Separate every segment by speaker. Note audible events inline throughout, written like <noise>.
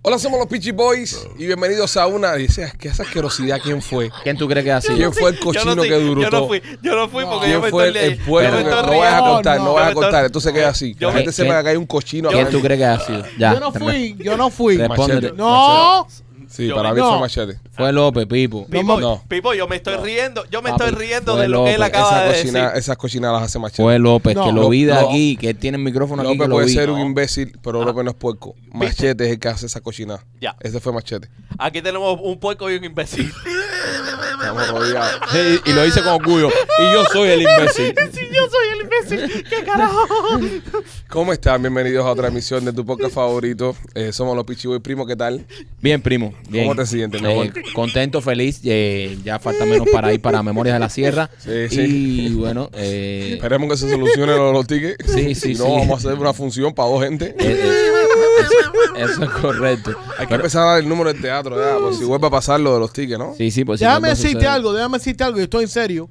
Speaker 1: Hola, somos los Peachy Boys y bienvenidos a una. Dice, ¿qué esa asquerosidad? ¿Quién fue?
Speaker 2: ¿Quién tú crees que ha sido?
Speaker 1: ¿Quién fue el cochino
Speaker 3: no
Speaker 1: que duró?
Speaker 3: Yo no fui, yo no fui porque
Speaker 1: ¿Quién
Speaker 3: yo me
Speaker 1: fue el,
Speaker 3: estoy
Speaker 1: el
Speaker 3: leyendo.
Speaker 1: pueblo?
Speaker 3: Yo me
Speaker 1: que-
Speaker 3: estoy
Speaker 1: no vayas a
Speaker 3: riendo.
Speaker 1: contar, no,
Speaker 3: Yo me
Speaker 1: vayas a
Speaker 3: estoy-
Speaker 1: contar. Entonces queda así.
Speaker 3: Yo
Speaker 1: La
Speaker 3: me-
Speaker 1: gente sepa que acá hay un cochino.
Speaker 2: ¿Quién tú
Speaker 1: hablando.
Speaker 2: crees que ha sido? Ya.
Speaker 4: Yo no
Speaker 2: termina.
Speaker 4: fui, yo no fui.
Speaker 2: Respóndete.
Speaker 1: Machete.
Speaker 4: No,
Speaker 1: Sí,
Speaker 3: Yo-
Speaker 1: para mí
Speaker 4: no.
Speaker 1: fue machete.
Speaker 2: Fue López, Pipo.
Speaker 3: Pipo,
Speaker 1: No.
Speaker 3: Pipo, yo me estoy riendo, yo me
Speaker 2: Papi,
Speaker 3: estoy riendo
Speaker 2: fue
Speaker 3: de lo que él
Speaker 2: López,
Speaker 3: acaba
Speaker 1: Esa
Speaker 3: de
Speaker 1: cochina-
Speaker 3: decir.
Speaker 1: Esas cochinadas las hace machete.
Speaker 2: Fue López,
Speaker 4: No.
Speaker 2: que lo vi de
Speaker 1: No.
Speaker 2: aquí, que él tiene el micrófono aquí,
Speaker 1: López
Speaker 2: que lo
Speaker 1: puede
Speaker 2: vi.
Speaker 1: ser un imbécil, pero López no es puerco. Machete es el que hace esa cochinada.
Speaker 3: Ah. Ya.
Speaker 1: Ese fue machete.
Speaker 3: Aquí tenemos un puerco y
Speaker 1: <laughs>
Speaker 3: un imbécil.
Speaker 1: Estamos rodeados.
Speaker 5: Sí, y lo hice con orgullo. Y yo soy el imbécil.
Speaker 3: sí, yo soy el imbécil. ¿Qué carajo?
Speaker 1: ¿Cómo están? Bienvenidos a otra emisión de tu podcast favorito. Eh, somos los Pichiboy Primo, ¿qué tal?
Speaker 2: Bien, primo. Bien.
Speaker 1: te sientes, mi amor?
Speaker 2: Eh, contento, feliz. eh, ya falta menos para ir para Memorias de la Sierra.
Speaker 1: Sí, sí.
Speaker 2: y bueno, eh,
Speaker 1: Esperemos que se solucionen los, los tickets. <laughs>
Speaker 2: Sí, sí,
Speaker 1: Si no,
Speaker 2: sí.
Speaker 1: vamos a hacer una función para dos gente.
Speaker 2: eh, eh, eso es correcto.
Speaker 1: Hay que empezar a dar el número del teatro, ya, por si vuelve a pasar lo de los tickets, ¿no?
Speaker 2: Sí, sí, pues si
Speaker 4: déjame
Speaker 2: no te
Speaker 4: decirte
Speaker 2: sucede.
Speaker 4: algo, déjame decirte algo, yo estoy en serio.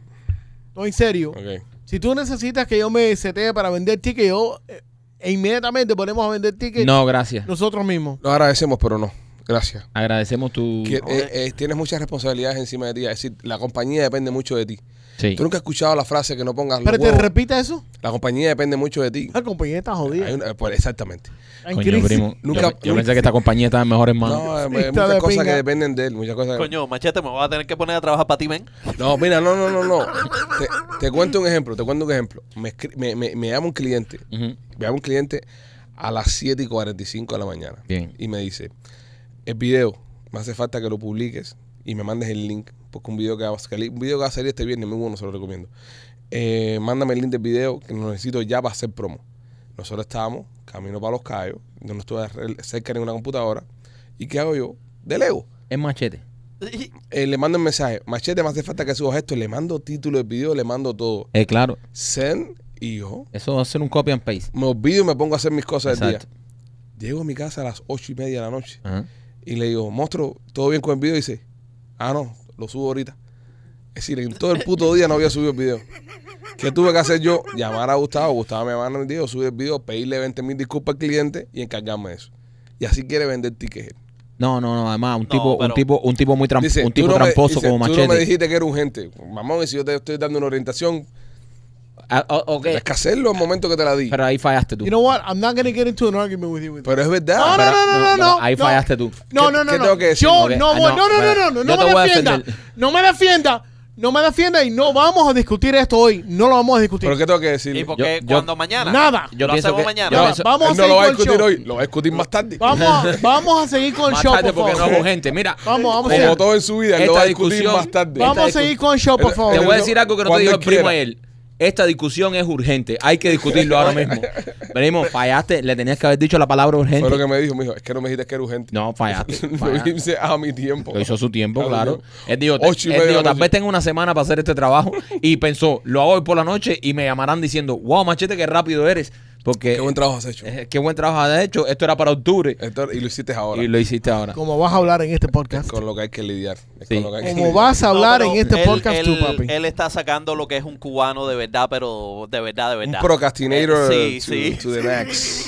Speaker 4: Estoy en serio.
Speaker 1: Ok.
Speaker 4: Si tú necesitas que yo me setee para vender tickets, yo eh, e inmediatamente ponemos a vender tickets
Speaker 2: No, gracias.
Speaker 4: nosotros mismos.
Speaker 1: Lo agradecemos, pero no. Gracias.
Speaker 2: Agradecemos tu.
Speaker 1: Que, eh, eh, tienes muchas responsabilidades encima de ti. Es decir, la compañía depende mucho de ti.
Speaker 2: Sí.
Speaker 1: Tú nunca has escuchado la frase que no pongas los
Speaker 4: Pero te
Speaker 1: huevos.
Speaker 4: repita eso.
Speaker 1: La compañía depende mucho de ti.
Speaker 4: La compañía está
Speaker 1: Hay
Speaker 4: jodida.
Speaker 1: una- pues, exactamente.
Speaker 4: Está en
Speaker 2: Coño,
Speaker 4: crisis.
Speaker 2: primo.
Speaker 1: Nunca-
Speaker 2: yo, yo
Speaker 1: nunca-
Speaker 2: pensé que esta compañía estaba en mejores manos.
Speaker 1: No, hay
Speaker 4: Está
Speaker 1: muchas
Speaker 4: de
Speaker 1: cosas que
Speaker 4: pinga.
Speaker 1: dependen de él. Muchas cosas.
Speaker 3: Coño, machete, me voy a tener que poner a trabajar para ti, men.
Speaker 1: No, mira, no, no, no, no. Te, te cuento un ejemplo, te cuento un ejemplo. Me, escri- me, me- me llama un cliente,
Speaker 2: Ujú.
Speaker 1: me llama un cliente a las 7 y 45 de la mañana.
Speaker 2: Bien.
Speaker 1: Y me dice, el video, me hace falta que lo publiques y me mandes el link, porque un video que va a salir, un video que va a salir este viernes, muy bueno, se lo recomiendo. Eh, mándame el link del video que lo necesito ya para hacer promo. Nosotros estábamos camino para Los Cayos, yo no estuve re- cerca de ninguna computadora. ¿Y qué hago yo? Delego
Speaker 2: Es machete.
Speaker 1: eh, le mando un mensaje. Machete, me hace falta que subas esto. Le mando título del video, le mando todo.
Speaker 2: Eh, claro.
Speaker 1: Zen y yo
Speaker 2: Eso va a ser un copy and paste.
Speaker 1: me olvido y me pongo a hacer mis cosas del día.
Speaker 2: Exacto.
Speaker 1: Llego a mi casa a las ocho y media de la noche
Speaker 2: Ajá.
Speaker 1: y le digo, monstruo, ¿todo bien con el video? Y dice, ah, no, lo subo ahorita. Es decir, en todo el puto día no había subido el video. ¿Qué tuve que hacer yo? Llamar a Gustavo, Gustavo me manda el video, subir el video, pedirle 20 mil disculpas al cliente y encargarme de eso. Y así quiere vender tickets.
Speaker 2: No, no, no, además, un
Speaker 3: No,
Speaker 2: tipo, un
Speaker 3: pero-
Speaker 2: tipo, un tipo muy tram-
Speaker 1: Dice,
Speaker 2: un tipo
Speaker 1: tú no me-
Speaker 2: tramposo
Speaker 1: dice,
Speaker 2: como
Speaker 1: Tú no me
Speaker 2: machete.
Speaker 1: dijiste que era urgente. Mamón, y si yo te estoy dando una
Speaker 3: Eh.
Speaker 1: orientación,
Speaker 2: Ah, o- ok,
Speaker 1: Tienes que hacerlo al momento que te la di. Pero,
Speaker 2: Pero ahí fallaste tú. Pues, ah,
Speaker 4: You know what? I'm not gonna get into an argument with you. with-
Speaker 1: es verdad.
Speaker 4: No, no,
Speaker 1: Pero-
Speaker 4: no, no, no, no.
Speaker 2: ahí
Speaker 4: no.
Speaker 2: fallaste tú.
Speaker 4: No,
Speaker 1: ¿Qué-
Speaker 4: no, no.
Speaker 1: qué
Speaker 4: no.
Speaker 1: tengo que decir?
Speaker 4: Yo
Speaker 2: Ok,
Speaker 4: no,
Speaker 2: ah,
Speaker 4: voy-
Speaker 2: no,
Speaker 4: no, no, no, no, no,
Speaker 2: espera.
Speaker 4: no
Speaker 2: Yo te
Speaker 4: me
Speaker 2: voy a
Speaker 4: defienda.
Speaker 2: defender.
Speaker 4: No me defienda. No me defienda y no vamos a discutir esto hoy. No lo vamos a discutir.
Speaker 1: Pero ¿qué tengo que decir?
Speaker 3: ¿Y por qué
Speaker 2: yo-
Speaker 3: cuando mañana?
Speaker 4: Nada.
Speaker 2: Yo
Speaker 3: lo
Speaker 2: pienso
Speaker 3: hacemos
Speaker 2: que-
Speaker 3: mañana.
Speaker 2: yo
Speaker 4: No,
Speaker 2: pienso-
Speaker 4: vamos a
Speaker 1: Él no lo va a
Speaker 4: seguir con el
Speaker 1: discutir
Speaker 4: show.
Speaker 1: hoy, lo va a discutir más tarde.
Speaker 4: Vamos,
Speaker 2: <laughs>
Speaker 4: a- vamos a seguir con el
Speaker 2: Más
Speaker 4: show,
Speaker 2: tarde
Speaker 4: por
Speaker 2: porque no
Speaker 4: favor.
Speaker 2: es urgente. Mira,
Speaker 4: Vamos, vamos a
Speaker 1: <laughs> Como
Speaker 4: seguir.
Speaker 1: todo en su vida, él lo
Speaker 2: Esta
Speaker 1: va a discutir
Speaker 2: discusión-
Speaker 1: más tarde.
Speaker 2: Vamos
Speaker 4: Vamos a seguir con el show, por
Speaker 1: Él-
Speaker 4: favor.
Speaker 2: te voy a
Speaker 1: Cuando-
Speaker 2: decir algo que no te
Speaker 1: cuando
Speaker 2: dijo el
Speaker 1: él
Speaker 2: primo
Speaker 1: quiera.
Speaker 2: a él. Esta discusión es urgente. Hay que discutirlo
Speaker 1: <laughs>
Speaker 2: ahora mismo. Venimos, fallaste. Le tenías que haber dicho la palabra urgente.
Speaker 1: Fue lo que me dijo, me dijo, es que no me dijiste que era <laughs> urgente.
Speaker 2: No, fallaste.
Speaker 1: Lo
Speaker 2: fallaste.
Speaker 1: hice a mi tiempo.
Speaker 2: Lo hizo a su tiempo,
Speaker 1: A mi
Speaker 2: claro.
Speaker 1: tiempo.
Speaker 2: Él dijo,
Speaker 1: Ocho y
Speaker 2: él
Speaker 1: media
Speaker 2: dijo,
Speaker 1: de la
Speaker 2: tal
Speaker 1: noche".
Speaker 2: vez tengo una semana para hacer este trabajo. <laughs> Y pensó, lo hago hoy por la noche y me llamarán diciendo, wow, machete, qué rápido eres. Porque
Speaker 1: Qué buen trabajo has hecho.
Speaker 2: eh, qué buen trabajo has hecho. Esto era para octubre.
Speaker 1: Esto- y lo hiciste ahora.
Speaker 2: Y lo hiciste ahora.
Speaker 4: Como vas a hablar en este podcast.
Speaker 1: Con lo que hay que lidiar. Es
Speaker 2: Sí.
Speaker 1: con lo que hay que
Speaker 4: Como
Speaker 1: lidiar.
Speaker 4: vas a
Speaker 3: No,
Speaker 4: hablar
Speaker 3: pero
Speaker 4: en este
Speaker 3: él-
Speaker 4: podcast
Speaker 3: él-
Speaker 4: tú, papi.
Speaker 3: Él está sacando lo que es un cubano de verdad, pero de verdad, de
Speaker 1: Un
Speaker 3: verdad.
Speaker 1: procrastinator
Speaker 3: Eh,
Speaker 1: to,
Speaker 3: sí, sí.
Speaker 1: to the max.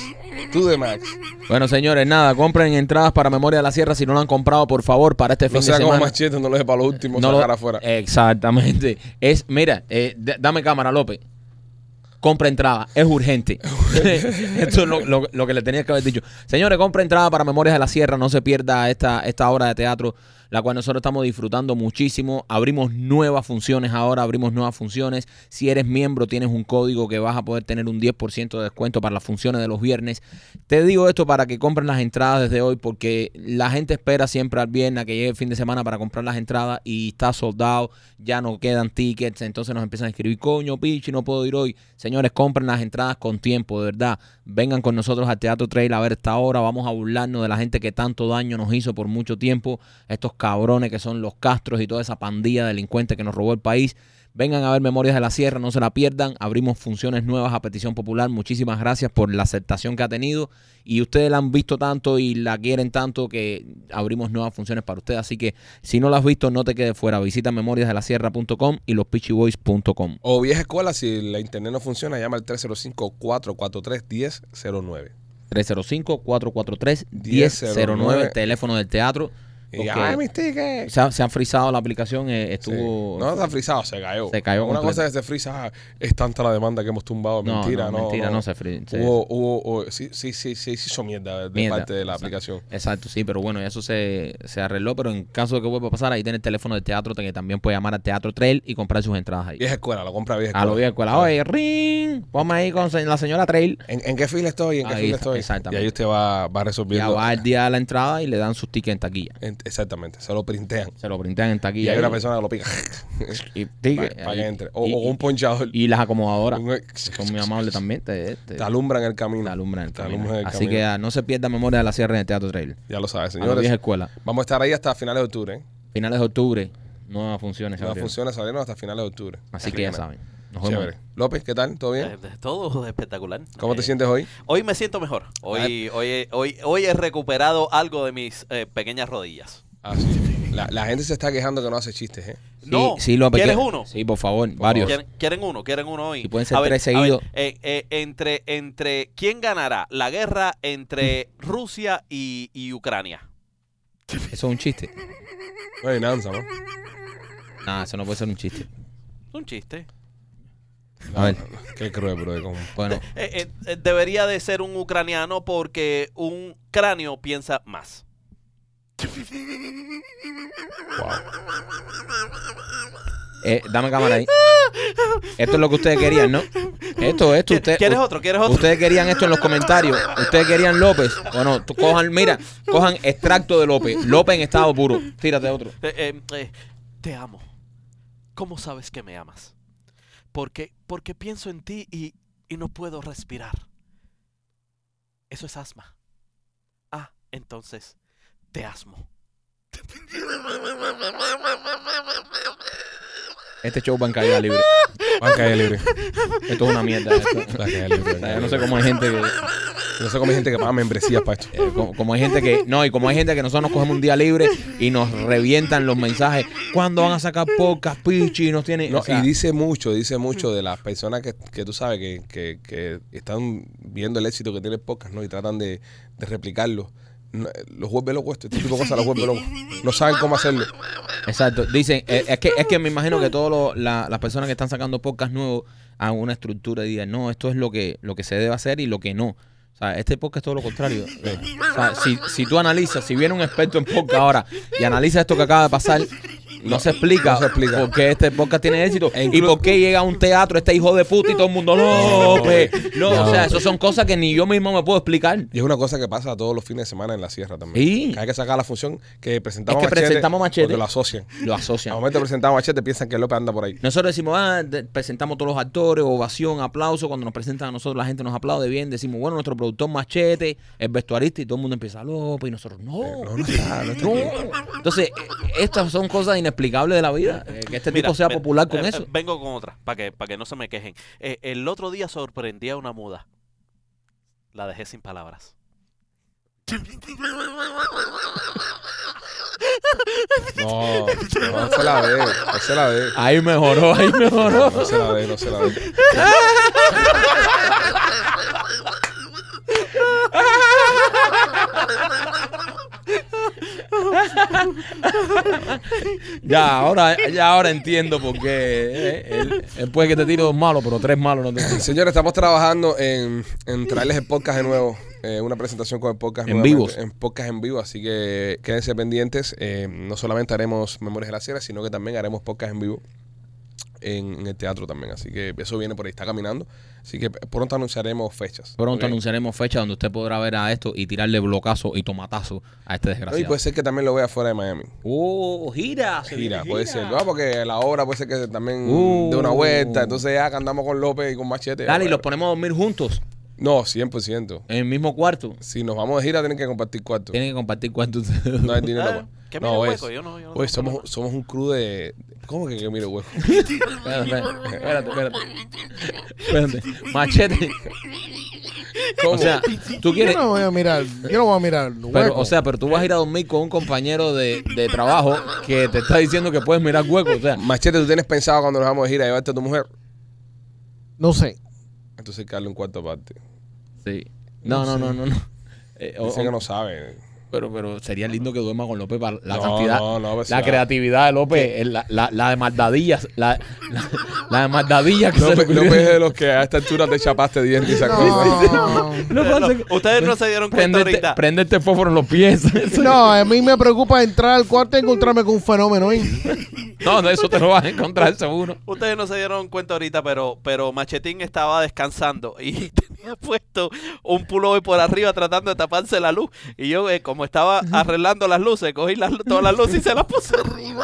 Speaker 1: To the max.
Speaker 2: Bueno, señores, nada, compren entradas para Memoria de la Sierra si no la han comprado, por favor, para este fin
Speaker 1: No
Speaker 2: de
Speaker 1: sea
Speaker 2: semana.
Speaker 1: como machete, no lo dejes para los últimos
Speaker 2: No lo- Eh.
Speaker 1: sacar afuera.
Speaker 2: Exactamente. Es, mira, eh, d- dame cámara, López. Compra entrada, es urgente. <laughs> Esto es lo, lo- lo que le tenía que haber dicho. Señores, compra entrada para Memorias de la Sierra. No se pierda esta, esta obra de teatro, la cual nosotros estamos disfrutando muchísimo. Abrimos nuevas funciones ahora, abrimos nuevas funciones. Si eres miembro, tienes un código que vas a poder tener un 10% de descuento para las funciones de los viernes. Te digo esto para que compren las entradas desde hoy, porque la gente espera siempre al viernes a que llegue el fin de semana para comprar las entradas y está soldado, ya no quedan tickets, entonces nos empiezan a escribir, coño, pichi, no puedo ir hoy. Señores, compren las entradas con tiempo, de verdad. Vengan con nosotros al Teatro Trail a ver esta hora, vamos a burlarnos de la gente que tanto daño nos hizo por mucho tiempo, estos cabrones que son los castros y toda esa pandilla delincuente que nos robó el país. Vengan a ver Memorias de la Sierra, no se la pierdan. Abrimos funciones nuevas a petición popular. Muchísimas gracias por la aceptación que ha tenido. Y ustedes la han visto tanto y la quieren tanto que abrimos nuevas funciones para ustedes. Así que si no la has visto, no te quedes fuera. Visita memoriasdelasierra.com y lospitchyboys.com.
Speaker 1: O vieja escuela, si la internet no funciona, llama al 305-443-1009.
Speaker 2: 305-443-1009, teléfono del teatro.
Speaker 1: Y,
Speaker 2: porque
Speaker 1: ¡Ay, mis tickets!
Speaker 2: se, ha- se han frizado la aplicación, eh, estuvo...
Speaker 1: Sí. No, está frisado, se cayó.
Speaker 2: Se cayó
Speaker 1: Una
Speaker 2: completo.
Speaker 1: cosa es que se frisa, ah, es tanta la demanda que hemos tumbado.
Speaker 2: No,
Speaker 1: Mentira, no.
Speaker 2: no, mentira, no se fri- se-
Speaker 1: Hubo, hubo, hubo- sí, sí, sí, sí, se hizo mierda de
Speaker 2: Mierda.
Speaker 1: parte de la
Speaker 2: Exacto.
Speaker 1: aplicación.
Speaker 2: Exacto, sí, pero bueno, eso se, se arregló, pero en caso de que vuelva a pasar, ahí tiene el teléfono del teatro, que también puede llamar al Teatro Trail y comprar sus entradas ahí.
Speaker 1: Vieja escuela, la compra vieja
Speaker 2: A
Speaker 1: escuela.
Speaker 2: lo viejo escuela. Oye, ring, ponme ahí con se- la señora Trail.
Speaker 1: ¿En, en qué fila estoy? ¿En qué
Speaker 2: Ahí
Speaker 1: fila
Speaker 2: está,
Speaker 1: estoy?
Speaker 2: exactamente.
Speaker 1: Y ahí usted va, va
Speaker 2: Ya
Speaker 1: resolviendo.
Speaker 2: va el día de la entrada y le dan sus tickets en taquilla.
Speaker 1: En- exactamente, se lo printean.
Speaker 2: Se lo printan en
Speaker 1: Y,
Speaker 2: taquilla.
Speaker 1: hay
Speaker 2: ahí.
Speaker 1: una persona que lo pica <laughs>
Speaker 2: Y,
Speaker 1: para, para que entre. O,
Speaker 2: y-
Speaker 1: o un ponchador.
Speaker 2: y las acomodadoras.
Speaker 1: Un-
Speaker 2: Son muy amables también. Te, te-
Speaker 1: te alumbran el camino.
Speaker 2: te alumbran el
Speaker 1: Te
Speaker 2: camino.
Speaker 1: alumbran el
Speaker 2: Así
Speaker 1: camino.
Speaker 2: que ah, no se pierda memoria de la sierra en el Teatro Trail.
Speaker 1: Ya lo sabes,
Speaker 2: A la vieja
Speaker 1: señores.
Speaker 2: escuela.
Speaker 1: Vamos a estar ahí hasta finales de octubre. ¿eh?
Speaker 2: Finales de octubre, nuevas funciones.
Speaker 1: Las
Speaker 2: Gabriel.
Speaker 1: funciones salieron hasta finales de octubre.
Speaker 2: Así que ya
Speaker 1: Rican.
Speaker 2: saben. Nos vemos.
Speaker 1: Chévere. López, ¿qué tal? ¿Todo bien?
Speaker 3: Eh, de- Todo espectacular.
Speaker 1: ¿Cómo te
Speaker 3: Eh,
Speaker 1: sientes hoy?
Speaker 3: Hoy me siento mejor. Hoy, hoy, hoy, hoy he recuperado algo de mis eh, pequeñas rodillas.
Speaker 1: Ah, sí. la, la gente se está quejando que no hace chistes, ¿eh?
Speaker 2: Sí,
Speaker 3: no,
Speaker 2: sí, López,
Speaker 3: ¿quieres
Speaker 2: que-
Speaker 3: uno?
Speaker 2: Sí, por favor, varios.
Speaker 3: ¿Quieren, quieren uno, quieren uno hoy.
Speaker 2: Y pueden ser
Speaker 3: A ver,
Speaker 2: tres
Speaker 3: a ver,
Speaker 2: seguidos.
Speaker 3: eh, eh, entre, entre, ¿quién ganará la guerra
Speaker 2: <laughs>
Speaker 3: entre Rusia y, y Ucrania?
Speaker 2: Eso es un chiste.
Speaker 1: No hay nanza, ¿no?
Speaker 2: Nah, eso no puede ser un chiste.
Speaker 3: Un chiste.
Speaker 2: A ver.
Speaker 1: Qué cruel, bro. como-
Speaker 2: Bueno,
Speaker 3: Eh, eh, eh, debería de ser un ucraniano porque un cráneo piensa más.
Speaker 2: eh, dame cámara ahí. Esto es lo que ustedes querían, ¿no? Esto, esto, usted,
Speaker 3: ¿Quieres otro? ¿Quieres otro?
Speaker 2: Ustedes querían esto en los comentarios. Ustedes querían López. Bueno, tú cojan, mira, cojan extracto de López. López en estado puro. Tírate otro.
Speaker 3: Eh, eh, eh, te amo. ¿Cómo sabes que me amas? Porque, porque pienso en ti y, y no puedo respirar. Eso es asma. Ah, entonces, te asmo.
Speaker 2: Este show va en caída libre.
Speaker 1: Van a caer libre.
Speaker 2: Esto es una mierda. esto.
Speaker 1: Van a caer
Speaker 2: O sea, yo
Speaker 1: libre.
Speaker 2: no sé cómo hay gente que.
Speaker 1: No sé cómo hay gente que paga membresías para esto.
Speaker 2: eh, como, como hay gente que. No, y como hay gente que nosotros nos cogemos un día libre y nos revientan los mensajes. ¿Cuándo van a sacar pocas, pichi? Y nos tienen.
Speaker 1: No,
Speaker 2: o sea,
Speaker 1: y dice mucho, dice mucho de las personas que, que tú sabes que, que- que están viendo el éxito que tiene el podcast, ¿no? Y tratan de, de replicarlo. No, eh, Los vuelve locos esto, este tipo de cosas los vuelve locos. No saben cómo hacerlo.
Speaker 2: Exacto. Dicen, eh, es que es que me imagino que todas las personas que están sacando podcast nuevos hagan una estructura y digan, no, esto es lo que, lo que se debe hacer y lo que no. O sea, este podcast es todo lo contrario. Eh, O sea, si, si tú analizas, si viene un experto en podcast ahora y analiza esto que acaba de pasar, no, se explica
Speaker 1: no se explica.
Speaker 2: por qué este podcast tiene éxito
Speaker 1: E
Speaker 2: y
Speaker 1: inclu-
Speaker 2: por qué llega a un teatro este hijo de puta y todo el mundo, no, pe". no, o sea, eso son cosas que ni yo mismo me puedo explicar.
Speaker 1: Y es una cosa que pasa todos los fines de semana en la sierra también.
Speaker 2: Sí.
Speaker 1: Que hay que sacar la función que presentamos
Speaker 2: Es que presentamos Machete.
Speaker 1: Porque lo asocian.
Speaker 2: Lo
Speaker 1: Al
Speaker 2: asocian.
Speaker 1: momento que presentamos Machete piensan que López anda por ahí.
Speaker 2: Nosotros decimos, ah, de- presentamos todos los actores, ovación, aplauso. Cuando nos presentan a nosotros, la gente nos aplaude bien. Decimos, bueno, nuestro productor machete, el vestuarista, y todo el mundo empieza López, y nosotros, Eh, no.
Speaker 1: Eh,
Speaker 2: este
Speaker 1: No, no está, no está
Speaker 2: no".
Speaker 1: aquí.
Speaker 2: Entonces, eh, estas son cosas inexplicables de la vida. eh, que este
Speaker 3: Mira,
Speaker 2: tipo sea
Speaker 3: ve-
Speaker 2: popular
Speaker 3: eh,
Speaker 2: con
Speaker 3: eh,
Speaker 2: eso.
Speaker 3: vengo con otra, para que, para que no se me quejen. Eh, el otro día sorprendí a una muda. La dejé sin palabras.
Speaker 1: No, no se la ve, no se la ve.
Speaker 2: Ahí mejoró, ahí
Speaker 1: No,
Speaker 2: mejoró.
Speaker 1: no se la ve, no se la ve.
Speaker 2: Ya, ahora, ya ahora entiendo por qué. eh, él, él puede que te tire dos malos, pero tres malos no te
Speaker 1: Señores, estamos trabajando en, en traerles el podcast de nuevo. eh, una presentación con el podcast
Speaker 2: En
Speaker 1: nuevamente,
Speaker 2: vivos.
Speaker 1: En podcast en vivo, así que quédense pendientes. Eh, no solamente haremos Memorias de la Sierra, sino que también haremos podcast en vivo en, en el teatro también. Así que eso viene por ahí, está caminando. Así que pronto anunciaremos fechas.
Speaker 2: Pronto
Speaker 1: ¿ok?
Speaker 2: anunciaremos fecha donde usted podrá ver a esto y tirarle blocazo y tomatazo a este
Speaker 1: No,
Speaker 2: desgraciado.
Speaker 1: y puede ser que también lo vea fuera de Miami.
Speaker 2: Oh, gira. se viene
Speaker 1: Gira, puede ser. No, porque la obra puede ser que también dé una
Speaker 2: Uh.
Speaker 1: vuelta. Entonces ya que andamos con López y con Machete.
Speaker 2: Dale, y
Speaker 1: bueno.
Speaker 2: los ponemos a dormir juntos
Speaker 1: No, 100%.
Speaker 2: en el mismo cuarto.
Speaker 1: Si nos vamos de gira, tienen que compartir cuarto.
Speaker 2: Tienen que compartir cuarto
Speaker 1: No hay dinero.
Speaker 3: Ah,
Speaker 1: pa-
Speaker 3: que mire
Speaker 1: no,
Speaker 3: el
Speaker 1: es-
Speaker 3: hueco, yo no- yo no
Speaker 1: Oye,
Speaker 3: tengo
Speaker 1: somos,
Speaker 3: problema.
Speaker 1: somos un crew de. ¿Cómo que, que mire hueco?
Speaker 2: <laughs>
Speaker 1: <laughs>
Speaker 2: espérate, espérate, espérate.
Speaker 1: <laughs>
Speaker 2: Espérate. Machete. O sea, tú quieres.
Speaker 4: Yo no voy a mirar, yo no voy a mirar. hueco.
Speaker 2: Pero, o sea, pero tú vas a ir a dormir con un compañero de, de trabajo que te está diciendo que puedes mirar hueco. O sea,
Speaker 1: Machete, ¿tú tienes pensado cuando nos vamos de gira llevarte a tu mujer?
Speaker 4: no sé.
Speaker 1: Entonces, Carlos, un cuarto aparte.
Speaker 2: sí. No, no, no, no. no. Eh, o-
Speaker 1: Dicen
Speaker 2: o-
Speaker 1: que no sabe.
Speaker 2: pero, pero sería lindo que duerma con López para la
Speaker 1: No,
Speaker 2: cantidad.
Speaker 1: no, no, pues,
Speaker 2: la
Speaker 1: sí,
Speaker 2: creatividad de López, eh, la, la, la de maldadillas. La, la, la de maldadillas que se le
Speaker 1: López,
Speaker 2: ocurrió.
Speaker 1: López es de los que a esta altura te chapaste dientes y sacó.
Speaker 4: No,
Speaker 2: López
Speaker 3: No,
Speaker 2: hace-
Speaker 3: ustedes no se dieron cuenta
Speaker 2: prenderte,
Speaker 3: ahorita.
Speaker 2: prenderte fósforo en los
Speaker 3: <laughs>
Speaker 2: pies. Eso-
Speaker 4: no, a mí me preocupa entrar al cuarto y encontrarme con un fenómeno. ¿eh?
Speaker 2: no, de eso te lo vas a encontrar seguro.
Speaker 3: Ustedes no se dieron cuenta ahorita, pero, pero Machetín estaba descansando <laughs> y tenía puesto un pullover por arriba tratando de taparse la luz. Y yo, eh, como estaba arreglando las luces, cogí las lu- todas las luces y se las puse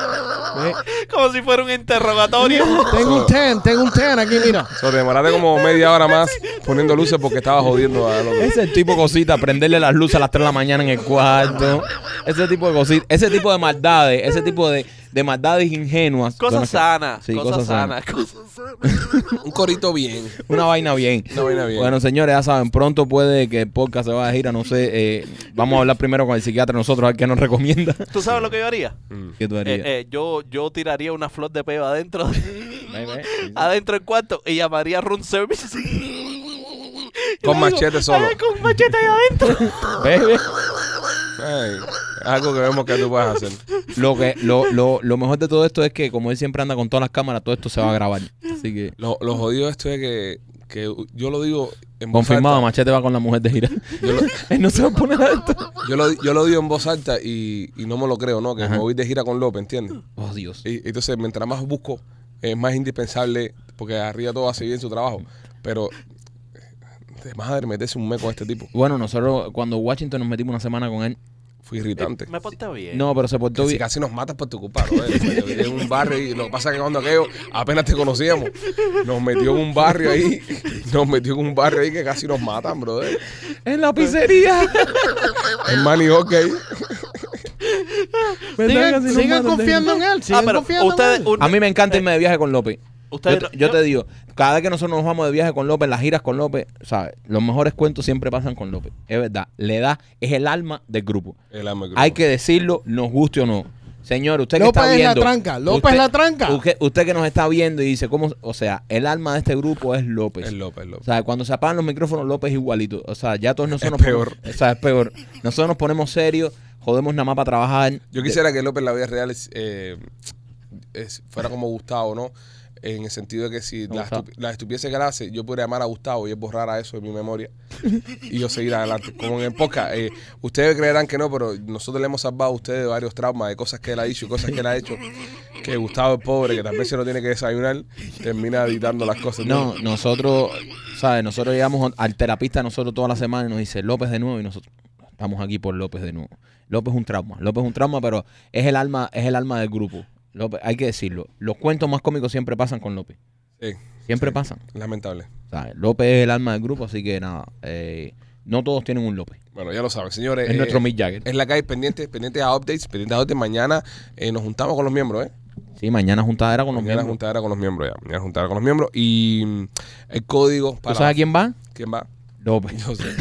Speaker 3: arriba. Como si fuera un
Speaker 4: <laughs>
Speaker 3: interrogatorio.
Speaker 4: Tengo un ten, tengo un ten aquí, mira.
Speaker 1: So, te demoraste como media hora más poniendo luces porque estaba jodiendo a López.
Speaker 2: Ese tipo de cosita, prenderle las luces a las 3 de la mañana en el cuarto. Ese tipo de cositas, ese tipo de maldades, ese tipo de, de maldades ingenuas. Bueno,
Speaker 3: <laughs> Cosas sanas,
Speaker 2: sí,
Speaker 3: cosas sanas, cosas sanas.
Speaker 1: Un corito bien.
Speaker 2: Una vaina bien.
Speaker 1: Una vaina bien.
Speaker 2: Bueno, señores, ya saben, pronto puede que el podcast se vaya a gira, no sé. eh, vamos a hablar primero con el psiquiatra nosotros, a ver qué nos recomienda. <laughs>
Speaker 3: ¿Tú sabes lo que yo haría?
Speaker 1: Mm.
Speaker 2: ¿Qué tú harías?
Speaker 3: Eh, eh, yo, yo tiraría una flor de peo adentro,
Speaker 2: Ve, ve.
Speaker 3: adentro del cuarto y llamaría a room service.
Speaker 1: Con
Speaker 3: Y le digo,
Speaker 1: machete solo.
Speaker 3: "Ay, Con machete ahí adentro.
Speaker 2: Ve, ve.
Speaker 1: Ay, algo que vemos que tú puedes hacer.
Speaker 2: Lo, que, lo, lo, lo mejor de todo esto es que como él siempre anda con todas las cámaras, todo esto se va a grabar. Así que...
Speaker 1: Lo, lo jodido de esto es que, que yo lo digo en voz
Speaker 2: Confirmado,
Speaker 1: alta.
Speaker 2: Machete va con la mujer de gira.
Speaker 1: Yo lo,
Speaker 2: <laughs> Él no se va a poner a esto.
Speaker 1: yo lo, yo lo digo en voz alta y, y no me lo creo, ¿no? Que me voy de gira con López, ¿entiendes?
Speaker 2: Oh, Dios.
Speaker 1: Y, entonces, mientras más busco, es más indispensable, porque arriba todo hace bien su trabajo. Pero, eh, de madre, meterse un meco a este tipo.
Speaker 2: Bueno, nosotros cuando Washington nos metimos una semana con él.
Speaker 1: Fue irritante.
Speaker 3: Me porté bien.
Speaker 2: No, pero se portó
Speaker 1: Casi,
Speaker 2: bien.
Speaker 1: casi nos matas por tu culpa, bro. En un barrio y lo que pasa es que cuando aquello apenas te conocíamos, nos metió en un barrio ahí, nos metió en un barrio ahí que casi nos matan, bro. Es
Speaker 2: En la
Speaker 4: <laughs>
Speaker 2: pizzería.
Speaker 1: manioc ahí.
Speaker 4: Sigan, sigan confiando en él, sigan
Speaker 3: ah, pero
Speaker 4: confiando
Speaker 3: ustedes,
Speaker 4: en él.
Speaker 3: un-
Speaker 2: A mí me encanta irme de viaje con López.
Speaker 3: ustedes
Speaker 2: Yo te,
Speaker 3: no-
Speaker 2: yo te digo, cada vez que nosotros nos vamos de viaje con López, las giras con López, ¿sabes? Los mejores cuentos siempre pasan con López. Es verdad. Le da, es el alma del grupo.
Speaker 1: El alma del
Speaker 2: Hay
Speaker 1: grupo.
Speaker 2: que decirlo, nos guste o no. Señor, usted que
Speaker 4: López
Speaker 2: está
Speaker 4: es la
Speaker 2: viendo.
Speaker 4: tranca, López
Speaker 2: usted-
Speaker 4: es la tranca.
Speaker 2: Usted, usted que nos está viendo y dice, ¿cómo? O sea, el alma de este grupo es López.
Speaker 1: Es López,
Speaker 2: O
Speaker 1: López.
Speaker 2: sea, cuando se apagan los micrófonos, López igualito. O sea, ya todos nosotros.
Speaker 1: Es
Speaker 2: nos
Speaker 1: peor.
Speaker 2: ponemos- o sea, es peor. Nosotros nos ponemos serios, jodemos nada más para trabajar.
Speaker 1: Yo quisiera que López en la vida real es, eh, es- fuera como Gustavo, ¿no? En el sentido de que si
Speaker 2: No,
Speaker 1: las
Speaker 2: Gustavo.
Speaker 1: estupi- las estupideces que él hace, yo pudiera llamar a Gustavo y él borrara eso de mi memoria y yo seguir adelante. Como en el podcast, eh, ustedes creerán que no, pero nosotros le hemos salvado a ustedes de varios traumas, de cosas que él ha dicho y cosas que él ha hecho. Que Gustavo es pobre, que tal vez se lo tiene que desayunar, termina editando las cosas.
Speaker 2: No, nosotros, ¿sabes? Nosotros llegamos al terapista nosotros toda la semana y nos dice López de nuevo y nosotros estamos aquí por López de nuevo. López es un trauma, López es un trauma, pero es el alma, es el alma del grupo. López, hay que decirlo. Los cuentos más cómicos siempre pasan con López.
Speaker 1: Sí,
Speaker 2: Siempre pasan.
Speaker 1: lamentable.
Speaker 2: ¿sabes? López es el alma del grupo, así que nada. eh, no todos tienen un López.
Speaker 1: Bueno, ya lo saben, señores.
Speaker 2: Es
Speaker 1: eh,
Speaker 2: nuestro Mick Jagger.
Speaker 1: Es la calle pendiente, pendiente a updates, pendiente a updates. Mañana eh, nos juntamos con los miembros, ¿eh?
Speaker 2: Sí, mañana juntadera con los
Speaker 1: Mañana
Speaker 2: miembros.
Speaker 1: juntadera con los miembros ya. Mañana juntadera con los miembros. Y mm, el código
Speaker 2: ¿Tú
Speaker 1: para.
Speaker 2: sabes a quién va?
Speaker 1: ¿Quién va? <laughs>
Speaker 2: López. <laughs>
Speaker 1: Yo sé.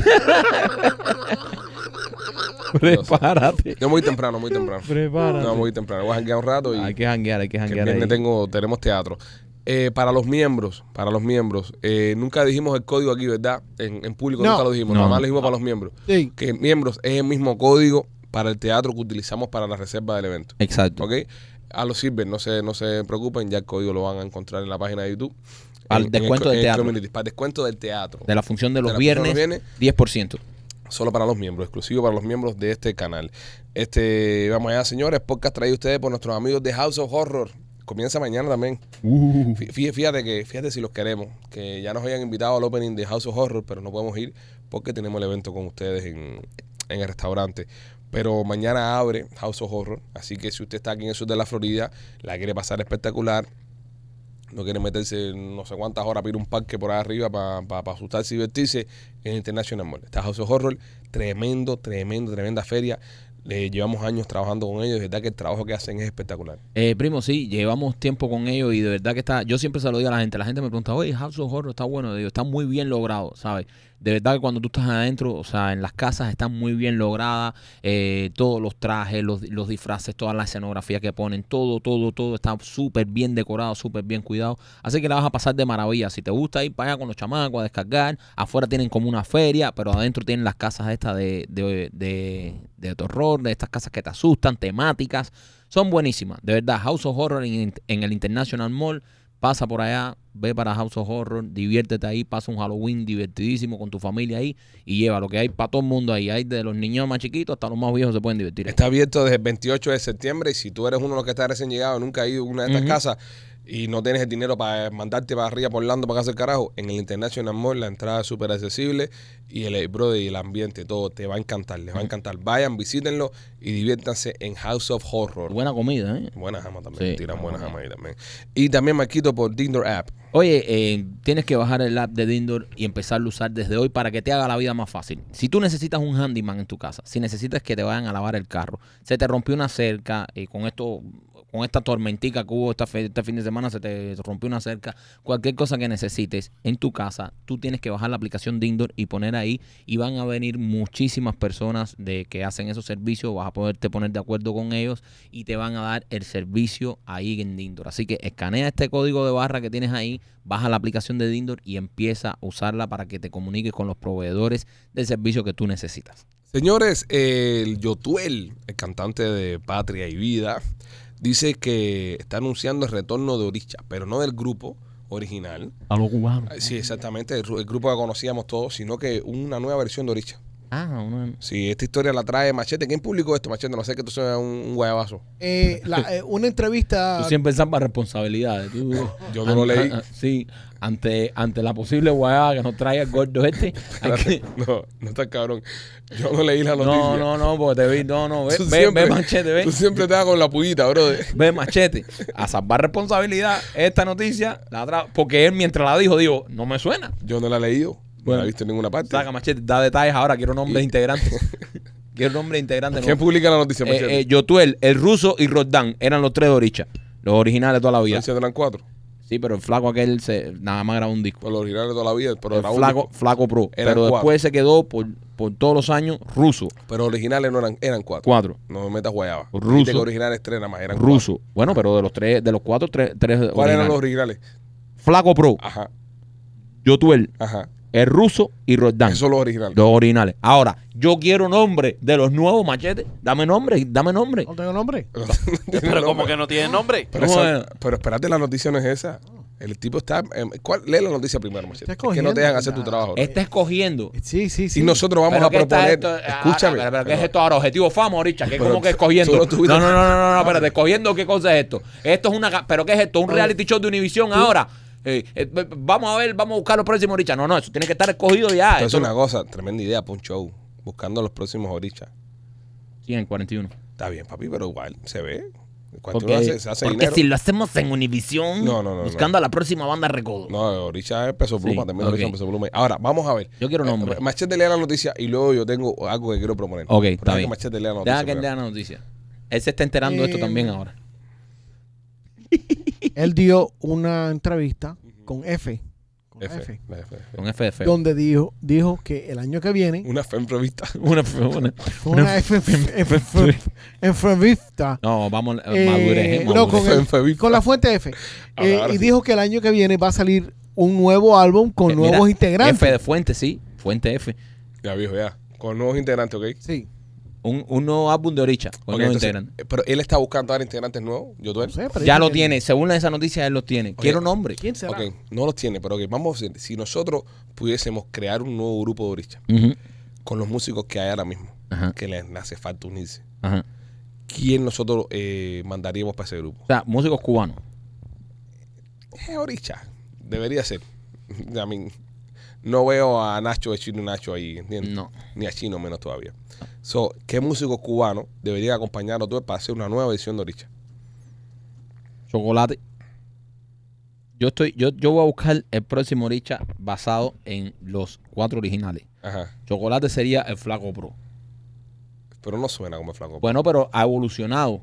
Speaker 2: Prepárate.
Speaker 1: Yo muy temprano, muy temprano.
Speaker 2: Prepárate.
Speaker 1: No, muy temprano. Voy a janguear un rato y
Speaker 2: Hay que janguear, hay
Speaker 1: que
Speaker 2: que
Speaker 1: el
Speaker 2: janguear.
Speaker 1: viernes
Speaker 2: ahí.
Speaker 1: tengo, tenemos teatro. Eh, para los miembros, para los miembros, eh, nunca dijimos el código aquí, ¿verdad? En, en público
Speaker 4: No.
Speaker 1: nunca lo dijimos,
Speaker 2: No.
Speaker 1: nada más lo dijimos para los miembros.
Speaker 4: Sí.
Speaker 1: Que miembros es el mismo código para el teatro que utilizamos para la reserva del evento.
Speaker 2: Exacto.
Speaker 1: ¿Ok? A los sirven, no se, no se preocupen, ya el código lo van a encontrar en la página de YouTube.
Speaker 2: Al
Speaker 1: En- en el
Speaker 2: descuento
Speaker 1: co-
Speaker 2: del
Speaker 1: en el
Speaker 2: teatro.
Speaker 1: community, Para el descuento del teatro.
Speaker 2: De la función de los
Speaker 1: De la función de
Speaker 2: viernes,
Speaker 1: los
Speaker 2: 10%.
Speaker 1: Solo para los miembros, exclusivo para los miembros de este canal. Este, vamos allá, señores. Podcast traído a ustedes por nuestros amigos de House of Horror. Comienza mañana también. Fí- fí- Fíjate que, fíjate si los queremos, que ya nos hayan invitado al opening de House of Horror, pero no podemos ir porque tenemos el evento con ustedes en, en el restaurante. Pero mañana abre House of Horror, así que si usted está aquí en el sur de la Florida, la quiere pasar espectacular, no quiere meterse no sé cuántas horas para ir a un parque por ahí arriba para asustarse y divertirse en International Mall. Está House of Horror, tremendo, tremendo, tremenda feria. Le llevamos años trabajando con ellos, de verdad que el trabajo que hacen es espectacular.
Speaker 2: Eh, primo, sí, llevamos tiempo con ellos y de verdad que está. Yo siempre se lo digo a la gente. La gente me pregunta, oye, House of Horror está bueno. Digo, está muy bien logrado, ¿sabes? De verdad que cuando tú estás adentro, o sea, en las casas están muy bien logradas, eh, todos los trajes, los, los disfraces, toda la escenografía que ponen, todo, todo, todo está súper bien decorado, súper bien cuidado. Así que la vas a pasar de maravilla. Si te gusta ir para allá con los chamacos a descargar, afuera tienen como una feria, pero adentro tienen las casas estas de, de, de, de terror, de estas casas que te asustan, temáticas. Son buenísimas, de verdad. House of Horror en, en el International Mall. Pasa por allá, ve para House of Horror, diviértete ahí, pasa un Halloween divertidísimo con tu familia ahí y lleva lo que hay para todo el mundo ahí. Hay de los niños más chiquitos hasta los más viejos se pueden divertir. ahí.
Speaker 1: Está abierto desde el 28 de septiembre y si tú eres uno de los que está recién llegado, nunca ha ido a una de estas
Speaker 2: Ujú.
Speaker 1: casas y no tienes el dinero para mandarte para arriba por Orlando para casa el carajo, en el International Mall la entrada es súper accesible y el, brother y el ambiente, todo te va a encantar, les va a encantar. Vayan, visítenlo y diviértanse en House of Horror.
Speaker 2: Buena comida, ¿eh?
Speaker 1: Buenas jamas también,
Speaker 2: Sí,
Speaker 1: tiran
Speaker 2: ah,
Speaker 1: buenas
Speaker 2: bueno.
Speaker 1: jamas ahí también. Y también Marquito por Dindor App.
Speaker 2: Oye, eh, tienes que bajar el app de Dindor y empezarlo a usar desde hoy para que te haga la vida más fácil. Si tú necesitas un handyman en tu casa, si necesitas que te vayan a lavar el carro, se te rompió una cerca y con esto, con esta tormentica que hubo esta fe- este fin de semana, se te rompió una cerca, cualquier cosa que necesites en tu casa, tú tienes que bajar la aplicación Dindor y poner ahí y van a venir muchísimas personas de que hacen esos servicios, vas a poderte poner de acuerdo con ellos y te van a dar el servicio ahí en Dindor. Así que escanea este código de barra que tienes ahí, baja la aplicación de Dindor y empieza a usarla para que te comuniques con los proveedores del servicio que tú necesitas.
Speaker 1: Señores, el Yotuel, el cantante de Patria y Vida, dice que está anunciando el retorno de Orisha, pero no del grupo original.
Speaker 2: A los cubanos.
Speaker 1: Sí, exactamente, el, ru- el grupo que conocíamos todos, sino que una nueva versión de Orisha.
Speaker 2: Ah, uno-
Speaker 1: Sí, esta historia la trae Machete. ¿Quién publicó esto, Machete? No sé que tú seas un, un
Speaker 2: <laughs>
Speaker 1: guayabazo.
Speaker 4: Eh, la- eh, una entrevista.
Speaker 2: Tú siempre para responsabilidades. tú.
Speaker 1: Ah. Yo no lo
Speaker 2: An-
Speaker 1: leí.
Speaker 2: a- a- sí, ante, ante la posible guayaba que nos traiga el gordo este.
Speaker 1: <laughs>
Speaker 2: hay que-
Speaker 1: No, no estás cabrón. Yo no leí la noticia.
Speaker 2: No, no, no, porque te vi. No,
Speaker 1: <laughs>
Speaker 2: no, ve,
Speaker 1: Tú
Speaker 2: ve-
Speaker 1: siempre-
Speaker 2: ve machete, ve.
Speaker 1: Tú siempre te das con la puyita, bro.
Speaker 2: Ve machete. A salvar responsabilidad, esta noticia, la tra- porque él mientras la dijo, digo, no me suena.
Speaker 1: Yo no la he leído. No la
Speaker 2: Bueno.
Speaker 1: he visto en ninguna parte.
Speaker 2: Saca machete, da detalles ahora, quiero
Speaker 1: <laughs>
Speaker 2: nombres integrantes. quiero nombres integrantes.
Speaker 1: ¿Quién
Speaker 2: no.
Speaker 1: publica la noticia, Machete?
Speaker 2: Eh, eh, Yotuel, el ruso y Roldán eran los tres de Oricha, los originales de toda la vida.
Speaker 1: Machete eran cuatro.
Speaker 2: Sí, pero el flaco aquel se, nada más grabó un disco.
Speaker 1: Por lo original de toda la vida, pero
Speaker 2: El
Speaker 1: era
Speaker 2: flaco,
Speaker 1: único.
Speaker 2: flaco pro.
Speaker 1: Eran
Speaker 2: pero después
Speaker 1: cuatro.
Speaker 2: se quedó por, por todos los años ruso.
Speaker 1: Pero originales no eran, eran cuatro.
Speaker 2: Cuatro.
Speaker 1: No me metas guayaba.
Speaker 2: Ruso.
Speaker 1: Dijiste que originales tres nada más, eran
Speaker 2: ruso. Bueno, pero de los tres, de los cuatro, tres, tres
Speaker 1: cuatro. ¿Cuáles eran los
Speaker 2: originales.
Speaker 1: originales?
Speaker 2: Flaco pro,
Speaker 1: Ajá,
Speaker 2: Yotuel,
Speaker 1: ajá.
Speaker 2: el ruso y Roldán.
Speaker 1: Esos son los originales. <laughs>
Speaker 2: Los originales. Ahora, yo quiero nombre de los nuevos machetes. Dame nombre, dame nombre.
Speaker 4: No tengo nombre.
Speaker 3: <laughs> Pero como que no tiene nombre.
Speaker 1: Pero, eso-
Speaker 2: Bueno.
Speaker 1: pero espérate, la noticia no es esa. El tipo está. em, ¿cuál? Lee la noticia primero, Machete.
Speaker 4: Está
Speaker 1: Es que no te
Speaker 4: cogiendo,
Speaker 1: dejan hacer tu
Speaker 4: ya.
Speaker 1: trabajo. bro.
Speaker 2: Está escogiendo.
Speaker 4: Sí, sí, sí.
Speaker 1: Y nosotros Este vamos
Speaker 2: ¿Pero
Speaker 1: a
Speaker 2: qué está
Speaker 1: proponer.
Speaker 2: esto? Ah,
Speaker 1: escúchame.
Speaker 2: Pero, pero ¿qué es esto ahora? Objetivo fama, ahorita. ¿Qué,
Speaker 1: Pero
Speaker 2: ¿Cómo que
Speaker 1: tú- tú
Speaker 2: escogiendo?
Speaker 1: no tuviste- Ah,
Speaker 2: No, no, no, no, no, no, espérate. ¿Escogiendo qué cosa es esto? Esto es una. ga- ¿Pero qué es esto? ¿Un reality show de Univisión ahora? Eh, eh, b- b- vamos a ver, vamos a buscar los próximos ahorita. No, no, eso tiene que estar escogido ya.
Speaker 1: Esto es
Speaker 2: Eso
Speaker 1: una cosa, tremenda idea para un show. Buscando los próximos orichas.
Speaker 2: 41.
Speaker 1: Está bien, papi, pero igual se ve. Cuando uno
Speaker 2: Porque,
Speaker 1: hace, se hace
Speaker 2: porque
Speaker 1: dinero.
Speaker 2: si lo hacemos en Univisión,
Speaker 1: No, no, no,
Speaker 2: buscando a la próxima banda recodo.
Speaker 1: No, Orisha es peso pluma,
Speaker 2: Sí,
Speaker 1: también Orisha
Speaker 2: ok.
Speaker 1: es peso pluma. Ahora, vamos a ver.
Speaker 2: Yo quiero nombre.
Speaker 1: Eh, Machete lea la noticia y luego yo tengo algo que quiero proponer.
Speaker 2: Ok,
Speaker 1: Pero deja
Speaker 2: está
Speaker 1: que
Speaker 2: bien.
Speaker 1: Machete lea la noticia.
Speaker 2: Deja que él
Speaker 1: primero.
Speaker 2: lea la noticia. Él se está enterando de esto
Speaker 4: Eh,
Speaker 2: también ahora.
Speaker 4: Él dio una entrevista con F. Con F.
Speaker 1: F, la F, F.
Speaker 2: Con FF.
Speaker 4: Donde dijo, dijo que el año que viene
Speaker 1: Una fe entrevista.
Speaker 2: <laughs> Una, una-
Speaker 4: una F, F- F- entrevista
Speaker 2: No, vamos,
Speaker 4: Eh,
Speaker 2: madurez. eh,
Speaker 4: no, con,
Speaker 2: madurez.
Speaker 4: el-
Speaker 1: Fue- fue-
Speaker 4: con la
Speaker 2: <laughs>
Speaker 4: fuente F.
Speaker 1: Ahora,
Speaker 4: Eh,
Speaker 1: ahora
Speaker 4: y
Speaker 1: sí.
Speaker 4: dijo que el año que viene va a salir un nuevo álbum con
Speaker 2: Eh, mira,
Speaker 4: nuevos integrantes.
Speaker 2: F de fuente, sí. Fuente F.
Speaker 1: <laughs> Ya viejo, ya. Con nuevos integrantes, ¿ok?
Speaker 4: Sí.
Speaker 2: Un, un nuevo álbum de Oricha. Con
Speaker 1: Ok,
Speaker 2: nuevos
Speaker 1: entonces,
Speaker 2: integrantes.
Speaker 1: eh, Pero él está buscando ahora integrantes nuevos. Yo
Speaker 4: No sé, Ah, pero
Speaker 2: Ya
Speaker 4: dice
Speaker 2: lo
Speaker 4: que-
Speaker 2: tiene. Según esa noticia, él los tiene. Quiero nombre.
Speaker 4: ¿Quién será?
Speaker 1: Ok, no los tiene, pero ok, vamos a ver. Si nosotros pudiésemos crear un nuevo grupo de orichas
Speaker 2: Ujú,
Speaker 1: con los músicos que hay ahora mismo,
Speaker 2: Ajá.
Speaker 1: que les hace falta unirse,
Speaker 2: ajá.
Speaker 1: ¿quién nosotros eh, mandaríamos para ese grupo?
Speaker 2: O sea, músicos cubanos.
Speaker 1: Eh, Oricha. Debería ser. I mean, no veo a Nacho de Chino y Nacho ahí, ¿entiendes?
Speaker 2: No.
Speaker 1: Ni a Chino menos todavía. So, ¿qué músico cubano debería acompañar a tú para hacer una nueva edición de Oricha?
Speaker 2: Chocolate. Yo estoy, yo, yo voy a buscar el próximo Oricha basado en los cuatro originales.
Speaker 1: Ajá.
Speaker 2: Chocolate sería el flaco pro.
Speaker 1: Pero no suena como el flaco.
Speaker 2: Bueno, pero ha evolucionado.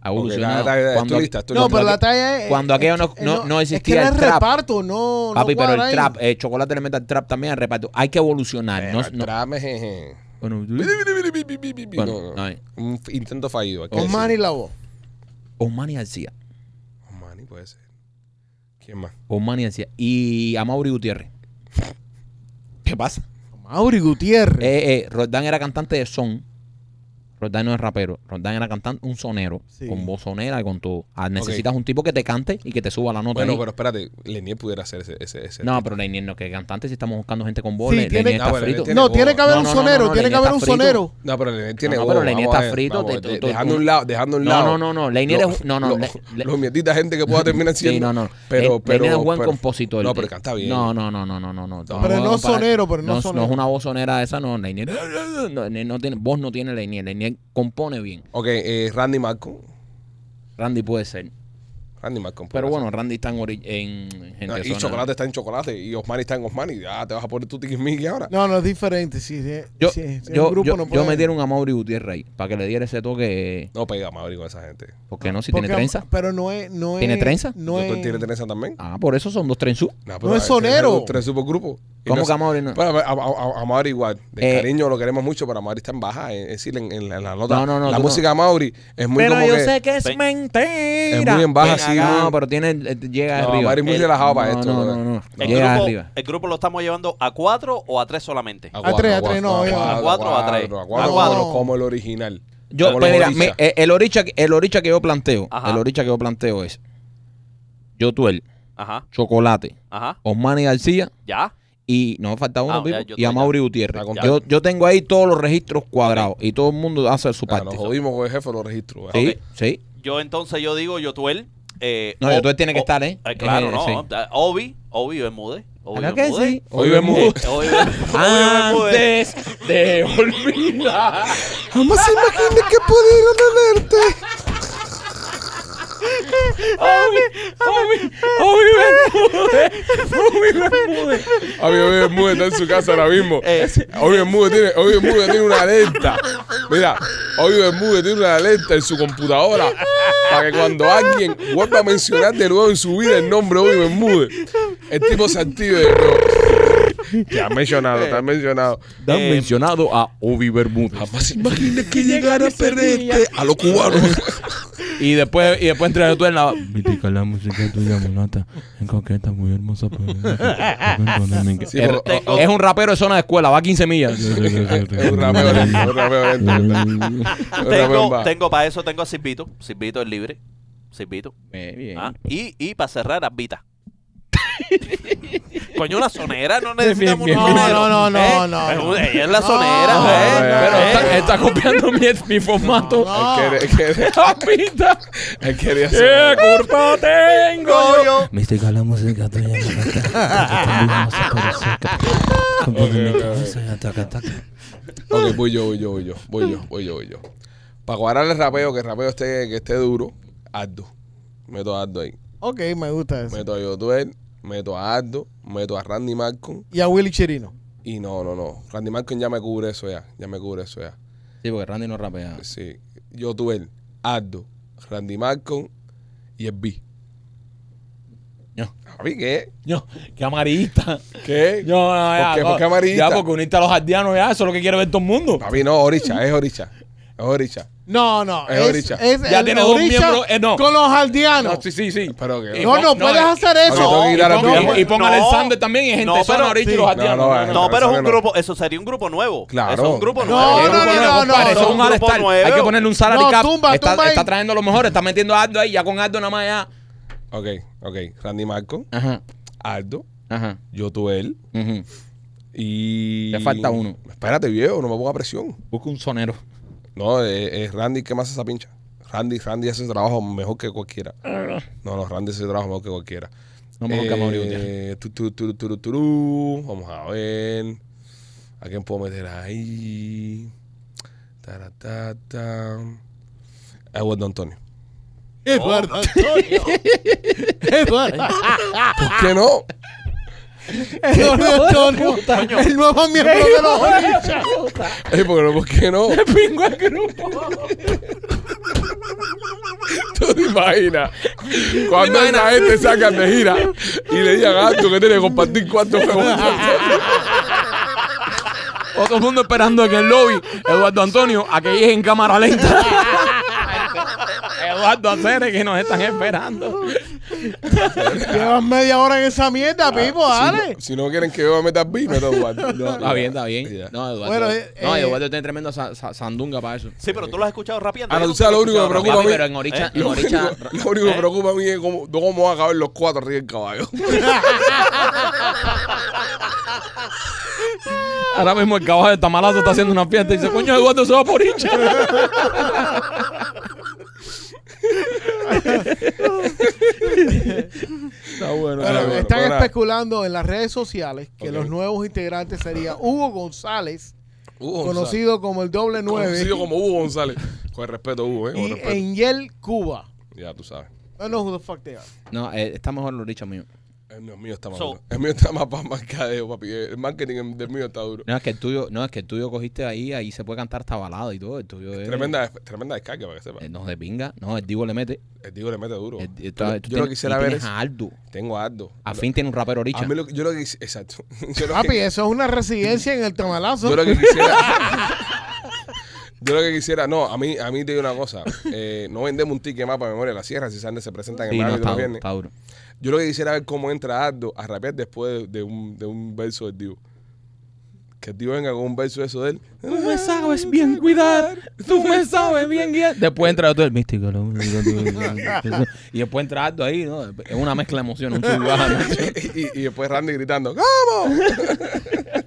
Speaker 2: Ha ha
Speaker 1: Ok,
Speaker 2: evolucionado.
Speaker 1: dale, dale, dale,
Speaker 2: Cuando-
Speaker 1: estoy lista, estoy
Speaker 4: No,
Speaker 1: lista.
Speaker 4: pero la
Speaker 2: aqu-
Speaker 4: talla es.
Speaker 2: cuando
Speaker 4: es
Speaker 2: aquello
Speaker 4: que-
Speaker 2: no-
Speaker 4: eh,
Speaker 2: no- no existía
Speaker 4: es que
Speaker 2: el
Speaker 4: era
Speaker 2: trap.
Speaker 4: reparto, no. no
Speaker 2: Papi, pero
Speaker 4: cuadra
Speaker 2: el
Speaker 4: ahí.
Speaker 2: trap, el chocolate le mete al trap también, al reparto. Hay que evolucionar.
Speaker 1: Eh,
Speaker 2: no-
Speaker 1: el
Speaker 2: no-
Speaker 1: trap es, eh, eh.
Speaker 2: bueno, Bueno, eh,
Speaker 1: No,
Speaker 2: a
Speaker 1: no.
Speaker 2: ver.
Speaker 1: Un f- intento fallido. hay que
Speaker 2: eh,
Speaker 4: Con
Speaker 1: decirlo.
Speaker 4: Oh, Manny la voz.
Speaker 2: Osmani García.
Speaker 1: Osmani Oh, puede ser. ¿Quién más?
Speaker 2: Osmani García. Y Amaury Gutiérrez. ¿Qué pasa?
Speaker 4: Mauri Gutiérrez.
Speaker 2: Eh, eh, Roldán era cantante de son. Roldán no es rapero. Roldán era cantante, un sonero.
Speaker 4: Sí.
Speaker 2: Con voz sonera y con todo. Ah, necesitas un tipo que te cante y que te suba la nota.
Speaker 1: Bueno,
Speaker 2: ahí.
Speaker 1: pero espérate, Lenier pudiera hacer ese. ese, ese
Speaker 2: no, pero Leinier no, que cantante si estamos buscando gente con voz.
Speaker 4: Sí,
Speaker 2: Le-
Speaker 4: tiene-
Speaker 2: Leinier está
Speaker 1: Ah, bueno,
Speaker 2: frito.
Speaker 1: tiene-
Speaker 4: no, tiene que haber
Speaker 2: No,
Speaker 4: un
Speaker 2: no, no,
Speaker 4: sonero,
Speaker 2: no,
Speaker 4: tiene que
Speaker 2: Leñe
Speaker 4: haber
Speaker 2: está
Speaker 4: un
Speaker 2: frito.
Speaker 4: sonero.
Speaker 1: No, pero Lenier tiene.
Speaker 2: No,
Speaker 1: No,
Speaker 2: no, pero Lenier está frito,
Speaker 1: Vamos,
Speaker 2: tú-
Speaker 1: de-
Speaker 2: tú-
Speaker 1: dejando
Speaker 2: tú-
Speaker 1: un lado. Dejando un
Speaker 2: No,
Speaker 1: lado.
Speaker 2: no, no, no, Lenier es- no, no,
Speaker 1: lo-
Speaker 2: Le- Le-
Speaker 1: Los mierditas gente que pueda terminar siendo.
Speaker 2: <laughs> Sí, no, no.
Speaker 1: Pero,
Speaker 2: Le-
Speaker 1: pero.
Speaker 2: Leinier es buen
Speaker 1: pero-
Speaker 2: compositor.
Speaker 1: No, pero canta bien.
Speaker 2: No, no, no, no, no, no. no.
Speaker 1: Pero
Speaker 2: Vamos a
Speaker 4: no
Speaker 2: comparar-
Speaker 4: sonero, pero no
Speaker 2: es-
Speaker 4: sonero.
Speaker 2: es una voz sonera esa, no. Leinier no, Leinier no tiene, voz no tiene Leinier. Leinier compone bien.
Speaker 1: Ok, eh, Randy Marco.
Speaker 2: Randy puede ser.
Speaker 1: Randy Marco. puede
Speaker 2: Pero
Speaker 1: ser.
Speaker 2: bueno, Randy está en, ori- en gente
Speaker 1: No, Ah, y
Speaker 2: sonera.
Speaker 1: Chocolate está en Chocolate. Y Osmani está en Osmani. Ya te vas a poner tu tiquismiqui ahora.
Speaker 4: No, no, es diferente. Sí, sí,
Speaker 2: Yo,
Speaker 4: sí, sí,
Speaker 2: yo,
Speaker 4: el grupo
Speaker 2: yo,
Speaker 4: no
Speaker 2: yo
Speaker 4: puede.
Speaker 2: me dieron a Mauri Gutiérrez ahí para que le diera ese toque.
Speaker 1: No pega Mauri con esa gente.
Speaker 2: Porque no, si
Speaker 4: Porque-
Speaker 2: tiene trenza.
Speaker 4: Pero no es. No
Speaker 2: ¿Tiene
Speaker 4: es-
Speaker 2: trenza?
Speaker 4: No es.
Speaker 1: ¿Tú tienes trenza también?
Speaker 2: Ah, por eso son dos trenzú.
Speaker 1: No,
Speaker 4: es sonero.
Speaker 1: Tres supergrupos. Y
Speaker 2: ¿Cómo
Speaker 1: no es-
Speaker 2: que a Mauri no?
Speaker 1: Bueno, a, a- a- a Mauri igual. De
Speaker 2: Eh,
Speaker 1: cariño lo queremos mucho, pero a Mauri está en baja. eh, Es decir, en, en la, en la nota.
Speaker 2: No, no, no,
Speaker 1: la
Speaker 2: tú
Speaker 1: música de Mauri es muy
Speaker 2: Pero
Speaker 1: como
Speaker 2: yo
Speaker 1: que
Speaker 2: sé que es
Speaker 3: Ven.
Speaker 2: mentira.
Speaker 1: es muy en baja,
Speaker 3: Ven
Speaker 1: así.
Speaker 3: acá.
Speaker 2: No, pero tiene, eh, llega
Speaker 1: No,
Speaker 2: arriba.
Speaker 1: Mauri es muy
Speaker 3: El-
Speaker 1: relajado para
Speaker 2: no,
Speaker 1: esto.
Speaker 2: no,
Speaker 1: bro.
Speaker 2: no, no.
Speaker 3: El
Speaker 2: Llega
Speaker 3: grupo,
Speaker 2: arriba.
Speaker 3: el grupo lo estamos llevando a cuatro o a tres solamente.
Speaker 5: Ah.
Speaker 1: cuatro,
Speaker 4: tres, a tres, no,
Speaker 1: cuatro,
Speaker 4: yo-
Speaker 1: A
Speaker 3: A cuatro, a tres.
Speaker 1: cuatro, A cuatro,
Speaker 3: A
Speaker 1: como,
Speaker 4: cuatro.
Speaker 1: lo- como el original.
Speaker 2: Yo,
Speaker 1: Como
Speaker 2: pues
Speaker 1: los
Speaker 2: mira,
Speaker 1: orichas.
Speaker 2: me- eh, el, oricha, que- el oricha que yo planteo,
Speaker 3: Ajá.
Speaker 2: el oricha que yo planteo es Yotuel,
Speaker 3: Ajá,
Speaker 2: Chocolate,
Speaker 3: ajá.
Speaker 2: Osmani García
Speaker 3: Ya.
Speaker 2: y no me falta uno,
Speaker 3: Ah, ya,
Speaker 2: Pipo,
Speaker 3: yo
Speaker 2: y a
Speaker 3: estoy-
Speaker 2: Mauri
Speaker 1: Está
Speaker 2: Gutiérrez.
Speaker 1: completo.
Speaker 2: Yo, yo tengo ahí todos los registros cuadrados y todo el mundo hace su
Speaker 1: Ah,
Speaker 2: parte.
Speaker 1: nos jodimos con el jefe, lo registro. ¿verdad?
Speaker 2: sí,
Speaker 3: Ok.
Speaker 2: sí.
Speaker 3: Yo entonces yo digo Yotuel. Eh,
Speaker 2: No,
Speaker 3: O-
Speaker 2: Yotuel tiene que
Speaker 3: O-
Speaker 2: estar, ¿eh?
Speaker 3: claro,
Speaker 2: Eh,
Speaker 3: no.
Speaker 2: sí.
Speaker 3: eh, Obi, Obi Bermúdez. Obi
Speaker 2: Claro que
Speaker 3: Bermúdez.
Speaker 2: sí.
Speaker 1: Hoy vemos.
Speaker 3: Eh, Obi Bermúdez. Obi
Speaker 5: Ah.
Speaker 3: Eh, Bermúdez.
Speaker 2: <laughs> de olvidar.
Speaker 1: Jamás imaginé que pudiera tenerte. Obi Bermúdez está en su casa ahora mismo. Obi Bermúdez tiene, Obi Bermúdez tiene una alerta. Mira, Obi Bermúdez tiene una alerta en su computadora para que cuando alguien vuelva a mencionar de nuevo en su vida el nombre Obi Bermúdez, el tipo se active de nuevo. Te has mencionado, te has mencionado.
Speaker 5: Dan
Speaker 3: Eh,
Speaker 5: mencionado a Obi Bermúdez.
Speaker 1: Jamás imaginé que llegara a perderte a los cubanos.
Speaker 5: Y después, y después entra tú en la.
Speaker 6: Mítica la música tuya, mulata. En coqueta, muy hermosa. pues. pero- Perdóname que-
Speaker 1: Sí, pero-
Speaker 3: Tengo-
Speaker 5: Es un rapero de zona de escuela, va a 15 millas.
Speaker 1: Es un rapeo lento, es un rapeo lento. es un rapeo en
Speaker 3: Tengo,
Speaker 1: baja.
Speaker 3: tengo para eso, tengo a Silvito. Silvito es libre. Silvito. Ah, Y, y para cerrar, a Vita. <laughs> Coño, una sonera, no necesitamos
Speaker 5: bien,
Speaker 3: un
Speaker 5: bien.
Speaker 3: sonero.
Speaker 4: No, no, no,
Speaker 3: ¿eh?
Speaker 4: no,
Speaker 3: Pero
Speaker 4: no.
Speaker 3: Ella es la
Speaker 4: No,
Speaker 3: sonera,
Speaker 4: no,
Speaker 3: ¿eh?
Speaker 1: no,
Speaker 5: Pero
Speaker 1: no.
Speaker 3: ¿eh?
Speaker 5: está, está copiando mi, mi formato.
Speaker 4: No.
Speaker 1: Él quiere- él
Speaker 5: <laughs>
Speaker 1: quiere-
Speaker 5: ¡La Ah, pinta!
Speaker 1: él quería
Speaker 5: ¡Qué
Speaker 1: ser-
Speaker 5: culpa tengo yo!
Speaker 6: Mística la música tuya, mulata. En coqueta, muy hermosa, pero seca. Compone mi cabeza y ataca, ataca.
Speaker 1: Ok, voy yo, voy yo, voy yo, voy yo, voy yo, voy yo. Para cuadrar el rapeo, que el rapeo esté, que esté duro, Ardo. Meto a Ardo ahí.
Speaker 4: Ok, me gusta eso.
Speaker 1: Meto a Yotuel, meto a Ardo, meto a Randy Malcolm.
Speaker 4: Y a Willy Chirino.
Speaker 1: Y no, no, no. Randy Malcolm ya me cubre eso ya. Ya me cubre eso ya.
Speaker 2: Sí, porque Randy no rapea.
Speaker 1: Sí. Yotuel, Ardo, Randy Malcolm y el B.
Speaker 5: No.
Speaker 1: ¿A mí qué?
Speaker 5: No, ¡Qué amarillista!
Speaker 1: ¿Qué?
Speaker 5: No, no, ya.
Speaker 1: ¿Por qué?
Speaker 5: no.
Speaker 1: ¿Por qué amarillista?
Speaker 5: Ya, porque unirte a los jardianos ya, eso es lo que quiere ver todo el mundo.
Speaker 1: Para mí no, Oricha, es Oricha. Es Oricha.
Speaker 4: No, no.
Speaker 1: Es Orisha.
Speaker 5: Ya
Speaker 4: el
Speaker 5: tiene dos
Speaker 4: Orisha
Speaker 5: miembros, eh, no.
Speaker 4: Con los aldeanos.
Speaker 5: No, sí, sí, sí.
Speaker 1: Pero que.
Speaker 4: No,
Speaker 5: y-
Speaker 4: no,
Speaker 5: no,
Speaker 4: puedes
Speaker 5: eh,
Speaker 4: hacer
Speaker 1: no, tengo que
Speaker 4: eso.
Speaker 1: ir a la
Speaker 4: No,
Speaker 1: mierda.
Speaker 4: pues-
Speaker 5: y, y pongan
Speaker 3: no.
Speaker 5: el Sander también, y gente
Speaker 3: No,
Speaker 5: de
Speaker 3: pero-
Speaker 5: zona ahorita
Speaker 4: sí.
Speaker 5: y los
Speaker 4: No,
Speaker 5: jardianos.
Speaker 1: no, eh,
Speaker 3: No, pero es un
Speaker 1: no.
Speaker 3: grupo, eso sería un grupo nuevo.
Speaker 1: Claro.
Speaker 3: Eso es un grupo
Speaker 4: No,
Speaker 3: nuevo.
Speaker 4: no,
Speaker 5: Hay que
Speaker 4: no,
Speaker 5: ponerle,
Speaker 4: no,
Speaker 5: compadre,
Speaker 4: no,
Speaker 5: eso es
Speaker 4: no,
Speaker 5: un
Speaker 3: grupo
Speaker 5: all-star.
Speaker 3: nuevo.
Speaker 5: Hay que ponerle un salary
Speaker 4: No,
Speaker 5: cap.
Speaker 4: tumba,
Speaker 5: está,
Speaker 4: tumba ahí.
Speaker 5: está trayendo lo mejor, está metiendo a Ardo ahí, ya con Ardo nada más ya.
Speaker 1: Ok, ok. Randy Marco,
Speaker 2: Ajá,
Speaker 1: Aldo,
Speaker 2: ajá.
Speaker 1: Yotuel
Speaker 2: ujú.
Speaker 1: y.
Speaker 2: Te falta uno.
Speaker 1: Espérate, viejo, no me ponga presión.
Speaker 2: Busca un sonero.
Speaker 1: No, es, es Randy que más hace esa pincha. Randy, Randy hace ese trabajo mejor que cualquiera. No, no, Randy hace ese trabajo mejor que cualquiera.
Speaker 2: No mejor que Mauri
Speaker 1: eh, tu, tu, tu, tu, tu, tu. Vamos a ver. ¿A quién puedo meter ahí? Taratata. Eduardo Antonio.
Speaker 4: Eduardo Antonio. Eduardo
Speaker 1: ¿Por qué no?
Speaker 4: Eduardo Antonio. El nuevo miembro de los Orisha.
Speaker 1: <laughs> Eh, ¿por, ¿Por qué no?
Speaker 5: Pingo el grupo.
Speaker 1: imaginas? Cuando esta gente sacan de gira y le digan a Arthur que tiene que compartir cuántos juegos.
Speaker 2: Todo el mundo esperando en el lobby, Eduardo Antonio, a que llegue en cámara lenta.
Speaker 5: Eduardo Aceres que nos están esperando.
Speaker 4: Llevas media hora en esa mierda, Pipo, dale.
Speaker 1: Si no, si no quieren que yo me meta bien, me tomo
Speaker 2: Está bien, está bien.
Speaker 1: Ya.
Speaker 2: No, Eduardo,
Speaker 4: Bueno, eh,
Speaker 2: no,
Speaker 4: eh,
Speaker 2: Eduardo tiene tremenda sa- sa- sandunga para eso.
Speaker 3: Sí, pero tú lo has escuchado rapeando.
Speaker 1: Ah, no,
Speaker 3: Yo
Speaker 1: tú sabes lo único que me
Speaker 3: escuchado
Speaker 1: preocupa a
Speaker 2: Papi,
Speaker 1: mí.
Speaker 2: pero en Oricha,
Speaker 3: Eh,
Speaker 2: en
Speaker 1: Lo único,
Speaker 2: Oricha,
Speaker 1: lo único que me preocupa a mí es cómo, cómo van a caber los cuatro arriba del caballo.
Speaker 5: Ahora mismo el caballo de Tamalazo está haciendo una fiesta y dice, coño, Eduardo se va por hincha.
Speaker 1: Está bueno.
Speaker 4: Bueno,
Speaker 1: está bueno.
Speaker 4: están
Speaker 1: Bueno,
Speaker 4: especulando en las redes sociales que
Speaker 1: Ok.
Speaker 4: los nuevos integrantes serían Hugo González,
Speaker 1: Hugo González.
Speaker 4: conocido como el doble nueve,
Speaker 1: Conocido como Hugo González. Con el respeto, Hugo, ¿eh? Con
Speaker 4: y
Speaker 1: respeto.
Speaker 4: Engel Cuba.
Speaker 1: Ya tú sabes.
Speaker 4: No, no, who the fuck they are.
Speaker 2: No, eh, está mejor el Oricha mío.
Speaker 1: El mío, el mío está más
Speaker 3: So-
Speaker 1: duro. El mío está más para mercadeo, papi. El marketing del mío está duro.
Speaker 2: No, es que el tuyo, no, es que el tuyo cogiste ahí, ahí se puede cantar hasta balada y todo. El tuyo es.
Speaker 1: Tremenda, tremenda descarga, para que sepa.
Speaker 2: eh, no, de pinga. No, el Divo le mete.
Speaker 1: El digo le mete duro.
Speaker 2: El- el-
Speaker 1: Yo lo-
Speaker 2: tú
Speaker 1: yo lo
Speaker 2: tienes-
Speaker 1: quisiera
Speaker 2: y
Speaker 1: ver
Speaker 2: tienes
Speaker 1: es...
Speaker 2: a Aldo.
Speaker 1: Tengo a Aldo.
Speaker 2: A fin tiene un rapero Oricha.
Speaker 1: A mí lo que- yo lo que quis-
Speaker 2: <laughs>
Speaker 1: Exacto. Yo lo
Speaker 4: Papi,
Speaker 1: que-
Speaker 4: eso es una residencia en el tamalazo.
Speaker 1: Yo lo que quisiera. <laughs> Yo lo que quisiera, no, a mí, a mí te digo una cosa, eh, no vendemos un ticket más para Memoria de la Sierra si Sanders se presenta en
Speaker 2: Sí,
Speaker 1: el
Speaker 2: no,
Speaker 1: Miami
Speaker 2: está,
Speaker 1: los
Speaker 2: duro,
Speaker 1: viernes.
Speaker 2: está duro.
Speaker 1: Yo lo que quisiera ver cómo entra Ardo a rapear después de, de un, de un verso del Divo. Que el Divo venga con un verso de eso de él. <laughs>
Speaker 5: Tú me sabes bien cuidar. Tú me sabes bien guiar.
Speaker 2: Después entra todo el místico. lo-
Speaker 1: <laughs>
Speaker 2: <laughs> y después entra Aldo ahí, ¿no? Es una mezcla de emociones, un sub y
Speaker 1: <laughs>
Speaker 2: baja, ¿no?
Speaker 1: y, y después Randy gritando, "¡Ah!". ¡Vamos!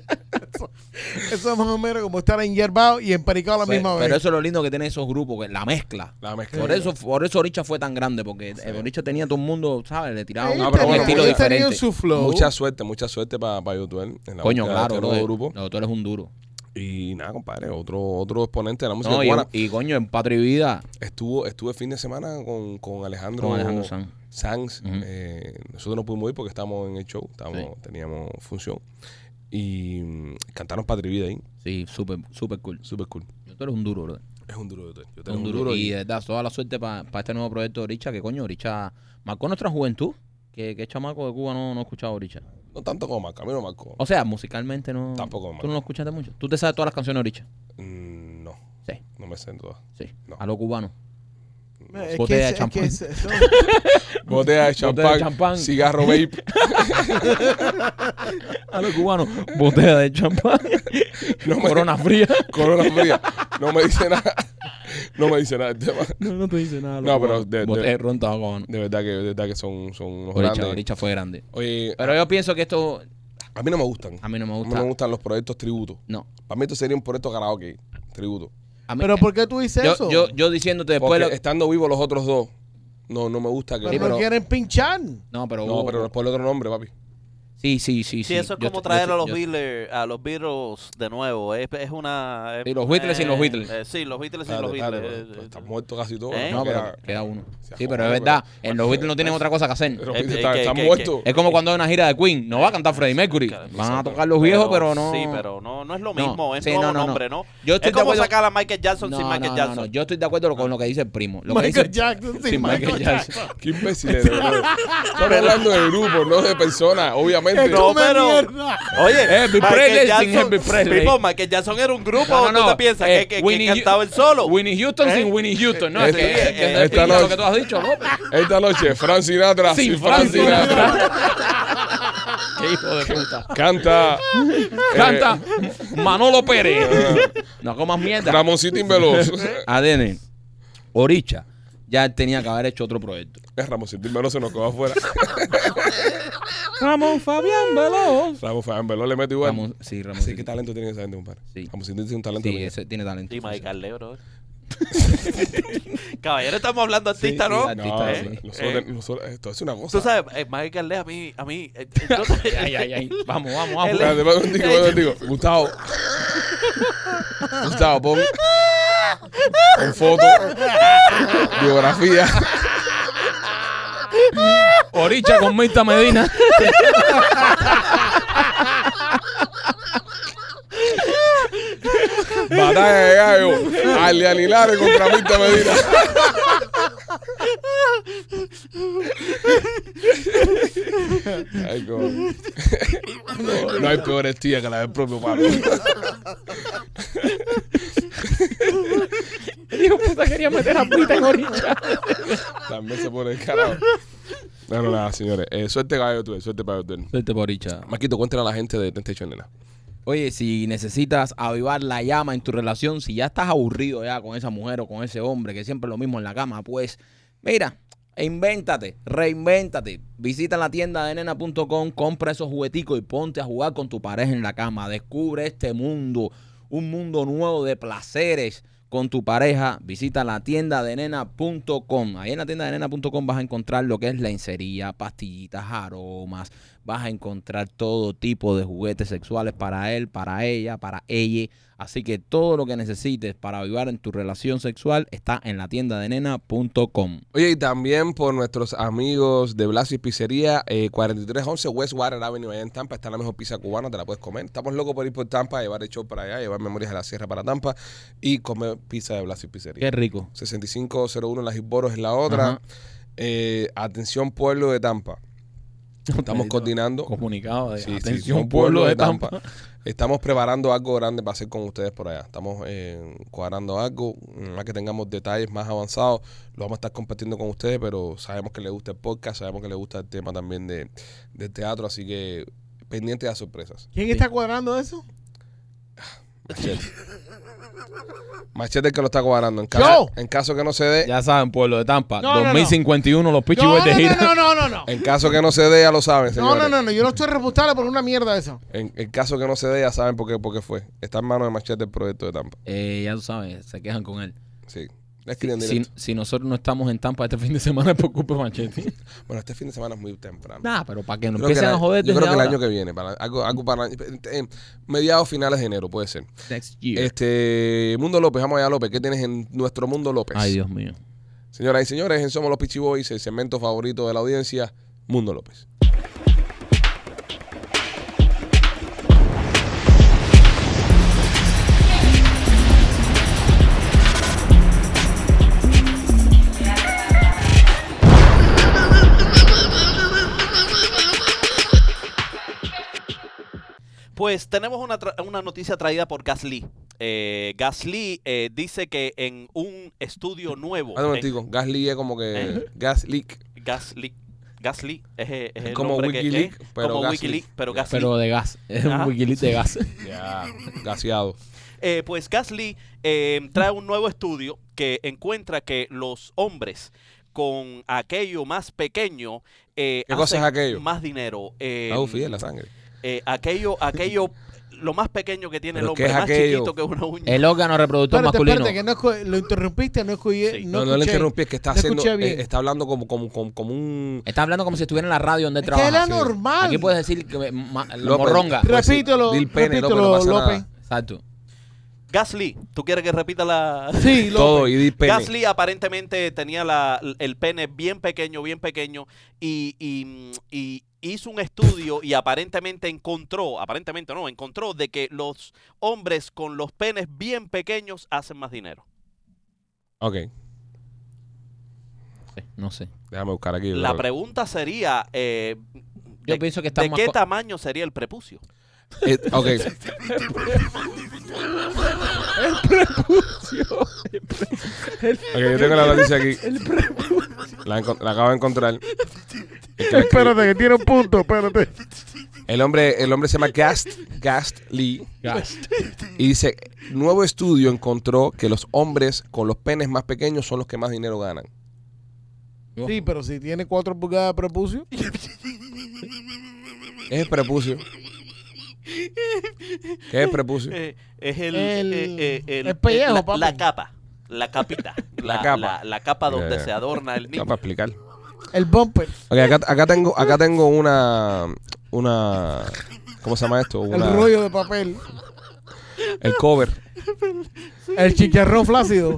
Speaker 4: Eso es más o menos como estar en Yerbao y en Pericao a la
Speaker 2: Pues,
Speaker 4: misma
Speaker 2: pero
Speaker 4: vez.
Speaker 2: eso es lo lindo que tienen esos grupos, que la mezcla.
Speaker 1: La mezcla.
Speaker 2: Por eso, por eso Oricha fue tan grande, porque eh, Oricha tenía todo el mundo, ¿sabes? Le tiraba
Speaker 4: Ahí
Speaker 2: un,
Speaker 1: Ah, pero
Speaker 2: un
Speaker 1: bueno,
Speaker 4: tenían-
Speaker 2: estilo
Speaker 4: ahí tenían
Speaker 2: diferente.
Speaker 4: su flow.
Speaker 1: Mucha suerte, mucha suerte para pa YouTube en la
Speaker 2: Coño,
Speaker 1: búsqueda de
Speaker 2: claro,
Speaker 1: este
Speaker 2: bro.
Speaker 1: nuevo grupo.
Speaker 2: No, tú eres un duro.
Speaker 1: Y nada, compadre, otro, otro exponente de la música
Speaker 2: No, y,
Speaker 1: cubana.
Speaker 2: y coño, en Patria y Vida.
Speaker 1: Estuvo, estuve fin de semana con, con Alejandro,
Speaker 2: Con Alejandro Sanz.
Speaker 1: Sanz.
Speaker 2: Ujú.
Speaker 1: Eh, nosotros no pudimos ir porque estábamos en el show, estábamos- teníamos función. Y mm, cantaron Patria y Vida ahí,
Speaker 2: Sí, súper, súper cool.
Speaker 1: súper cool.
Speaker 2: Tú eres un duro, bro.
Speaker 1: Es un duro de hotel. Yo tengo
Speaker 2: Un duro. y de verdad, toda la suerte para este nuevo proyecto de Oricha, que coño, Oricha marcó nuestra juventud. Que, que chamaco de Cuba no, no escuchaba Oricha.
Speaker 1: No tanto como Marco, a mí no Marco.
Speaker 2: O sea, musicalmente no.
Speaker 1: Tampoco,
Speaker 2: Tú
Speaker 1: man.
Speaker 2: no lo escuchaste mucho. Tú te sabes todas las canciones de Oricha.
Speaker 1: Mm, no,
Speaker 2: Sí,
Speaker 1: no me sé en todas.
Speaker 2: sí.
Speaker 1: No.
Speaker 2: A los cubanos. Botella
Speaker 4: Es
Speaker 2: de
Speaker 4: que, es- es que
Speaker 2: champán.
Speaker 4: es- eso-
Speaker 1: Botella de champán,
Speaker 5: champán.
Speaker 1: cigarro vape.
Speaker 2: <laughs>
Speaker 5: A los cubanos, botella de champán,
Speaker 1: <laughs> No me-
Speaker 5: corona fría.
Speaker 1: Corona fría. No me dice nada. No me dice nada el tema.
Speaker 5: No, no te dice nada.
Speaker 1: No, pero <laughs> de,
Speaker 2: Botella de
Speaker 1: de,
Speaker 2: ron estaba cubano.
Speaker 1: de verdad que, de verdad que son, son unos
Speaker 2: Oricha,
Speaker 1: grandes.
Speaker 2: Oricha fue grande.
Speaker 1: Oye,
Speaker 2: Pero yo pienso que esto
Speaker 1: a mí no me gustan.
Speaker 2: a mí no me
Speaker 1: A mí no
Speaker 2: gusta.
Speaker 1: me gustan los proyectos tributos.
Speaker 2: No.
Speaker 1: Para mí esto sería un proyecto karaoke, tributo.
Speaker 2: A mí-
Speaker 4: Pero ¿por qué tú dices
Speaker 2: yo,
Speaker 4: eso?
Speaker 2: yo, yo diciéndote después.
Speaker 1: Porque
Speaker 2: lo-
Speaker 1: estando vivos los otros dos, no, no me gusta que...
Speaker 4: pero
Speaker 1: Sí,
Speaker 4: no
Speaker 1: pero-
Speaker 4: quieren pinchar.
Speaker 2: No, pero.
Speaker 1: no, pero después el otro nombre, papi.
Speaker 2: Sí, sí, sí.
Speaker 3: Sí, eso es
Speaker 2: Yo-
Speaker 3: como
Speaker 2: yo-
Speaker 3: traer a los
Speaker 2: yo-
Speaker 3: Beatles, a los Beatles de nuevo. Es, es una. es-
Speaker 2: Y los Beatles sin los
Speaker 3: eh,
Speaker 2: Beatles.
Speaker 3: eh, sí los Beatles sin
Speaker 1: Dale,
Speaker 3: los
Speaker 1: dale,
Speaker 3: Beatles.
Speaker 1: pero-
Speaker 3: eh,
Speaker 1: pero
Speaker 3: eh,
Speaker 1: Están muertos casi todos.
Speaker 3: ¿Eh?
Speaker 2: No, pero
Speaker 1: queda-
Speaker 2: queda uno.
Speaker 1: Se
Speaker 2: Sí, pero es
Speaker 1: acojonan,
Speaker 2: verdad.
Speaker 1: pero-
Speaker 2: En los Beatles no tienen otra cosa que hacer.
Speaker 1: pero
Speaker 3: Eh,
Speaker 1: viste,
Speaker 3: eh,
Speaker 1: están,
Speaker 3: que-
Speaker 1: están
Speaker 3: que-
Speaker 1: muertos.
Speaker 2: Es como cuando hay una gira de Queen. No va a cantar Freddie Mercury.
Speaker 3: claro,
Speaker 2: Van a
Speaker 1: exacto.
Speaker 2: tocar los viejos, pero no.
Speaker 3: Sí, pero no, no es lo
Speaker 2: No,
Speaker 3: mismo. es
Speaker 2: sí,
Speaker 3: nuevo
Speaker 2: no, no, no.
Speaker 3: nombre, ¿no?
Speaker 2: Yo estoy de
Speaker 3: es como
Speaker 2: acuerdo-
Speaker 3: sacar a Michael Jackson
Speaker 2: No,
Speaker 3: sin
Speaker 2: no,
Speaker 3: Michael
Speaker 2: no,
Speaker 3: Jackson.
Speaker 2: no. Yo estoy de acuerdo con lo que dice el primo. Lo que
Speaker 4: Michael
Speaker 2: dice
Speaker 4: Jackson, sí,
Speaker 2: Sí,
Speaker 4: Michael
Speaker 2: Michael
Speaker 4: Jackson.
Speaker 2: Jackson.
Speaker 1: Qué imbécil eres, bro. Estamos hablando de grupo, no de personas, obviamente.
Speaker 3: No,
Speaker 4: Come
Speaker 3: pero-
Speaker 4: mierda.
Speaker 3: Oye,
Speaker 5: Elvis
Speaker 3: Michael
Speaker 5: Presley sin
Speaker 3: Jackson,
Speaker 5: Elvis Presley.
Speaker 3: Pipo, Michael Jackson era un grupo.
Speaker 5: No, no,
Speaker 3: ¿Tú
Speaker 5: no.
Speaker 3: te piensas
Speaker 5: Eh,
Speaker 3: que, que- que
Speaker 5: Winnie Hu-
Speaker 3: cantaba el solo?
Speaker 5: Winnie Houston
Speaker 3: ¿Eh?
Speaker 5: sin Winnie Houston. No, es que,
Speaker 1: Esta-
Speaker 5: es que-
Speaker 1: esta
Speaker 5: es que
Speaker 1: noche-
Speaker 5: lo que tú has
Speaker 3: <laughs>
Speaker 5: dicho, López.
Speaker 1: Esta noche, Frank Sinatra.
Speaker 5: Sin
Speaker 1: sí, Frank
Speaker 5: Frank Sinatra.
Speaker 1: Sinatra.
Speaker 2: <laughs>
Speaker 5: Qué hijo de puta.
Speaker 1: Canta. eh,
Speaker 5: Canta Manolo Pérez. No comas mierda.
Speaker 1: Ramoncito Veloz.
Speaker 2: ADN. Oricha. Ya tenía que haber hecho otro proyecto.
Speaker 1: <laughs> Es Ramoncito Veloz se nos quedó afuera.
Speaker 5: Ramón Fabián Veloz.
Speaker 1: Ramos Fabián Veloz le mete igual.
Speaker 2: Ramón- sí, Ramón.
Speaker 1: Sí, qué talento tiene esa gente, compadre.
Speaker 2: Sí.
Speaker 1: Ramoncito tiene un talento.
Speaker 2: Sí,
Speaker 1: que-
Speaker 2: ese tiene talento.
Speaker 3: Y Michael Lee, bro. <laughs> Caballero, estamos hablando
Speaker 2: Sí,
Speaker 3: artista,
Speaker 2: sí,
Speaker 3: ¿no?
Speaker 2: artista.
Speaker 1: ah, No, no,
Speaker 2: artistas, sí.
Speaker 1: nosotros-
Speaker 3: Eh.
Speaker 1: nosotros- esto es una cosa.
Speaker 3: Tú sabes, eh, Michael Lee a mí, a mí, eh, entonces,
Speaker 5: Ay, ay, ay. Vamos, vamos, vamos.
Speaker 3: Él-
Speaker 1: Espérate, espérate un tico, espérate un tico. Gustavo. Gustavo, pon. Pon foto. Biografía.
Speaker 5: Oricha con Mirta Medina.
Speaker 1: Batalla de gallo. Alianilares contra Mirta Medina. Ay, coño. No hay peores tías que la del propio Pablo.
Speaker 5: Dijo, puta, quería meter a Pita en orilla.
Speaker 1: También se pone el carajo. No, no, nada, señores. Eh, suerte caballo tú, suerte para tú.
Speaker 2: Suerte por Richa.
Speaker 1: Maquito, cuéntale a la gente de Temptation Nena.
Speaker 2: Oye, si necesitas avivar la llama en tu relación, si ya estás aburrido ya con esa mujer o con ese hombre que siempre es lo mismo en la cama, pues mira, invéntate, reinvéntate. Visita la tienda de nena.com, compra esos jugueticos y ponte a jugar con tu pareja en la cama. Descubre este mundo, un mundo nuevo de placeres con tu pareja. Visita la tienda de nena.com. Ahí en la tienda de nena.com vas a encontrar lo que es lencería, pastillitas, aromas. Vas a encontrar todo tipo de juguetes sexuales para él, para ella, para ella. Así que todo lo que necesites para avivar en tu relación sexual está en la tienda de nena.com.
Speaker 1: Oye, y también por nuestros amigos de Blasio y Pizzería, eh, 4311 West Water Avenue, allá en Tampa. Está la mejor pizza cubana, te la puedes comer. Estamos locos por ir por Tampa, llevar el show para allá, llevar Memorias de la Sierra para Tampa y comer pizza de Blasio y Pizzería.
Speaker 2: Qué rico.
Speaker 1: 6501 Las Isboros es la otra.
Speaker 2: Ajá.
Speaker 1: Eh, atención, pueblo de Tampa. Estamos coordinando.
Speaker 2: Comunicado de
Speaker 1: Sí, sí,
Speaker 2: atención,
Speaker 1: sí, un
Speaker 2: pueblo de Tampa.
Speaker 1: Estamos preparando algo grande para hacer con ustedes por allá. Estamos eh, cuadrando algo. Más que tengamos detalles más avanzados, lo vamos a estar compartiendo con ustedes, pero sabemos que les gusta el podcast, sabemos que les gusta el tema también de, del teatro, así que pendiente de las sorpresas.
Speaker 4: ¿Quién está cuadrando eso? <laughs>
Speaker 1: Machete. Machete el que lo está cuadrando. En caso,
Speaker 4: Yo.
Speaker 1: en caso que no se dé,
Speaker 2: Ya saben, pueblo de Tampa.
Speaker 4: No, no, no.
Speaker 2: 2051, los Pichi
Speaker 4: No,
Speaker 2: Boys de gira.
Speaker 4: no, no,
Speaker 2: <laughs>
Speaker 4: no, no, no.
Speaker 1: en caso que no se dé, ya lo saben,
Speaker 4: No,
Speaker 1: señores.
Speaker 4: no, no, no, yo no estoy responsable por una mierda de eso.
Speaker 1: En el caso que no se dé, ya saben por qué, por qué fue. Está en manos de Machete el proyecto de Tampa.
Speaker 2: Eh, ya tú sabes, se quejan con él.
Speaker 1: Sí. Le escriben
Speaker 2: Si,
Speaker 1: directo.
Speaker 2: si nosotros no estamos en Tampa este <laughs> fin de semana, es por culpa de Manchetti.
Speaker 1: Bueno, este fin de semana es muy temprano.
Speaker 2: <laughs> Nah, pero para que no
Speaker 1: Creo que
Speaker 2: empiecen
Speaker 1: la-
Speaker 2: a joder
Speaker 1: Yo
Speaker 2: desde
Speaker 1: creo que el
Speaker 2: ahora.
Speaker 1: año que viene, para, algo, algo para eh, mediados finales de enero, puede ser.
Speaker 2: Next year.
Speaker 1: Este Mundo López, vamos allá, López. ¿Qué tienes en nuestro Mundo López?
Speaker 2: Ay, Dios mío.
Speaker 1: Señoras y señores, en Somos los Pichi Boys, el segmento favorito de la audiencia, Mundo López.
Speaker 3: Pues tenemos una, tra- una noticia traída por Gasly. Eh, Gasly eh, dice que en un estudio nuevo.
Speaker 1: Ah, no,
Speaker 3: en-
Speaker 1: momentico. Gas Leak es como que.
Speaker 3: ¿Eh?
Speaker 1: Gas Leak.
Speaker 3: Gasly. Gasly es, eh, es
Speaker 1: Es
Speaker 3: el
Speaker 1: como
Speaker 3: nombre que-
Speaker 1: Wikileaks,
Speaker 3: eh,
Speaker 1: pero
Speaker 3: como
Speaker 1: Gasly.
Speaker 3: Wikileaks, pero Gasly.
Speaker 2: Pero de gas. <laughs> Es un
Speaker 3: Ajá.
Speaker 2: wikilit de gas.
Speaker 3: <laughs>
Speaker 1: Ya, gaseado.
Speaker 3: Eh, pues Gasly eh, trae un nuevo estudio que encuentra que los hombres con aquello más pequeño eh,
Speaker 1: ¿Qué cosa es
Speaker 3: hacen
Speaker 1: aquello?
Speaker 3: más dinero. Eh,
Speaker 1: La ufi es la sangre.
Speaker 3: eh, aquello, aquello, lo más pequeño que tiene el
Speaker 1: ¿Pero qué
Speaker 3: hombre,
Speaker 1: es
Speaker 3: más
Speaker 1: aquello?
Speaker 3: chiquito que una uña.
Speaker 2: <laughs> El órgano reproductor
Speaker 4: Espérate,
Speaker 2: masculino.
Speaker 4: espérate, que no escu- lo interrumpiste, no escuché.
Speaker 3: Sí.
Speaker 1: No, no, le
Speaker 4: escuché.
Speaker 1: interrumpí, es que está
Speaker 4: No
Speaker 1: haciendo.
Speaker 4: escuché bien.
Speaker 1: eh, está hablando como, como, como, como un.
Speaker 2: Está hablando como si estuviera en la radio donde
Speaker 4: Es que
Speaker 2: trabaja.
Speaker 4: era
Speaker 2: Sí.
Speaker 4: normal.
Speaker 2: Aquí puedes decir que eh, ma- la
Speaker 1: López.
Speaker 2: morronga.
Speaker 1: Puedes decir,
Speaker 4: Repítelo,
Speaker 1: Dil pene, López,
Speaker 4: repítelo,
Speaker 1: no pasa nada.
Speaker 4: López.
Speaker 2: Exacto.
Speaker 3: Gasly, ¿tú quieres que repita la...? <laughs>
Speaker 4: Sí, López.
Speaker 1: Todo, y di pene.
Speaker 3: Gasly aparentemente tenía la- el pene bien pequeño, bien pequeño, y, y- y hizo un estudio y aparentemente encontró, aparentemente no, encontró de que los hombres con los penes bien pequeños hacen más dinero.
Speaker 1: Ok,
Speaker 2: Sí, No sé.
Speaker 1: déjame buscar aquí.
Speaker 3: La
Speaker 1: bro.
Speaker 3: pregunta sería, eh,
Speaker 2: Yo
Speaker 3: de,
Speaker 2: pienso que está
Speaker 3: ¿de
Speaker 2: más
Speaker 3: qué
Speaker 2: co-
Speaker 3: tamaño sería el prepucio?
Speaker 1: Eh, ok. Ok, yo tengo la noticia aquí. La, encon- la acabo de encontrar. Es que la escribí.
Speaker 4: Espérate, que tiene un punto, <laughs> espérate.
Speaker 1: El hombre, el hombre se llama Gast, Gast Lee. Y dice, nuevo estudio encontró que los hombres con los penes más pequeños son los que más dinero ganan.
Speaker 4: Sí, pero si tiene cuatro pulgadas de prepucio.
Speaker 1: ¿Qué es el prepucio? ¿Qué es el prepucio?
Speaker 3: Eh, es el,
Speaker 4: El-
Speaker 3: eh, eh,
Speaker 4: el pellejo,
Speaker 3: la,
Speaker 4: papi.
Speaker 3: la capa, la capita,
Speaker 1: <laughs> La
Speaker 3: la,
Speaker 1: capa.
Speaker 3: La, la capa donde
Speaker 1: Ya, ya.
Speaker 3: se adorna el
Speaker 1: No,
Speaker 3: niño.
Speaker 1: para explicar.
Speaker 4: El bumper,
Speaker 1: Ok, acá, acá tengo, acá tengo una, una, ¿cómo se llama esto? Una-
Speaker 4: el rollo de papel,
Speaker 1: el cover.
Speaker 4: el chicharrón <laughs> flácido.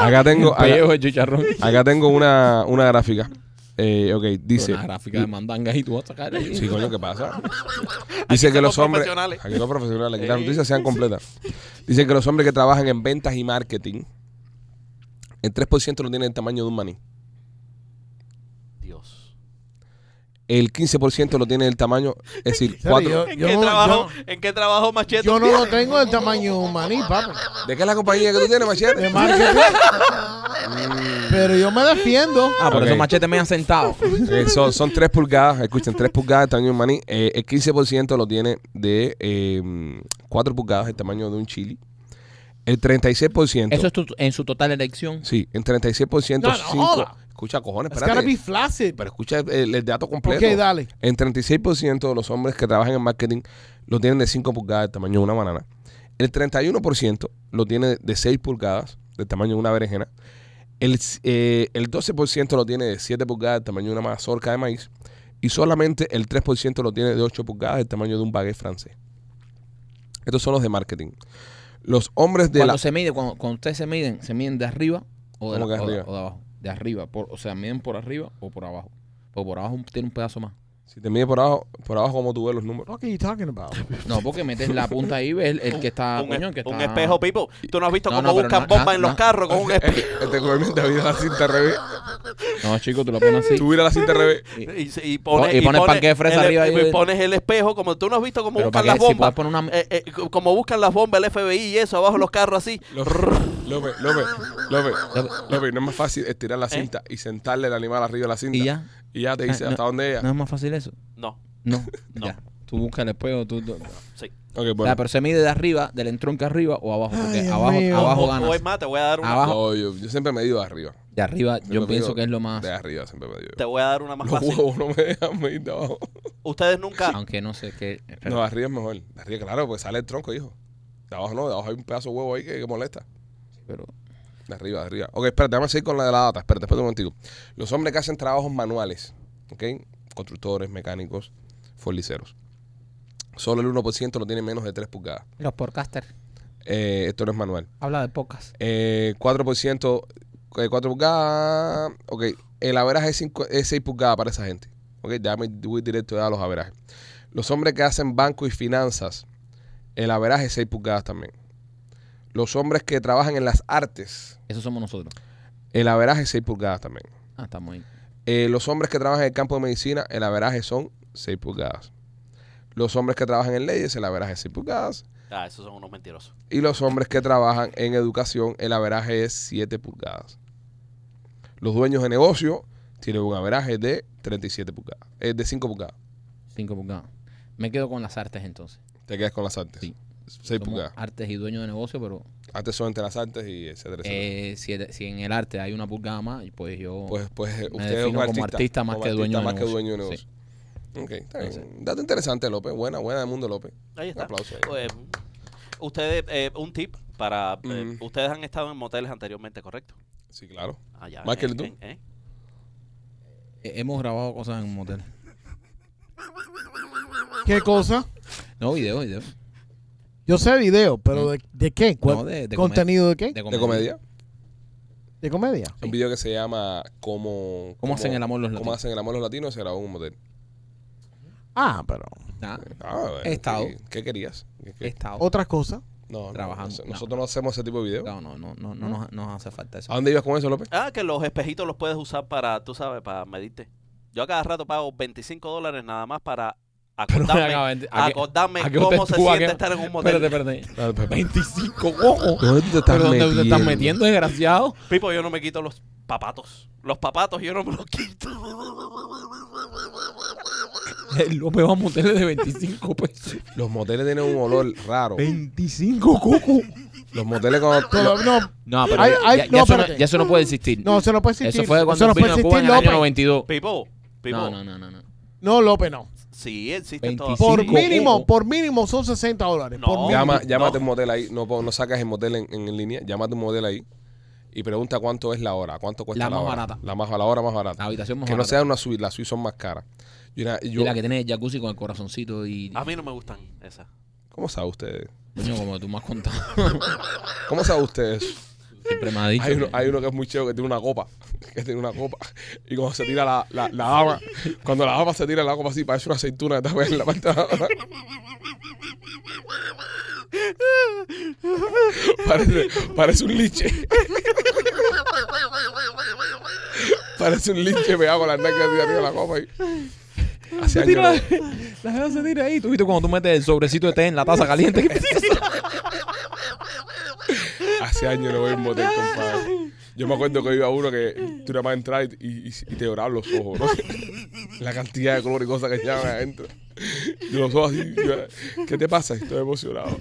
Speaker 1: Acá tengo, acá,
Speaker 2: Pellejo de chicharrón.
Speaker 1: acá tengo una, una gráfica. Eh, ok, dice.
Speaker 5: Una gráfica de mandanga y tú vas a sacar ahí.
Speaker 1: Sí, coño, ¿qué pasa? Dice que los
Speaker 3: somos
Speaker 1: hombres.
Speaker 3: profesionales.
Speaker 1: Aquí los profesionales, aquí las noticias sean completas. Dice que los hombres que trabajan en ventas y marketing, el 3% no tienen el tamaño de un maní.
Speaker 3: Dios.
Speaker 1: El 15% lo tiene el tamaño, es decir,
Speaker 4: Claro,
Speaker 1: cuatro.
Speaker 4: yo-
Speaker 3: ¿En
Speaker 4: yo
Speaker 3: qué
Speaker 4: no-
Speaker 3: trabajo, en qué trabajo machete?
Speaker 4: Yo no lo tengo del tamaño de un maní, papá.
Speaker 1: ¿De qué es la compañía que tú tienes,
Speaker 4: De
Speaker 1: Machete?
Speaker 4: <laughs> marketing. Pero yo me defiendo.
Speaker 2: Ah, por
Speaker 1: Ok.
Speaker 2: eso machete me
Speaker 1: <laughs>
Speaker 2: ha sentado.
Speaker 1: Eh, son, son 3 pulgadas, escuchen, 3 pulgadas el tamaño de un maní. Eh, el 15% lo tiene de eh, 4 pulgadas el tamaño de un chili. El 36%.
Speaker 2: Eso es tu- en su total elección.
Speaker 1: Sí, el 36%.
Speaker 4: No, no
Speaker 1: cinco-
Speaker 4: joda.
Speaker 1: escucha, cojones,
Speaker 4: It's gotta
Speaker 1: pues, espérate.
Speaker 4: be flaccid.
Speaker 1: Pero escucha el, el dato completo.
Speaker 4: Ok, dale.
Speaker 1: En 36% de los hombres que trabajan en marketing lo tienen de 5 pulgadas del tamaño de una banana. El 31% lo tiene de 6 pulgadas del tamaño de una berenjena. El, eh, el 12% lo tiene de 7 pulgadas del tamaño de una mazorca de maíz. Y solamente el 3% lo tiene de 8 pulgadas del tamaño de un baguette francés. Estos son los de marketing. Los hombres de
Speaker 2: Cuando
Speaker 1: la...
Speaker 2: se mide, cuando, cuando ustedes se miden, ¿se miden de arriba o de,
Speaker 1: ¿Cómo
Speaker 2: la-
Speaker 1: que
Speaker 2: o de-
Speaker 1: arriba?
Speaker 2: o de abajo? De arriba. por- o sea, miden por arriba o por abajo. Porque por abajo tiene un pedazo más.
Speaker 1: Si te mide por abajo, por abajo ¿cómo tú ves los números?
Speaker 4: What are you talking about?
Speaker 2: No, porque metes la punta ahí, ves el, el que está.
Speaker 3: un,
Speaker 2: Ah, coño, el que
Speaker 3: un
Speaker 2: está-
Speaker 3: espejo, Pipo. Tú no has visto
Speaker 2: No,
Speaker 3: cómo
Speaker 2: no, pero
Speaker 3: buscan
Speaker 2: no,
Speaker 3: bombas
Speaker 2: no,
Speaker 3: en los
Speaker 2: no.
Speaker 3: carros con
Speaker 2: <laughs>
Speaker 3: un espejo.
Speaker 1: Este gobierno te vira la cinta al revés.
Speaker 2: No, chico, tú la pones así.
Speaker 1: Tú vira la cinta al revés.
Speaker 3: Y, se- y pones,
Speaker 2: y pones panque de fresa
Speaker 3: el-
Speaker 2: arriba ahí.
Speaker 3: Y pones el espejo, como tú no has visto cómo
Speaker 2: Pero
Speaker 3: buscan
Speaker 2: para
Speaker 3: las
Speaker 2: que si puedes
Speaker 3: bombas.
Speaker 2: poner una.
Speaker 3: Eh, eh, c- como buscan las bombas, el FBI y eso, abajo los carros así.
Speaker 1: López, López, López, López, no es más fácil estirar la cinta y sentarle el animal arriba de la cinta.
Speaker 2: ¿Eh? Y ya.
Speaker 1: Y ya te dice
Speaker 2: Ah, no,
Speaker 1: hasta dónde ella.
Speaker 2: ¿No es más fácil eso?
Speaker 3: No,
Speaker 2: No.
Speaker 3: No.
Speaker 2: Ya. Tú buscas el espejo, tú. tú-
Speaker 3: sí.
Speaker 1: Ok,
Speaker 2: O sea,
Speaker 1: bueno.
Speaker 2: pero se mide de arriba, del entronque arriba o abajo. Porque
Speaker 4: Ay, Dios
Speaker 2: abajo,
Speaker 4: mío.
Speaker 2: abajo
Speaker 3: O- o es
Speaker 2: ganas. Ah,
Speaker 3: más, te voy a dar una,
Speaker 2: Abajo.
Speaker 1: No, yo, yo siempre me he ido de arriba.
Speaker 2: De arriba,
Speaker 1: Siempre
Speaker 2: yo
Speaker 1: me
Speaker 2: pienso
Speaker 1: digo
Speaker 2: que es lo más.
Speaker 1: De arriba siempre me he ido.
Speaker 3: te voy a dar una más
Speaker 1: Los
Speaker 3: fácil.
Speaker 1: huevos no me dejan me ir de abajo.
Speaker 3: Ustedes nunca.
Speaker 2: Aunque no sé qué.
Speaker 1: No, de arriba es mejor. De arriba, claro, porque sale el tronco, hijo. De abajo no, de abajo hay un pedazo de huevo ahí que, que molesta.
Speaker 2: Pero.
Speaker 1: De arriba, de arriba. Ok, espérate, vamos a seguir con la de la data. Espérate, espérate un momentico. Los hombres que hacen trabajos manuales, ¿ok? Constructores, mecánicos, forliceros. Solo el 1% lo tiene menos de 3 pulgadas.
Speaker 2: Los podcasters.
Speaker 1: Eh, esto no es manual.
Speaker 2: Habla de pocas.
Speaker 1: Eh, 4%, eh, 4 pulgadas. Ok, el averaje es, 5 es 6 pulgadas para esa gente. Ok, déjame voy directo a los averajes. Los hombres que hacen banco y finanzas, el averaje es 6 pulgadas también. Los hombres que trabajan en las artes,
Speaker 2: Esos somos nosotros.
Speaker 1: el averaje es 6 pulgadas también.
Speaker 2: Ah, estamos ahí.
Speaker 1: Eh, los hombres que trabajan en el campo de medicina, el averaje son 6 pulgadas. Los hombres que trabajan en leyes, el averaje es 6 pulgadas.
Speaker 3: Ah, esos son unos mentirosos.
Speaker 1: Y los hombres que trabajan en educación, el averaje es 7 pulgadas. Los dueños de negocio tienen un averaje de 37 pulgadas. Es de 5 pulgadas.
Speaker 2: 5 pulgadas. Me quedo con las artes entonces.
Speaker 1: Te quedas con las artes.
Speaker 2: Sí.
Speaker 1: 6
Speaker 2: Somos
Speaker 1: pulgadas.
Speaker 2: artes y dueño de negocio, pero
Speaker 1: Artes son entre las artes y etcétera, etcétera.
Speaker 2: eh, si, si en el arte hay una pulgada más, pues yo.
Speaker 1: pues pues eh, usted
Speaker 2: me
Speaker 1: es un
Speaker 2: defino como
Speaker 1: artista,
Speaker 2: artista más
Speaker 1: como
Speaker 2: que dueño de
Speaker 1: más que
Speaker 2: negocio.
Speaker 1: dueño de
Speaker 2: Sí.
Speaker 1: negocio. Ok, está bien. Dato interesante, López. Buena, buena del mundo, López.
Speaker 3: Ahí está.
Speaker 1: Un aplauso.
Speaker 3: Eh, ustedes, eh, un tip para. eh,
Speaker 1: Mm.
Speaker 3: Ustedes han estado en moteles anteriormente, ¿correcto?
Speaker 1: Sí, claro.
Speaker 3: Ah, ya.
Speaker 1: Michael,
Speaker 3: en-
Speaker 1: ¿tú?
Speaker 3: en- ¿eh?
Speaker 2: Eh, Hemos grabado cosas en un motel.
Speaker 4: ¿Qué cosa?
Speaker 2: No, video, video.
Speaker 4: Yo sé video, pero ¿de, de qué? ¿Cuál-
Speaker 2: No, de- de
Speaker 4: ¿Contenido de qué?
Speaker 1: De comedia.
Speaker 4: ¿De comedia?
Speaker 1: Un video que se llama ¿Cómo,
Speaker 2: hacen el amor los
Speaker 1: ¿Cómo
Speaker 2: latinos?
Speaker 1: hacen el amor los latinos? Se grabó en un motel.
Speaker 4: Ah, pero
Speaker 2: Ah,
Speaker 1: Ah, bueno,
Speaker 2: He estado.
Speaker 1: ¿Qué, qué querías? ¿Qué- qué?
Speaker 2: he estado.
Speaker 4: otras cosas.
Speaker 1: No, no,
Speaker 2: Trabajando.
Speaker 1: nos- nosotros no. hacemos ese tipo de videos.
Speaker 2: No, no, no, no, no nos, nos hace falta eso. <laughs>
Speaker 1: ¿A dónde ibas con eso, López?
Speaker 3: Ah, que los espejitos los puedes usar para, tú sabes, para medirte. Yo a cada rato pago 25 dólares nada más
Speaker 5: <laughs>
Speaker 3: para acordarme,
Speaker 5: acaba, vente,
Speaker 2: Ah,
Speaker 5: ¿a qué-
Speaker 3: acordarme
Speaker 5: a qué
Speaker 3: ah, cómo
Speaker 5: hotel
Speaker 3: se
Speaker 5: tú vas?
Speaker 3: siente
Speaker 5: ¿Qué-
Speaker 3: estar en un motel.
Speaker 5: Espérate, espérate. 25 ojos.
Speaker 1: ¿Dónde te
Speaker 5: ¿Pero dónde te estás metiendo, desgraciado?
Speaker 3: Pipo, yo no me quito los papatos. Los papatos yo no me los quito.
Speaker 5: El López va a moteles de 25 pesos.
Speaker 1: Los moteles tienen un olor raro.
Speaker 5: 25 cocos.
Speaker 1: Los moteles cuando...
Speaker 4: Todo- no,
Speaker 2: No, pero
Speaker 4: Ay, ay,
Speaker 2: ya,
Speaker 4: no,
Speaker 2: ya eso no,
Speaker 4: espérate.
Speaker 2: ya eso no puede existir.
Speaker 4: no, se lo puede existir.
Speaker 2: eso fue
Speaker 4: Se
Speaker 2: cuando
Speaker 4: lo
Speaker 2: vino
Speaker 4: puede
Speaker 2: a Cuba en el
Speaker 4: existir,
Speaker 2: año
Speaker 4: López.
Speaker 2: 92.
Speaker 3: <laughs> Pipo, Pipo.
Speaker 2: No, no, no, no. no.
Speaker 4: No, López, no.
Speaker 3: Sí, existe
Speaker 2: 25.
Speaker 3: todo.
Speaker 4: Por
Speaker 5: Cinco
Speaker 4: mínimo,
Speaker 5: cocos.
Speaker 4: por mínimo son 60 dólares.
Speaker 3: No.
Speaker 4: Por mínimo.
Speaker 1: Llama,
Speaker 3: No.
Speaker 1: llámate un motel ahí. No, po- no sacas el motel en, en línea. Llámate un motel ahí y pregunta cuánto es la hora. ¿Cuánto cuesta la,
Speaker 2: La más
Speaker 1: hora?
Speaker 2: barata.
Speaker 1: La más La hora más barata.
Speaker 2: La habitación más
Speaker 1: que no
Speaker 2: barata.
Speaker 1: sea una suite. Las suites son más caras. Y una- yo-
Speaker 2: Y la que tiene el jacuzzi con el corazoncito y...
Speaker 3: A mí no me gustan esas.
Speaker 1: ¿Cómo sabe usted?
Speaker 2: Coño, como tú me has <laughs> contado.
Speaker 1: ¿Cómo sabe usted eso?
Speaker 2: Siempre me has dicho.
Speaker 1: Hay uno,
Speaker 2: que-
Speaker 1: hay uno que es muy chévere que tiene una copa. <laughs> que tiene una copa. Y cuando se tira la, la,
Speaker 2: <laughs>
Speaker 1: la dama, cuando la dama se tira la copa así, parece una aceituna que está pegada en la parte de abajo. <laughs> Parece, parece un liche. <laughs> Parece un liche pegado con la nalga así arriba de la copa. ahí. Hace
Speaker 2: Se
Speaker 1: años.
Speaker 2: tira-
Speaker 1: no-
Speaker 2: la jeva se tira ahí. Tú viste cuando tú metes el sobrecito de té en la taza <laughs> caliente.
Speaker 1: Hace años no voy a un motel, compadre. Yo me acuerdo que iba uno que tú nada más entrar y, y- y te lloraban los ojos, ¿no? La cantidad de color y cosas que echaban adentro. Y los ojos así. yo, ¿Qué te pasa? Estoy emocionado.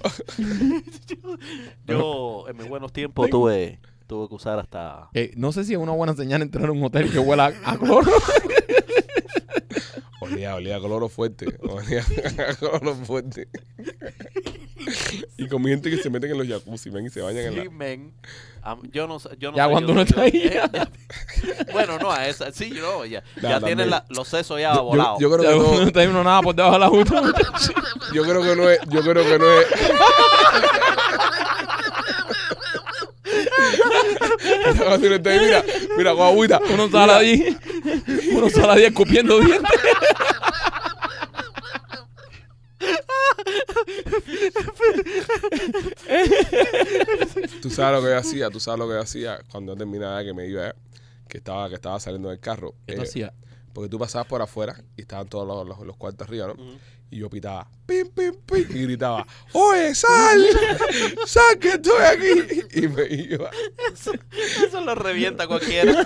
Speaker 3: Yo en mis buenos tiempos tuve, tuve que usar hasta...
Speaker 2: Eh, no sé si es una buena señal entrar a un hotel que huela a, a cloro.
Speaker 1: Olía, olía a cloro fuerte. Olía a cloro fuerte. Y con mi gente que se meten en los jacuzzi, ven y se bañan en la.
Speaker 3: Sí, men. Am- Yo no sé. Yo no
Speaker 2: Ya
Speaker 3: sé,
Speaker 2: cuando
Speaker 3: yo-
Speaker 2: uno está
Speaker 3: yo-
Speaker 2: ahí,
Speaker 3: eh, ya- <laughs> Bueno, no, a esa. Sí, no, ya.
Speaker 1: Ya,
Speaker 3: ya
Speaker 1: también.
Speaker 3: tienen la- los sesos ya
Speaker 1: Yo-
Speaker 3: volados.
Speaker 2: <laughs>
Speaker 1: yo creo que no.
Speaker 2: No te uno nada por debajo de la justa. <laughs> muchacho.
Speaker 1: Yo creo que no es. Yo creo que no es. Ya cuando uno está ahí, mira, mira, con agüita.
Speaker 2: Uno sale ahí. Uno sale ahí escupiendo dientes.
Speaker 1: Tú sabes lo que yo hacía, tú sabes lo que yo hacía cuando yo terminaba que me iba, eh, que estaba, que estaba saliendo del carro.
Speaker 2: Esto
Speaker 1: Eh,
Speaker 2: hacía.
Speaker 1: Porque tú pasabas por afuera y estaban todos los, los- los cuartos arriba, ¿no? Y yo pitaba, pim, pim, pim, y gritaba, oye, sal, sal que estoy aquí. <laughs> Y me iba.
Speaker 3: Eso, <laughs> eso lo
Speaker 2: <laughs>
Speaker 3: revienta cualquiera.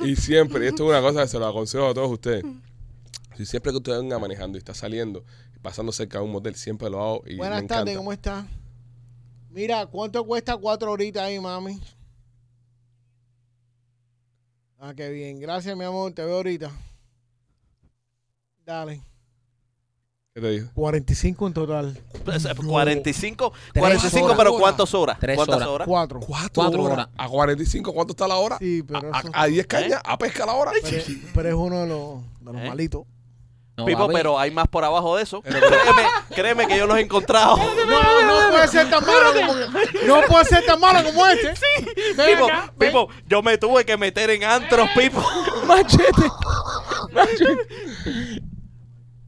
Speaker 1: Y siempre, y esto es una cosa que se lo aconsejo a todos ustedes. Si siempre que ustedes vengan manejando y está saliendo, pasando cerca de un motel, siempre lo hago y
Speaker 4: Buenas
Speaker 1: me
Speaker 4: tardes,
Speaker 1: encanta.
Speaker 4: ¿cómo está? Mira, ¿cuánto cuesta cuatro horitas ahí, mami? Ah, qué bien. Gracias, mi amor. Te veo ahorita. Dale.
Speaker 1: ¿Qué te dijo?
Speaker 4: 45 en total.
Speaker 3: Pues, eh, 45,
Speaker 2: Tres
Speaker 3: 45
Speaker 4: horas.
Speaker 3: pero ¿cuántas horas?
Speaker 2: Tres
Speaker 3: ¿Cuántas
Speaker 2: horas.
Speaker 3: horas?
Speaker 4: Cuatro.
Speaker 1: ¿Cuatro,
Speaker 2: Cuatro
Speaker 1: horas?
Speaker 2: horas.
Speaker 1: ¿A 45? ¿Cuánto está la hora?
Speaker 4: Sí, pero,
Speaker 1: a,
Speaker 4: eso-
Speaker 1: a- a 10 cañas? ¿A pesca la hora?
Speaker 4: pero, pero es uno de los, de los
Speaker 3: ¿Eh?
Speaker 4: malitos.
Speaker 2: No,
Speaker 3: Pipo,
Speaker 2: papi.
Speaker 3: pero hay más por abajo
Speaker 2: <laughs>
Speaker 3: de eso. Créeme, créeme que yo los he
Speaker 4: <laughs>
Speaker 3: encontrado.
Speaker 4: No, no puede ser tan malo como que- No puede ser tan malo como este. Sí.
Speaker 3: Pipo, Pipo, yo me tuve que meter en antros,
Speaker 4: Eh.
Speaker 2: <laughs>
Speaker 3: Pipo.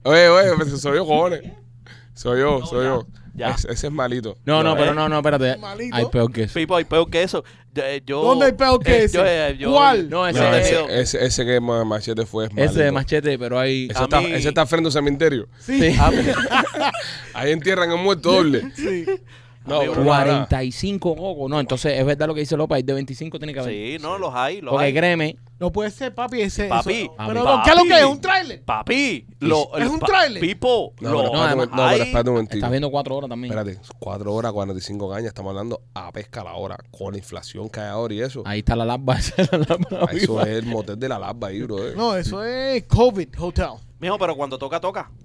Speaker 1: Oye, oye, soy yo, cojones. Soy yo, soy yo.
Speaker 3: ya.
Speaker 1: Es- ese es malito.
Speaker 2: No, no,
Speaker 3: No, eh.
Speaker 2: pero no, no, espérate.
Speaker 4: Malito.
Speaker 2: Hay peor que eso.
Speaker 3: Pipo, hay peor que eso. Yo, eh, yo-
Speaker 4: ¿Dónde hay peor que
Speaker 3: eh,
Speaker 4: ese?
Speaker 3: yo, eh, yo-
Speaker 4: ¿Cuál?
Speaker 2: No, ese
Speaker 3: yo he
Speaker 2: es-
Speaker 3: tenido-
Speaker 1: Ese, ese, ese que ma- machete fue es malito.
Speaker 2: Ese de machete, pero hay.
Speaker 1: Ese
Speaker 3: A
Speaker 1: está,
Speaker 3: mí-
Speaker 1: ese está frente a un cementerio.
Speaker 4: Sí.
Speaker 2: Ah,
Speaker 4: Ah,
Speaker 3: A mí-
Speaker 2: <laughs>
Speaker 1: Ahí entierran a un muerto doble.
Speaker 4: sí.
Speaker 1: No,
Speaker 3: Amigo,
Speaker 1: pero no, nada.
Speaker 2: 45 cocos. No, entonces es verdad lo que dice López. Hay de 25 tiene que haber.
Speaker 3: Sí, no, los hay, los
Speaker 2: Porque
Speaker 3: hay.
Speaker 2: créeme,
Speaker 4: No puede ser, papi. Ese,
Speaker 3: Papi,
Speaker 4: eso- pero
Speaker 2: papi.
Speaker 4: ¿qué es lo que es? ¿Un trailer?
Speaker 3: Papi, lo,
Speaker 4: ¿Es
Speaker 3: lo-
Speaker 4: un
Speaker 3: pa-
Speaker 4: tráiler?
Speaker 3: Pipo,
Speaker 1: No,
Speaker 3: lo,
Speaker 1: pero, espérate, un
Speaker 3: hay.
Speaker 1: momento, no, pero espérate un momentito.
Speaker 2: estás viendo 4 horas también.
Speaker 1: Espérate, 4 horas, 45 cañas, estamos hablando a pesca la hora, con la inflación que hay ahora y eso.
Speaker 2: Ahí está la larva. <laughs> esa es la larva
Speaker 1: Ah, Eso
Speaker 2: viva.
Speaker 1: es el motel de la lava ahí, bro. eh.
Speaker 4: No, eso es COVID Hotel.
Speaker 3: Mijo, pero cuando toca, toca. <laughs>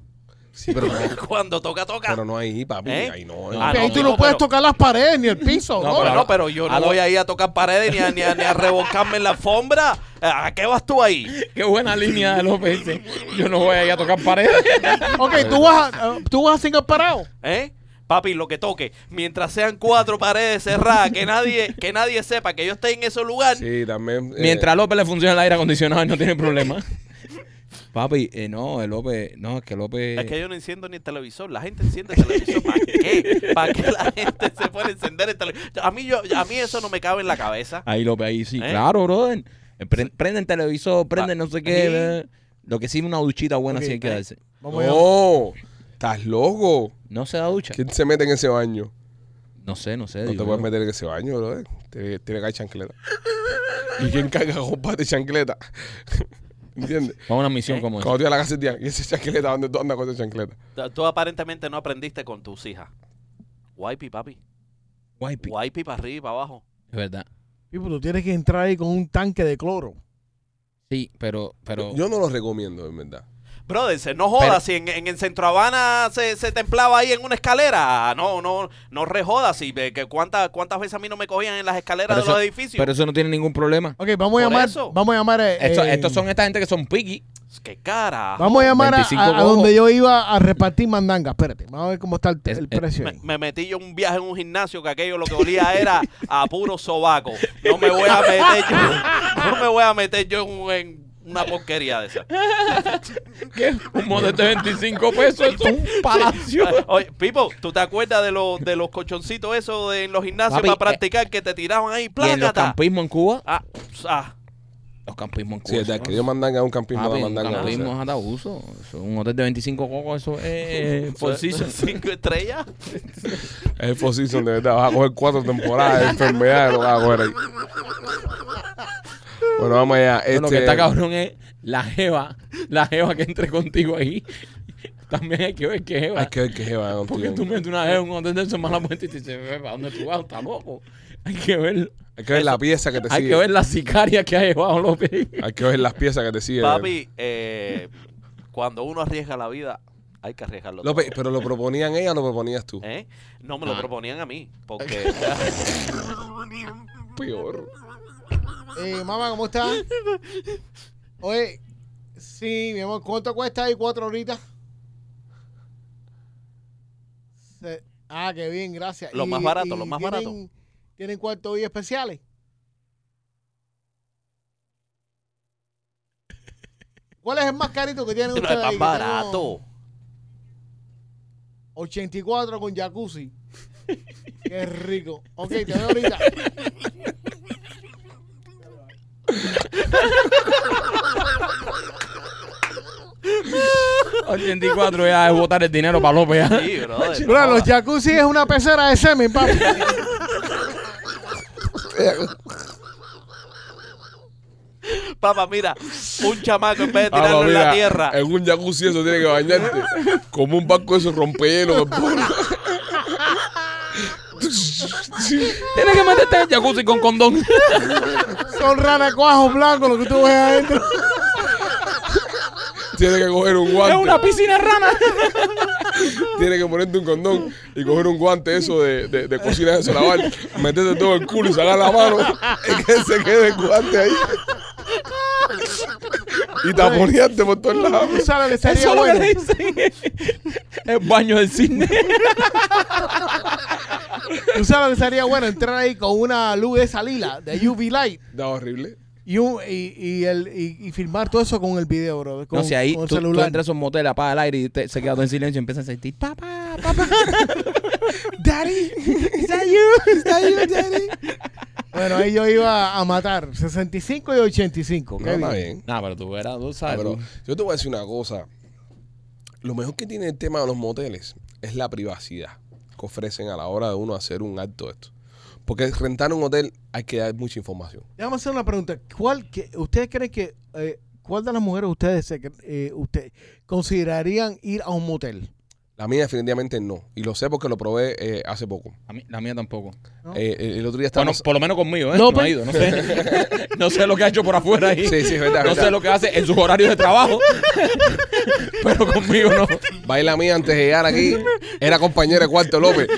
Speaker 1: Sí, pero no,
Speaker 3: Cuando toca, toca.
Speaker 1: pero no ahí, papi.
Speaker 3: ¿Eh?
Speaker 1: Ahí no.
Speaker 3: Ah,
Speaker 1: eh.
Speaker 4: ahí tú
Speaker 3: no,
Speaker 4: no puedes
Speaker 3: pero-
Speaker 4: tocar las paredes ni el piso.
Speaker 2: No,
Speaker 4: No,
Speaker 3: Bueno,
Speaker 2: pero-
Speaker 3: no, pero yo
Speaker 2: a
Speaker 3: no
Speaker 2: lo-
Speaker 3: voy ahí a tocar paredes ni a, ni a- ni a revolcarme en la alfombra. ¿A qué vas tú ahí?
Speaker 2: Qué buena línea de López. dice, Yo no voy a ir a tocar paredes.
Speaker 4: Ok, tú vas a, eh, tú vas a single parado.
Speaker 3: ¿Eh? Papi, lo que toque. Mientras sean cuatro paredes cerradas, que nadie, que nadie sepa que yo esté en ese lugar.
Speaker 1: Sí, también. eh,
Speaker 2: Mientras a López le funciona el aire acondicionado <laughs> y no tiene problema. Papi, eh, no, el López. No, es que López.
Speaker 3: Es que yo no enciendo ni el televisor. La gente enciende el televisor. ¿Para qué? ¿Para qué la gente se puede encender el televisor? A mí, yo, a mí eso no me cabe en la cabeza.
Speaker 2: Ahí López, ahí sí.
Speaker 3: ¿Eh?
Speaker 2: Claro, brother. Eh, pre- prende el televisor, prende
Speaker 3: Ah,
Speaker 2: no sé
Speaker 3: sí.
Speaker 2: qué. eh. Lo que sí, una duchita buena
Speaker 4: Ok,
Speaker 2: sí hay que
Speaker 4: eh.
Speaker 2: darse.
Speaker 4: Vamos allá.
Speaker 1: No, estás loco.
Speaker 2: No se da ducha.
Speaker 1: ¿Quién se mete en ese baño?
Speaker 2: No sé, no sé.
Speaker 1: No te
Speaker 2: digo
Speaker 1: puedes
Speaker 2: yo.
Speaker 1: meter en ese baño, bro. eh. Tiene tiene que haber chancleta. ¿Y quién carga combate chancleta? <laughs> ¿Entiendes?
Speaker 2: Vamos a una
Speaker 3: ¿Eh?
Speaker 2: misión como esa.
Speaker 1: Cuando tú a la casa tía, y esa chancleta, ¿dónde tú andas con esa chancleta?
Speaker 3: Tú- Tú aparentemente no aprendiste con tus hijas. Guaypi, papi.
Speaker 2: Guaypi.
Speaker 3: Guaypi para arriba y para abajo.
Speaker 2: Es verdad.
Speaker 4: Pipo, tú tienes que entrar ahí con un tanque de cloro.
Speaker 2: Sí, pero, pero
Speaker 1: Yo no lo recomiendo, en verdad.
Speaker 3: Brother, se- no jodas. si en, en, en Centro Habana se, se templaba ahí en una escalera, Ah, no, no, no rejodas. Si, ve que cuántas, ¿Cuántas veces a mí no me cogían en las escaleras
Speaker 2: Pero
Speaker 3: de los
Speaker 2: eso-
Speaker 3: edificios?
Speaker 2: Pero eso no tiene ningún problema.
Speaker 4: Ok, vamos
Speaker 3: Por
Speaker 4: a llamar.
Speaker 3: eso.
Speaker 4: Vamos a llamar. eh,
Speaker 2: Esto-
Speaker 4: eh,
Speaker 2: estos son esta gente que son piqui.
Speaker 3: ¡Qué cara!
Speaker 4: Vamos a llamar a,
Speaker 2: 25
Speaker 4: a- a
Speaker 2: cojos.
Speaker 4: donde yo iba a repartir mandanga. Espérate, vamos a ver cómo está el,
Speaker 2: Es-
Speaker 4: el
Speaker 2: es-
Speaker 4: precio.
Speaker 3: Me,
Speaker 4: ahí.
Speaker 3: me metí yo en un viaje en un gimnasio que aquello lo que olía era a puro sobaco. No me voy a meter yo, <laughs> no me voy a meter yo en, un- en una porquería de esa.
Speaker 5: Un modete de 25 pesos, eso es un
Speaker 3: <laughs>
Speaker 5: palacio.
Speaker 2: <laughs>
Speaker 3: Oye, Pipo, ¿tú te acuerdas de, los de los colchoncitos esos de- en los gimnasios
Speaker 2: Papi,
Speaker 3: para practicar que te tiraban ahí?
Speaker 2: Y en los
Speaker 3: ¡Plácata!
Speaker 2: campismos en Cuba.
Speaker 3: Ah, ah,
Speaker 2: Los campismos en Cuba.
Speaker 1: Sí, es verdad, que yo mandanga a un campismo,
Speaker 2: Papi,
Speaker 1: la
Speaker 2: un
Speaker 1: mandanga. no sé.
Speaker 2: campismo es hasta abuso. Eso es un hotel de 25 cocos, eso es Four Seasons.
Speaker 3: cinco estrellas.
Speaker 1: Es el Four Seasons, de verdad. Vas a coger cuatro temporadas de enfermedad y lo vas a coger ahí. Bueno, vamos allá.
Speaker 2: Pero Lo que
Speaker 1: Este,
Speaker 2: está cabrón es la jeva, la jeva que entre contigo ahí. También hay que ver qué jeva.
Speaker 1: Hay que ver qué jeva es
Speaker 2: Porque tú
Speaker 1: contigo.
Speaker 2: metes una jeva en un hotel de esos mala muerte y te dices, "Ve, ¿para dónde tú vas? Está loco. Hay que ver,
Speaker 1: Hay que ver la pieza que te
Speaker 2: hay que
Speaker 1: sigue.
Speaker 2: ver la sicaria que ha llevado <laughs> López.
Speaker 1: Hay que ver las piezas que te siguen.
Speaker 3: Papi, eh, cuando uno arriesga la vida, hay que arriesgarlo
Speaker 1: López,
Speaker 3: todo.
Speaker 1: pero lo proponían ella o lo proponías tú.
Speaker 3: ¿Eh? No me lo
Speaker 2: Ah.
Speaker 3: proponían a mí, porque...
Speaker 1: Peor.
Speaker 4: Eh, mamá, ¿cómo está? Oye, sí, mi amor, ¿cuánto cuesta ahí cuatro horitas? Se- ah, qué bien, gracias.
Speaker 3: Lo
Speaker 4: ¿Y-
Speaker 3: más barato,
Speaker 4: y
Speaker 3: lo más
Speaker 4: tienen-
Speaker 3: barato.
Speaker 4: ¿Tienen cuarto día especiales? ¿Cuál es el más carito que tienen
Speaker 3: <laughs> No es
Speaker 4: ustedes? ahí?
Speaker 3: más
Speaker 4: Que
Speaker 3: barato.
Speaker 4: tengo 84 con jacuzzi. Qué rico. Ok, te veo ahorita.
Speaker 2: ya es botar el dinero para López. ¿eh? ya.
Speaker 3: Sí, brother, no
Speaker 4: Bro, los
Speaker 3: jodas.
Speaker 4: jacuzzi es una pecera de semen, papi.
Speaker 3: Papá, mira, un chamaco en vez de tirarlo
Speaker 1: Vamos,
Speaker 3: en la
Speaker 1: mira, eh,
Speaker 3: tierra.
Speaker 1: En un jacuzzi eso tiene que bañarte. Como un barco de esos rompehielos. de <laughs> polo.
Speaker 5: Tienes que meterte en el jacuzzi con <laughs> condón.
Speaker 4: Son ranacuajos blancos lo que tú ves adentro.
Speaker 1: Tienes que coger un guante.
Speaker 5: Es una piscina rana.
Speaker 1: Tienes que ponerte un condón y coger un guante eso de, de, de cocina de eso, lavar, meterte todo el culo y sacar la mano y que se quede el guante ahí. Y taponearte por todos
Speaker 4: <laughs> Tú
Speaker 1: lados.
Speaker 4: sabes, le
Speaker 5: Eso es
Speaker 4: sería
Speaker 5: lo que
Speaker 4: bueno.
Speaker 5: le dicen. El baño del cine.
Speaker 4: Tú sabes, le sería bueno entrar ahí con una luz de esa lila, de UV light.
Speaker 1: Da horrible.
Speaker 4: Y, un, y, y, el, y, y filmar todo eso con el video, bro. Con,
Speaker 2: No sé, ahí
Speaker 4: con
Speaker 2: tú,
Speaker 4: el
Speaker 2: tú
Speaker 4: celular.
Speaker 2: entras a un motel, apaga el aire y te- se queda todo en silencio y empieza a sentir papá, papá.
Speaker 4: Daddy, is that you? Is that you, daddy? <laughs> bueno, ahí yo iba a matar 65 y 85.
Speaker 1: No,
Speaker 4: qué
Speaker 1: está
Speaker 4: bien.
Speaker 1: bien.
Speaker 2: <laughs> Nah, pero tú verás, tú
Speaker 1: Ah,
Speaker 2: sabes.
Speaker 1: pero
Speaker 2: tú.
Speaker 1: yo te voy a decir una cosa. Lo mejor que tiene el tema de los moteles es la privacidad que ofrecen a la hora de uno hacer un acto de esto. Porque rentar un hotel hay que dar mucha información.
Speaker 4: Déjame hacer una pregunta. ¿Cuál que, ¿Ustedes creen que eh, cuál de las mujeres ustedes se cre- eh, usted, considerarían ir a un motel?
Speaker 1: La mía definitivamente no. Y lo sé porque lo probé eh, hace poco.
Speaker 2: A mí- la mía tampoco.
Speaker 4: ¿No?
Speaker 1: Eh, el, el otro día
Speaker 2: Bueno,
Speaker 1: estábamos...
Speaker 2: por lo menos conmigo, ¿eh?
Speaker 5: pues.
Speaker 4: López.
Speaker 2: No ha ido, no sé.
Speaker 5: <laughs>
Speaker 2: no sé lo que ha hecho por afuera ahí.
Speaker 1: Sí, sí, es verdad. es
Speaker 2: no sé
Speaker 1: verdad.
Speaker 2: lo que hace en sus horarios de trabajo. pero conmigo no.
Speaker 1: Baila mía antes de llegar aquí era compañera de cuarto López.
Speaker 2: <laughs>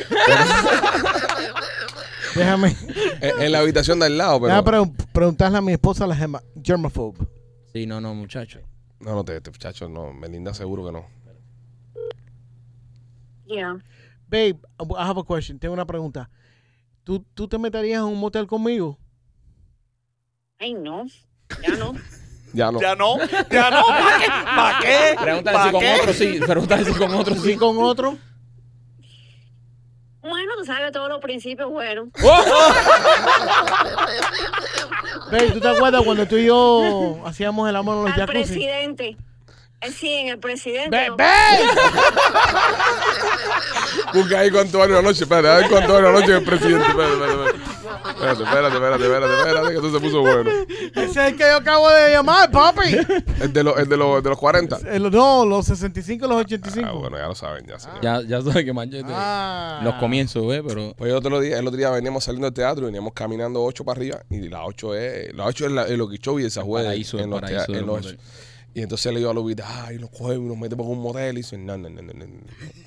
Speaker 4: Déjame,
Speaker 1: En, en la habitación de al lado, pero.
Speaker 4: déjame pregun- preguntarle a mi esposa la gema, germaphobe.
Speaker 2: Sí, no, no, <laughs> muchacho.
Speaker 1: No, no, te, te- muchacho, no. Melinda seguro que no.
Speaker 7: Yeah.
Speaker 4: Babe, I have a question. Tengo una pregunta. ¿Tú, tú te meterías en un motel conmigo?
Speaker 7: Ay, no. Ya
Speaker 4: <laughs>
Speaker 7: no.
Speaker 1: Ya no.
Speaker 3: Ya no, ya no, ¿para qué? ¿Para qué?
Speaker 2: Pregúntale si
Speaker 3: ¿Pa'
Speaker 2: con
Speaker 3: qué?
Speaker 2: otro sí. Pregúntale si con otro
Speaker 4: ¿Y
Speaker 2: sí.
Speaker 4: con otro?
Speaker 7: Bueno, tú sabes todos los principios, bueno.
Speaker 4: Babe, ¿tú te acuerdas cuando tú y yo hacíamos el amor en los
Speaker 7: Al
Speaker 4: jacuzzi?
Speaker 7: presidente. Eh, Sí, en el presidente.
Speaker 4: Ve-
Speaker 7: ¿no?
Speaker 4: ve.
Speaker 1: Busca ahí cuánto vale una noche. Espérate, a ver cuánto vale una noche el presidente. Espérate, espérate, espérate. Espérate, espérate, espérate, espérate, espérate, que eso se puso bueno.
Speaker 4: Ese es el que yo acabo de llamar,
Speaker 1: <laughs>
Speaker 4: papi.
Speaker 1: El de, los- el de, los- de los 40.
Speaker 4: El- no, los 65 y los 85.
Speaker 1: Ah, bueno, ya lo saben, ya señor.
Speaker 2: Ya, ya sabes que machete.
Speaker 4: Ah.
Speaker 2: Los comienzos, ¿eh? Pero.
Speaker 1: Pues el otro día, el otro día veníamos saliendo del teatro y veníamos caminando 8 para arriba y la 8 es, la 8 es, la, es lo que show y esa juega
Speaker 2: paraíso, el
Speaker 1: en los,
Speaker 2: paraíso
Speaker 1: tea-
Speaker 2: del
Speaker 1: en los-
Speaker 2: motel.
Speaker 1: Y entonces le digo a Lupita, ay, nos cogemos y nos metemos en un motel. Y dice, no, no, no, no, no, no,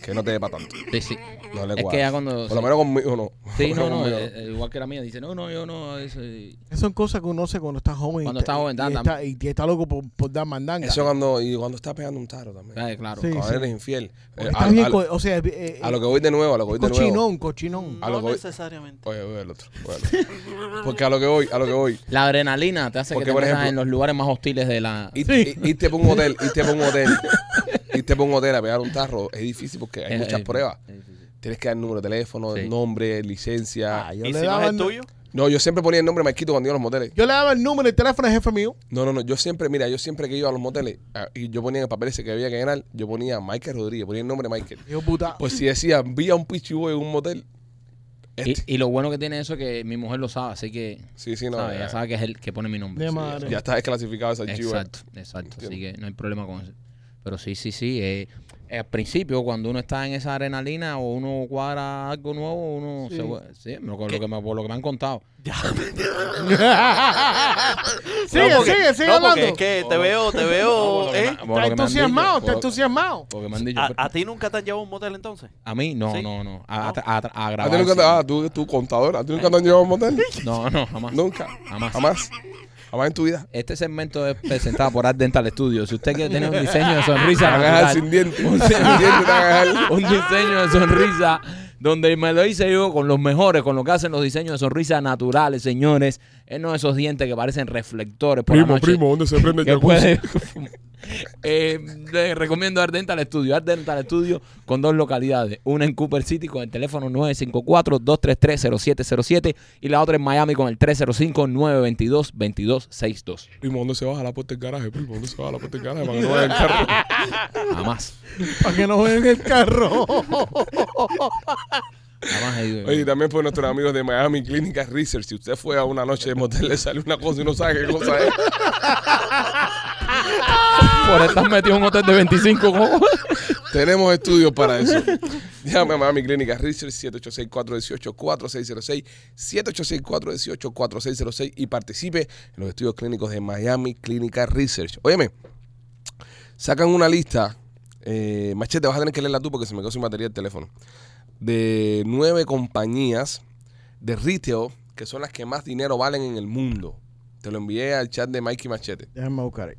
Speaker 1: que no te dé para tanto.
Speaker 2: Sí, sí.
Speaker 1: No le
Speaker 2: Es
Speaker 1: cuadra.
Speaker 2: que ya cuando.
Speaker 1: Por lo menos conmigo no.
Speaker 2: Sí, no, no,
Speaker 1: Conmigo
Speaker 2: eh, eh, igual que la mía. Dice, no, no, yo no. eso, y-
Speaker 4: Esas son cosas que uno hace cuando está joven. y
Speaker 2: Cuando
Speaker 4: está-
Speaker 2: está joven,
Speaker 4: y
Speaker 2: da-
Speaker 4: está, y está loco por, por dar mandanga.
Speaker 1: Eso cuando, y cuando está pegando un taro también.
Speaker 2: Ah, claro.
Speaker 4: Sí,
Speaker 1: cuando
Speaker 4: sí.
Speaker 1: eres infiel. Eh,
Speaker 4: Está
Speaker 1: a,
Speaker 4: bien,
Speaker 1: a-
Speaker 4: co- o sea, eh,
Speaker 1: a lo que voy de nuevo, a lo que voy de nuevo.
Speaker 4: cochinón, cochinón.
Speaker 1: A lo
Speaker 3: No
Speaker 1: que voy-
Speaker 3: necesariamente.
Speaker 1: Oye, voy al otro. voy al otro. Porque a lo que voy, a lo que voy.
Speaker 2: La adrenalina te hace
Speaker 1: Porque,
Speaker 2: que te
Speaker 1: por
Speaker 2: metas
Speaker 1: ejemplo-
Speaker 2: en los lugares más hostiles de la.
Speaker 1: Ir- ir- Irte por un hotel, irte por un hotel, irte por un hotel a pegar un tarro es difícil porque hay
Speaker 2: Eh,
Speaker 1: muchas
Speaker 2: eh,
Speaker 1: pruebas.
Speaker 2: eh, sí, sí.
Speaker 1: Tienes que dar número de teléfono,
Speaker 2: Sí.
Speaker 1: nombre, licencia.
Speaker 4: Ah, yo
Speaker 3: ¿Y
Speaker 4: le
Speaker 3: si no
Speaker 4: daba
Speaker 3: es
Speaker 4: el-
Speaker 3: el tuyo?
Speaker 1: No, yo siempre ponía el nombre de Marquito cuando iba a los moteles.
Speaker 4: Yo le daba el número y el teléfono al jefe mío.
Speaker 1: No, no, no. Yo siempre, mira, yo siempre que iba a los moteles ah, y yo ponía en el papel ese que había que llenar, yo ponía Michael Rodríguez, ponía el nombre de Michael.
Speaker 4: Yo, puta.
Speaker 1: Pues si decía, vi a un pichiboy en un motel.
Speaker 2: Y,
Speaker 1: Este.
Speaker 2: y lo bueno que tiene eso es que mi mujer lo sabe, así que.
Speaker 1: Sí, sí, no.
Speaker 2: sabe,
Speaker 1: ya,
Speaker 2: Ah, ya sabe que es él que pone mi nombre.
Speaker 4: de
Speaker 2: Sí,
Speaker 4: madre.
Speaker 1: ya está desclasificado ese archivo.
Speaker 2: Exacto, exacto. Así que no hay problema con eso. Pero sí, sí, sí. eh, eh, al principio, cuando uno está en esa adrenalina o uno cuadra algo nuevo, uno se vuelve- sí, me- con lo que me, por lo que me han contado.
Speaker 3: <laughs> Ya.
Speaker 4: sigue,
Speaker 3: No, porque-
Speaker 4: sigue, sigue
Speaker 3: no,
Speaker 4: hablando.
Speaker 3: porque es que te veo, te
Speaker 2: No,
Speaker 3: veo,
Speaker 2: por lo que
Speaker 3: ¿eh?
Speaker 2: me- por lo que me
Speaker 4: Está
Speaker 2: han
Speaker 4: entusiasmado,
Speaker 2: dicho,
Speaker 4: está
Speaker 2: por- <laughs>
Speaker 4: entusiasmado.
Speaker 2: Porque me han dicho. pero-
Speaker 3: ¿A, a ti nunca te han llevado a un motel entonces?
Speaker 2: A mí, no,
Speaker 3: Ah, ¿Sí?
Speaker 2: no, no. A, a, a- a
Speaker 1: Ah,
Speaker 2: grabar,
Speaker 1: ¿tú nunca
Speaker 2: sí.
Speaker 1: te- ah, tú, tú contadora, ¿a ti nunca te han llevado a un motel?
Speaker 2: No, no, jamás.
Speaker 1: Nunca.
Speaker 2: Jamás.
Speaker 1: Jamás. Jamás en tu vida.
Speaker 2: Este segmento es presentado por Art Dental Studio. Si usted quiere tener un diseño de
Speaker 1: <laughs>
Speaker 2: sonrisa
Speaker 1: Te van a dejar
Speaker 2: natural,
Speaker 1: Ah, sin dientes. Sin dientes te van a dejar.
Speaker 2: <laughs> un diseño de sonrisa donde me lo hice yo con los mejores, con lo que hacen los diseños de sonrisa naturales, señores. Eh, no esos dientes que parecen reflectores por la noche.
Speaker 1: ¿dónde se prende
Speaker 2: que puede- <laughs> Eh, les recomiendo Art Dental Studio. Art Dental Studio con dos localidades. Una en Cooper City con el teléfono 954-233-0707 y la otra en Miami con el 305-922-2262.
Speaker 1: Primo, ¿dónde se baja la puerta del garaje? Primo, ¿dónde se baja la puerta del garaje? Para que no vaya el <laughs> carro.
Speaker 2: Jamás.
Speaker 4: Para que no vean el carro.
Speaker 2: Jamás he ido.
Speaker 1: Oye, y también por nuestros amigos de Miami Clínica Research. Si usted fue a una noche de motel, le sale una cosa y no sabe qué cosa es.
Speaker 2: Por estar metido en un hotel de 25 cojos.
Speaker 1: Tenemos estudios para eso. <laughs> Llame a Miami Clínica Research 786-418-4606, 786-418-4606 y participe en los estudios clínicos de Miami Clínica Research. Óyeme, sacan una lista, eh, machete, vas a tener que leerla tú porque se me quedó sin batería el teléfono, de nueve compañías de retail que son las que más dinero valen en el mundo. Te lo envié al chat de Mikey Machete.
Speaker 4: <laughs> Déjame buscar ahí.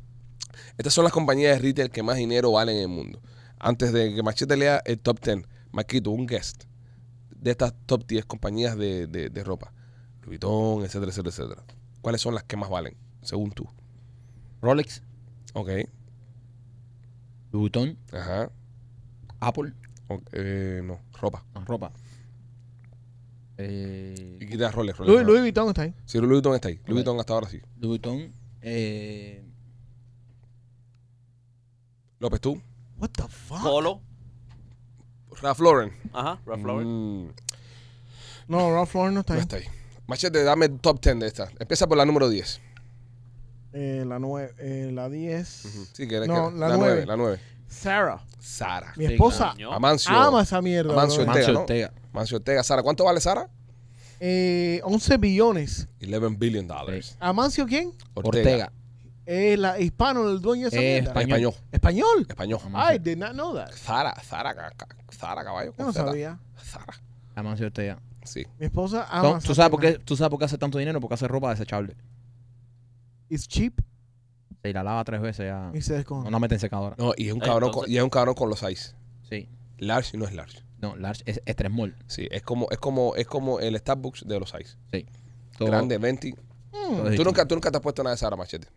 Speaker 1: Estas son las compañías de retail que más dinero valen en el mundo. Antes de que Machete lea el top 10, Maquito, un guest de estas top 10 compañías de, de- de ropa. Louis Vuitton, etcétera, etcétera, etcétera. ¿Cuáles son las que más valen, según tú?
Speaker 2: Rolex,
Speaker 1: Ok,
Speaker 2: Louis Vuitton,
Speaker 1: ajá.
Speaker 2: Apple,
Speaker 1: ok, eh, no, ropa.
Speaker 2: no, ropa. Eh,
Speaker 1: Y quita Rolex, Rolex.
Speaker 4: Luis,
Speaker 1: no.
Speaker 4: Luis Vuitton está ahí.
Speaker 1: Sí, Louis Vuitton está ahí. Louis Vuitton hasta ahora sí.
Speaker 2: Louis Vuitton, eh,
Speaker 1: López, tú.
Speaker 4: What the fuck?
Speaker 3: Polo.
Speaker 1: Ralph Lauren.
Speaker 3: Ajá, Ralph Lauren.
Speaker 1: Mm,
Speaker 4: No, Ralph Lauren no está
Speaker 1: no
Speaker 4: ahí.
Speaker 1: está ahí. Machete, dame el top 10 de estas. Empieza por la número 10.
Speaker 4: Eh, la 9, la 10.
Speaker 1: Sí, que era
Speaker 4: No,
Speaker 1: que-
Speaker 4: la
Speaker 1: la
Speaker 4: nueve.
Speaker 1: 9. La 9.
Speaker 4: Sarah,
Speaker 1: Sara.
Speaker 4: mi
Speaker 2: Sí,
Speaker 4: esposa,
Speaker 3: Coño.
Speaker 1: Amancio.
Speaker 4: ama esa mierda.
Speaker 1: Amancio
Speaker 4: brother.
Speaker 1: Ortega,
Speaker 2: Mancio
Speaker 1: ¿no?
Speaker 2: Ortega.
Speaker 1: Mancio Ortega, Sara, ¿cuánto vale Sara?
Speaker 4: Eh, 11 billones.
Speaker 1: 11 billion dollars.
Speaker 4: ¿Amancio quién?
Speaker 2: Ortega.
Speaker 4: Eh, la hispano, el dueño de esa
Speaker 2: Eh,
Speaker 4: mierda.
Speaker 2: español.
Speaker 1: Español.
Speaker 4: ¿Español?
Speaker 1: Español.
Speaker 4: I did not know that.
Speaker 1: Sara, Sara, ca- ca- Sara, caballo.
Speaker 4: Yo
Speaker 1: con
Speaker 4: no
Speaker 1: Z.
Speaker 4: sabía.
Speaker 1: Sara.
Speaker 2: Amancio Ortega.
Speaker 1: Sí.
Speaker 4: Mi esposa ama.
Speaker 2: Son- ¿Tú
Speaker 4: esa
Speaker 2: sabes, por qué,
Speaker 4: mierda.
Speaker 2: ¿Tú sabes por qué hace tanto dinero? Porque hace ropa desechable.
Speaker 4: It's cheap.
Speaker 2: Se la lava tres veces ya.
Speaker 4: Y se descon-
Speaker 2: No la mete en secadora.
Speaker 1: No, y es un
Speaker 3: Ah,
Speaker 1: cabrón,
Speaker 3: entonces-
Speaker 1: con, y es un cabrón con los size.
Speaker 2: Sí.
Speaker 1: Large y no es large.
Speaker 2: No, large es, es tres mol.
Speaker 1: Sí, es como, es como, es como el Starbucks de los size.
Speaker 2: Todo-
Speaker 1: Grande, 20.
Speaker 2: todo
Speaker 4: Mm.
Speaker 2: es
Speaker 1: ¿Tú
Speaker 2: distinto.
Speaker 1: nunca, tú nunca te has puesto nada de Sara, machete.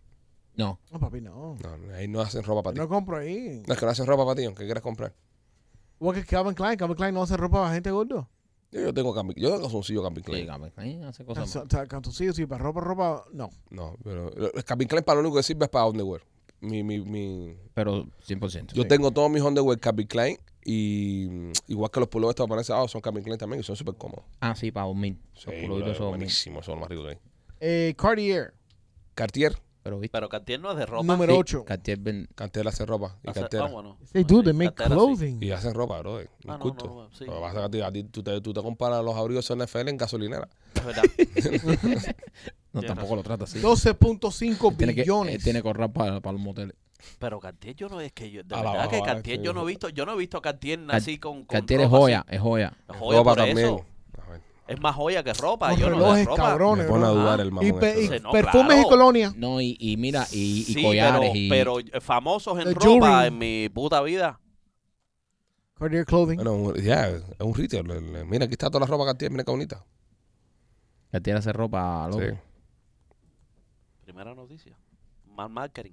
Speaker 2: No.
Speaker 4: No, papi, no.
Speaker 1: No, no, ahí no hacen ropa para ti.
Speaker 4: No compro ahí.
Speaker 1: No, es que no hacen ropa para ti, aunque quieras comprar.
Speaker 4: Igual que Calvin Klein. Calvin Klein no hace ropa para gente gordo.
Speaker 1: Yo, yo tengo Calvin- yo tengo calzoncillo Camping Klein.
Speaker 2: Dígame, ahí hace cosas
Speaker 4: Canto-
Speaker 2: más.
Speaker 4: O sea, cantoncillo, sí, para ropa, ropa, no.
Speaker 1: No, pero el Calvin Klein para lo único que sirve es para underwear. Mi, mi, mi,
Speaker 2: Pero 100%.
Speaker 1: Yo
Speaker 2: Sí.
Speaker 1: tengo todos mis underwear Calvin Klein y mm, igual que los polos estos aparecidos son Calvin Klein también y son súper cómodos.
Speaker 2: Ah, sí, para dormir. Esos culoitos
Speaker 1: bro,
Speaker 2: esos dormir.
Speaker 1: buenísimos, son los más ricos que hay.
Speaker 4: Eh, Cartier,
Speaker 1: Cartier,
Speaker 2: Pero viste.
Speaker 3: Pero Cartier no es de ropa.
Speaker 4: número
Speaker 2: Sí,
Speaker 4: 8.
Speaker 2: Cartier
Speaker 4: <laughs>
Speaker 2: ven-
Speaker 1: Cartier hace ropa y
Speaker 3: Hace-
Speaker 1: cartera.
Speaker 3: Ah, bueno.
Speaker 4: They
Speaker 3: Bueno,
Speaker 4: do,
Speaker 3: sí,
Speaker 4: they make
Speaker 3: cartera sí.
Speaker 4: clothing.
Speaker 1: Y hacen ropa, bro. Un
Speaker 3: Ah, no,
Speaker 1: culto.
Speaker 3: no, no, sí.
Speaker 1: Lo que pasa es que a ti- a ti, tú, te, tú te comparas los abrigos NFL en gasolinera.
Speaker 2: <laughs>
Speaker 3: Es verdad.
Speaker 2: No,
Speaker 3: Tienes
Speaker 2: tampoco lo trata así.
Speaker 4: 12.5
Speaker 2: Tiene eh, que, eh,
Speaker 4: billones.
Speaker 3: eh,
Speaker 2: tiene que ahorrar para, para los moteles.
Speaker 3: Pero Cartier yo no es que yo. De
Speaker 1: A la
Speaker 3: verdad que
Speaker 1: baba,
Speaker 3: Cartier
Speaker 1: sí.
Speaker 3: yo no he visto. Yo no he visto Cartier
Speaker 2: Car-
Speaker 3: así con. con
Speaker 2: Cartier es
Speaker 3: ropa
Speaker 2: joya,
Speaker 3: así.
Speaker 2: es joya.
Speaker 3: Es joya
Speaker 1: Ropa
Speaker 3: por
Speaker 1: también.
Speaker 3: eso.
Speaker 1: A ver,
Speaker 3: Es más joya que ropa.
Speaker 4: Los
Speaker 3: yo no de
Speaker 4: relojes,
Speaker 3: ropa.
Speaker 1: me
Speaker 4: cabrones.
Speaker 1: pone a
Speaker 4: bro.
Speaker 1: dudar el mamón.
Speaker 4: Ah, Y, pe-
Speaker 1: este.
Speaker 4: y
Speaker 3: Sí, no,
Speaker 4: perfumes
Speaker 3: claro.
Speaker 4: y colonia.
Speaker 2: No, y, y mira, y, y
Speaker 3: sí,
Speaker 2: collares
Speaker 3: pero,
Speaker 2: y.
Speaker 3: pero eh, famosos en
Speaker 4: The
Speaker 3: ropa
Speaker 4: jewelry.
Speaker 3: en mi puta vida.
Speaker 4: Cartier Clothing.
Speaker 1: Bueno, ya, es un retail. le- le- Mira, aquí está toda la ropa Cartier, mira qué bonita.
Speaker 2: Cartier hace ropa, loco.
Speaker 1: Sí.
Speaker 3: Primera noticia. Mal marketing.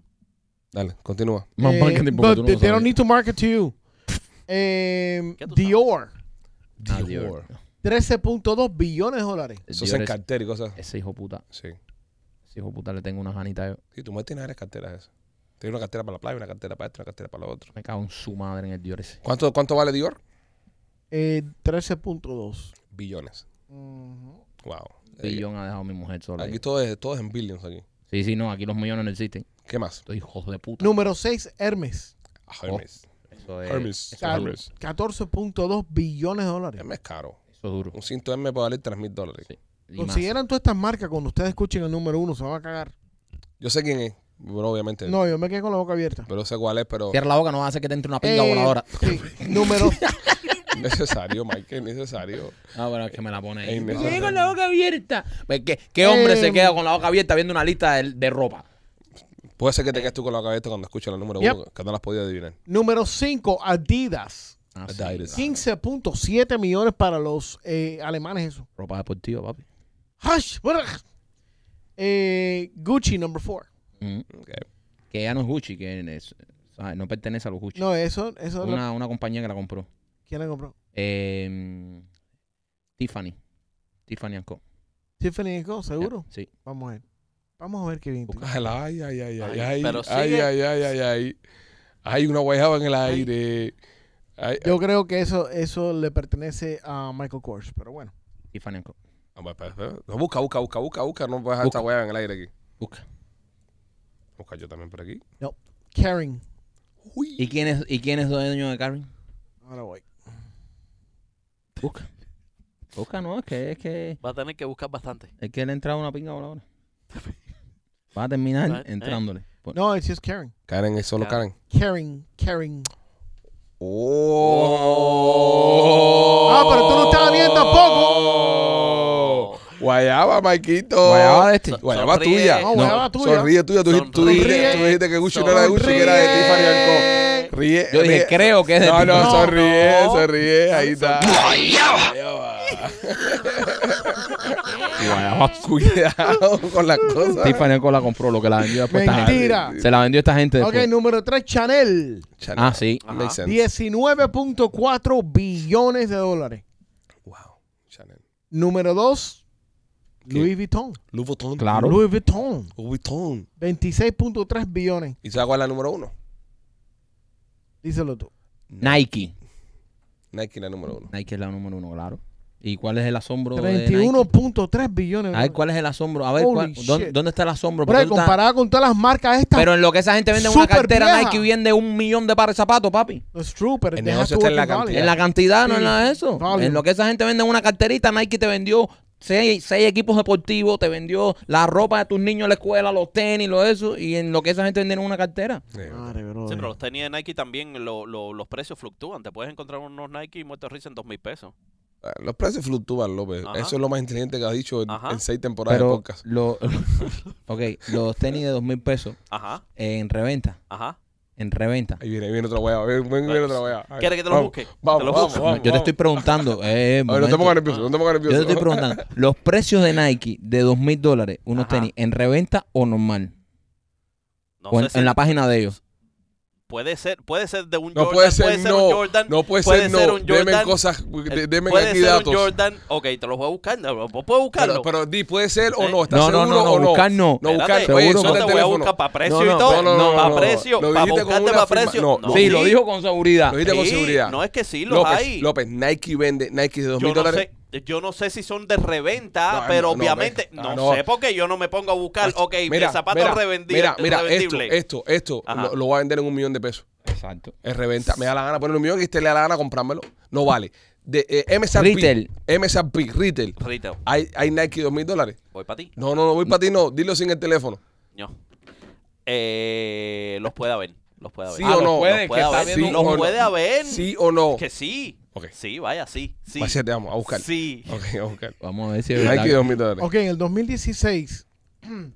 Speaker 1: Dale, continúa.
Speaker 2: Más
Speaker 4: Eh,
Speaker 2: marketing porque
Speaker 4: but
Speaker 2: tú no
Speaker 4: they,
Speaker 2: lo
Speaker 4: they don't
Speaker 2: sabes.
Speaker 4: need to market
Speaker 3: <laughs>
Speaker 4: to you. Eh,
Speaker 3: ¿Qué tú sabes?
Speaker 4: Dior,
Speaker 2: Ah, Dior.
Speaker 4: 13.2 billones de dólares.
Speaker 1: Eso es
Speaker 2: Dior
Speaker 1: en
Speaker 2: es-
Speaker 1: cartera y cosas.
Speaker 2: Ese hijo puta,
Speaker 1: Sí.
Speaker 2: ese hijo puta le tengo unas ganitas yo.
Speaker 1: Sí, tu mujer tiene varias carteras esas. Tiene una cartera para la playa, una cartera para esto, una cartera para lo otro.
Speaker 2: Me cago en su madre en el Dior ese.
Speaker 1: ¿Cuánto, cuánto vale Dior?
Speaker 4: Eh, 13.2.
Speaker 1: Billones.
Speaker 4: Ujú.
Speaker 1: Wow. Eh,
Speaker 2: Billón ha dejado a mi mujer sola.
Speaker 1: aquí todo es, todo es en billions aquí.
Speaker 2: Sí, sí, no, aquí los millones no existen.
Speaker 1: ¿Qué más?
Speaker 2: Estos hijos de puta.
Speaker 4: Número 6, Hermes.
Speaker 1: Hermes.
Speaker 2: Eso es,
Speaker 1: Hermes.
Speaker 2: Eso, Eh, es duro,
Speaker 1: Hermes.
Speaker 4: Cat- 14.2 billones de dólares.
Speaker 1: Hermes es caro.
Speaker 2: eso es duro.
Speaker 1: Un cinto M puede valer 3 mil dólares.
Speaker 2: Pues Sí. eh. Y más.
Speaker 4: Consideran todas estas marcas cuando ustedes escuchen el número uno, se van a cagar.
Speaker 1: Yo sé quién es, pero
Speaker 2: Eh.
Speaker 1: obviamente.
Speaker 4: No, yo me quedé con la boca abierta.
Speaker 1: Pero sé cuál es, pero
Speaker 2: Cierra la boca, no va a hacer que te entre una pinga
Speaker 4: Eh,
Speaker 2: voladora. <laughs>
Speaker 4: sí, número,
Speaker 1: <laughs> necesario, Mike, es necesario.
Speaker 2: Ah, bueno, es que me la pone
Speaker 1: Es
Speaker 2: ahí.
Speaker 1: innecesario.
Speaker 2: Llegué con la boca abierta. Pues, ¿Qué, qué hombre se
Speaker 4: Eh,
Speaker 2: queda con la boca abierta viendo una lista de, de ropa?
Speaker 1: Puede ser que te quedes tú con la cabeza cuando escuches la número
Speaker 4: Yep.
Speaker 1: uno, que no las has podido adivinar.
Speaker 4: número 5, Adidas.
Speaker 2: Ah, sí,
Speaker 1: Adidas.
Speaker 4: 15.7 millones para los eh, alemanes eso.
Speaker 2: ropa deportiva, papi.
Speaker 4: Hush, brr. Eh, Gucci, number 4.
Speaker 2: Ujú.
Speaker 1: Ok.
Speaker 2: Que ya no es Gucci, que es- ¿sabes? no pertenece a los Gucci.
Speaker 4: No, eso, eso lo-
Speaker 2: una, una compañía que la compró.
Speaker 4: ¿Quién la compró?
Speaker 2: Eh, Tiffany. Tiffany Co.
Speaker 4: Tiffany Co, seguro.
Speaker 2: Ya, Sí.
Speaker 4: Vamos a ver. Vamos a ver qué bien. tiene.
Speaker 1: Ojalá, ay, ay, ay, ay,
Speaker 3: Ay,
Speaker 1: ay,
Speaker 3: pero
Speaker 1: ay,
Speaker 3: sigue.
Speaker 1: ay, ay, ay, ay. Hay una guayaba en el
Speaker 3: Ay.
Speaker 1: aire. Ay,
Speaker 4: Yo creo que eso, eso le pertenece a Michael Kors, pero bueno.
Speaker 2: Tiffany Co.
Speaker 1: ah, bueno, espera, espera. No, busca, busca, busca, busca, busca. No vas a dejar
Speaker 2: Busca.
Speaker 1: esta guayaba en el aire aquí.
Speaker 2: Busca.
Speaker 1: Busca yo también por aquí.
Speaker 4: Karen.
Speaker 1: Uy.
Speaker 2: ¿Y quién es, y quién es dueño de Carrie?
Speaker 4: Ahora voy.
Speaker 2: Busca. Busca, no, es que, es que,
Speaker 3: Va a tener que buscar bastante.
Speaker 2: es que le ha entrado una pinga voladora. Va a terminar
Speaker 3: Eh, eh.
Speaker 2: entrándole. Pues, Pon-
Speaker 4: No, it's just Karen.
Speaker 1: Karen es solo Karen.
Speaker 4: Karen, Karen.
Speaker 1: Oh.
Speaker 4: Ah, pero tú no estabas bien
Speaker 3: Oh.
Speaker 1: tampoco. Guayaba, Maikito.
Speaker 2: Guayaba de este.
Speaker 3: So-
Speaker 1: Guayaba
Speaker 3: sonríe.
Speaker 1: tuya.
Speaker 4: No, guayaba tuya.
Speaker 1: Sonríe tuya. Tú, tú
Speaker 3: Sonríe.
Speaker 1: dijiste, tú dijiste que Gucci no era de Gucci, que era de Tiffany and
Speaker 4: Sonríe.
Speaker 1: Co. Ríe.
Speaker 2: Yo
Speaker 4: eh,
Speaker 2: dije,
Speaker 1: ríe.
Speaker 2: creo que es de
Speaker 1: No, no,
Speaker 2: Tiffany.
Speaker 1: sonríe,
Speaker 3: No.
Speaker 1: sonríe. Ahí está. Guayaba. <laughs> Cuidado con las cosas.
Speaker 2: <laughs> Tiffany Co la compró, lo que la vendió
Speaker 1: Pues
Speaker 2: después esta gente.
Speaker 4: Mentira.
Speaker 2: Se la vendió esta gente
Speaker 4: Ok,
Speaker 2: después.
Speaker 4: número 3, Chanel.
Speaker 1: Chanel.
Speaker 2: Ah, sí.
Speaker 3: Ajá.
Speaker 1: Makes sense.
Speaker 4: 19.4 billones de dólares.
Speaker 1: Wow. Chanel.
Speaker 4: Número 2,
Speaker 1: ¿Qué?
Speaker 4: Louis Vuitton.
Speaker 1: Louis Vuitton.
Speaker 2: Claro.
Speaker 4: Louis Vuitton.
Speaker 1: Louis Vuitton.
Speaker 4: 26.3 billones.
Speaker 1: ¿Y sabes cuál es la número uno?
Speaker 4: Díselo tú.
Speaker 2: Nike.
Speaker 1: Nike la número uno.
Speaker 2: Nike es la número uno, claro. ¿Y cuál es el asombro de Nike?
Speaker 4: 31.3 billones. de
Speaker 2: A ver,
Speaker 4: dólares.
Speaker 2: ¿cuál es el asombro? A ver,
Speaker 4: Holy
Speaker 2: cuál- ¿dónde,
Speaker 4: shit.
Speaker 2: dónde está el asombro?
Speaker 4: Bro,
Speaker 2: Porque tú estás-
Speaker 4: comparado con todas las marcas estas.
Speaker 2: Pero en lo que esa gente vende una
Speaker 4: Súper
Speaker 2: cartera
Speaker 4: vieja.
Speaker 2: Nike vende un millón de pares de zapatos, papi.
Speaker 4: no es true, pero
Speaker 1: El
Speaker 4: deja
Speaker 1: negocio
Speaker 4: tú
Speaker 1: está en la
Speaker 4: otro value.
Speaker 1: Ya.
Speaker 2: En la cantidad, no
Speaker 4: Sí,
Speaker 2: en la de eso.
Speaker 4: válido.
Speaker 2: En lo que esa gente vende una carterita, Nike te vendió seis, seis equipos deportivos, te vendió la ropa de tus niños en la escuela, los tenis, lo eso. Y en lo que esa gente vende en una cartera.
Speaker 1: Sí.
Speaker 4: Madre, bro.
Speaker 1: eh".
Speaker 3: Sí, pero los tenis de Nike también lo- lo- los precios fluctúan. Te puedes encontrar unos Nike y muertos de risa en dos mil pesos.
Speaker 1: Ah, Los precios fluctúan, López.
Speaker 3: Ajá.
Speaker 1: Eso es lo más inteligente que has dicho en,
Speaker 3: Ajá.
Speaker 1: en seis temporadas de
Speaker 2: Pero
Speaker 1: podcast.
Speaker 2: lo, <laughs> ok, los tenis de dos mil pesos
Speaker 3: Ajá,
Speaker 2: en reventa.
Speaker 3: ajá.
Speaker 2: En reventa.
Speaker 1: Ahí viene, ahí viene otra hueá. Ven, ven, viene otra hueá. Ay.
Speaker 3: Pues, ¿Quieres que te los
Speaker 1: Vamos,
Speaker 3: busque?
Speaker 1: Vamos,
Speaker 3: Te los
Speaker 1: vamos,
Speaker 3: busco.
Speaker 1: vamos,
Speaker 2: Yo te
Speaker 1: vamos.
Speaker 2: estoy preguntando. eh,
Speaker 1: A ver, no te
Speaker 2: momento.
Speaker 1: pongas nervioso,
Speaker 3: Ah.
Speaker 1: no te pongas nervioso.
Speaker 2: Yo te estoy preguntando, los precios de Nike de 2.000 dólares, unos
Speaker 3: Ajá.
Speaker 2: tenis, ¿en reventa o normal?
Speaker 3: No
Speaker 2: o en,
Speaker 3: sé si-
Speaker 2: en la página de ellos.
Speaker 3: puede ser, puede ser de un
Speaker 1: No
Speaker 3: Jordan,
Speaker 1: puede ser,
Speaker 3: un
Speaker 1: no.
Speaker 3: Jordan,
Speaker 1: No puede
Speaker 3: puede
Speaker 1: ser,
Speaker 3: ser
Speaker 1: no.
Speaker 3: un
Speaker 1: Deme
Speaker 3: Jordan. Eh,
Speaker 1: cosas, de- deme
Speaker 3: puede
Speaker 1: aquí
Speaker 3: ser un
Speaker 1: datos.
Speaker 3: Jordan. Ok, te los voy a buscar. no, Puedo
Speaker 1: Pero,
Speaker 3: buscarlo.
Speaker 1: pero di, puede ser o
Speaker 3: Sí.
Speaker 1: no. ¿Estás
Speaker 2: No, no,
Speaker 1: seguro
Speaker 2: no, no,
Speaker 1: o no?
Speaker 2: buscar no.
Speaker 1: No, buscar.
Speaker 3: Espérate,
Speaker 2: Seguro,
Speaker 1: Oye,
Speaker 3: yo
Speaker 1: suena
Speaker 3: te
Speaker 1: el
Speaker 3: voy a
Speaker 1: teléfono.
Speaker 3: buscar para precio
Speaker 2: No,
Speaker 3: y
Speaker 2: no,
Speaker 3: todo.
Speaker 1: no, no,
Speaker 3: para
Speaker 1: no, no.
Speaker 3: precio,
Speaker 1: Lo
Speaker 3: para
Speaker 1: dijiste con
Speaker 3: buscarte
Speaker 1: una
Speaker 3: para
Speaker 1: firma-
Speaker 3: precio.
Speaker 1: no, lo-
Speaker 2: Sí,
Speaker 1: Sí.
Speaker 2: lo dijo con seguridad.
Speaker 1: Lo dijiste con
Speaker 3: Sí,
Speaker 1: seguridad.
Speaker 3: No es que sí, los hay.
Speaker 1: López, López, Nike vende Nike de 2.000
Speaker 3: yo, no
Speaker 1: dólares.
Speaker 3: sé, yo no sé si son de reventa,
Speaker 1: No, no,
Speaker 3: pero
Speaker 1: no,
Speaker 3: obviamente
Speaker 1: ve.
Speaker 3: no,
Speaker 1: Ah, no. Ah,
Speaker 3: sé porque yo no me pongo a buscar. Ok,
Speaker 1: Mira,
Speaker 3: mi zapato
Speaker 1: mira,
Speaker 3: revendi-
Speaker 1: Mira, mira, esto,
Speaker 3: revendible.
Speaker 1: esto, esto
Speaker 3: Ajá.
Speaker 1: lo, lo voy a vender en un millón de pesos.
Speaker 2: Exacto.
Speaker 1: Es reventa. Me da la gana poner un millón y este le da la gana comprármelo. No vale. De eh, MSRP.
Speaker 2: Retail.
Speaker 1: MSRP, retail.
Speaker 3: Retail,
Speaker 1: ¿Hay, hay Nike 2.000 dólares?
Speaker 3: voy para ti.
Speaker 1: No, no, no voy para ti, no. Dilo sin el teléfono.
Speaker 3: No. eh, los puede haber. Los puede haber.
Speaker 1: Sí
Speaker 5: Ah,
Speaker 1: o
Speaker 5: lo
Speaker 1: no. Puede,
Speaker 3: los
Speaker 5: puede, que
Speaker 3: puede
Speaker 5: está
Speaker 3: haber.
Speaker 1: viendo-
Speaker 3: los
Speaker 1: Sí o no.
Speaker 3: puede haber.
Speaker 1: Sí o no.
Speaker 3: Que sí.
Speaker 1: Ok.
Speaker 3: Sí, vaya, sí. Sí.
Speaker 1: Machete, vamos a buscar.
Speaker 3: Sí.
Speaker 1: Ok, a buscar.
Speaker 2: Vamos a ver si es
Speaker 1: Hay
Speaker 2: verdad.
Speaker 1: que dos mil dólares.
Speaker 4: Ok, en el 2016 <clears throat>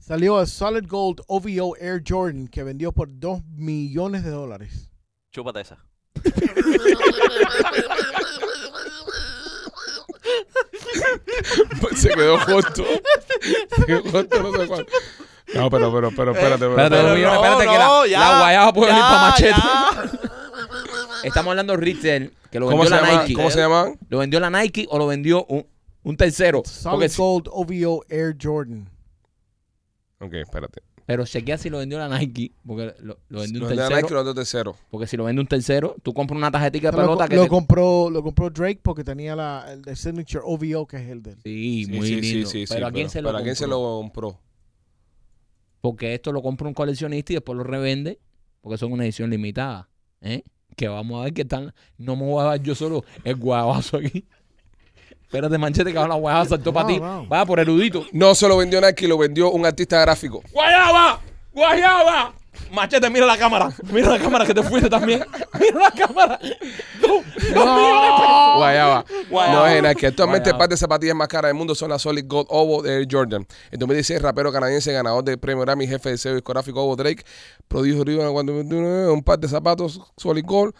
Speaker 4: salió el Solid Gold OVO Air Jordan que vendió por 2 millones de dólares.
Speaker 3: Chúpate esa.
Speaker 1: <laughs> Se quedó corto. Se quedó corto, no sé cuánto. No, pero, pero,
Speaker 3: Eh,
Speaker 1: pero, espérate, pero.
Speaker 2: Espérate,
Speaker 1: pero-
Speaker 2: dos millones, espérate que la- la guayaba puede venir pa' machete.
Speaker 3: ya.
Speaker 2: Estamos hablando de Richter, que lo
Speaker 1: ¿Cómo
Speaker 2: vendió
Speaker 1: se,
Speaker 2: la
Speaker 1: llama,
Speaker 2: Nike.
Speaker 1: ¿Cómo se llaman?
Speaker 2: ¿Lo vendió la Nike o lo vendió un, un tercero? Porque
Speaker 4: Solid
Speaker 2: si-
Speaker 4: Gold OVO Air Jordan.
Speaker 1: Ok, espérate.
Speaker 2: pero chequea si lo vendió la Nike, porque lo, lo vendió
Speaker 1: No
Speaker 2: un
Speaker 1: es de la
Speaker 2: tercero.
Speaker 1: Nike, no es de tercero.
Speaker 2: Porque si lo vende un tercero, tú compras una tarjetita de
Speaker 4: Lo,
Speaker 2: pelota que
Speaker 4: lo
Speaker 2: te-
Speaker 4: compró, lo compró Drake porque tenía la, el, el signature OVO que es el del.
Speaker 2: Sí,
Speaker 1: Sí,
Speaker 2: muy
Speaker 1: sí, sí,
Speaker 2: lindo.
Speaker 1: sí, sí,
Speaker 2: pero ¿a quién se lo
Speaker 1: pero ¿a quién se
Speaker 2: compró?
Speaker 1: lo compró?
Speaker 2: Porque esto lo compra un coleccionista y después lo revende, porque son una edición limitada. ¿eh? Que vamos a ver qué tal. No me voy a dar yo solo el guayabazo aquí. Espérate, manchete, que ahora la guayaba saltó para
Speaker 4: Wow,
Speaker 2: ti.
Speaker 4: Oh, wow.
Speaker 2: Va por erudito.
Speaker 1: No se lo vendió Nike, lo vendió un artista gráfico.
Speaker 2: ¡Guayaba! ¡Guayaba! Machete, mira la cámara. Mira la cámara que te fuiste también. Mira la cámara. No,
Speaker 4: <laughs>
Speaker 1: Guayaba.
Speaker 4: pues.
Speaker 2: Guayaba.
Speaker 1: No es en que Actualmente
Speaker 2: Guayaba.
Speaker 1: parte de zapatillas más caras del mundo son las Solid Gold Ovo de Air Jordan. En 2016, rapero canadiense ganador del premio Grammy, jefe del sello discográfico Ovo Drake, produjo cuando un par de zapatos Solid Gold.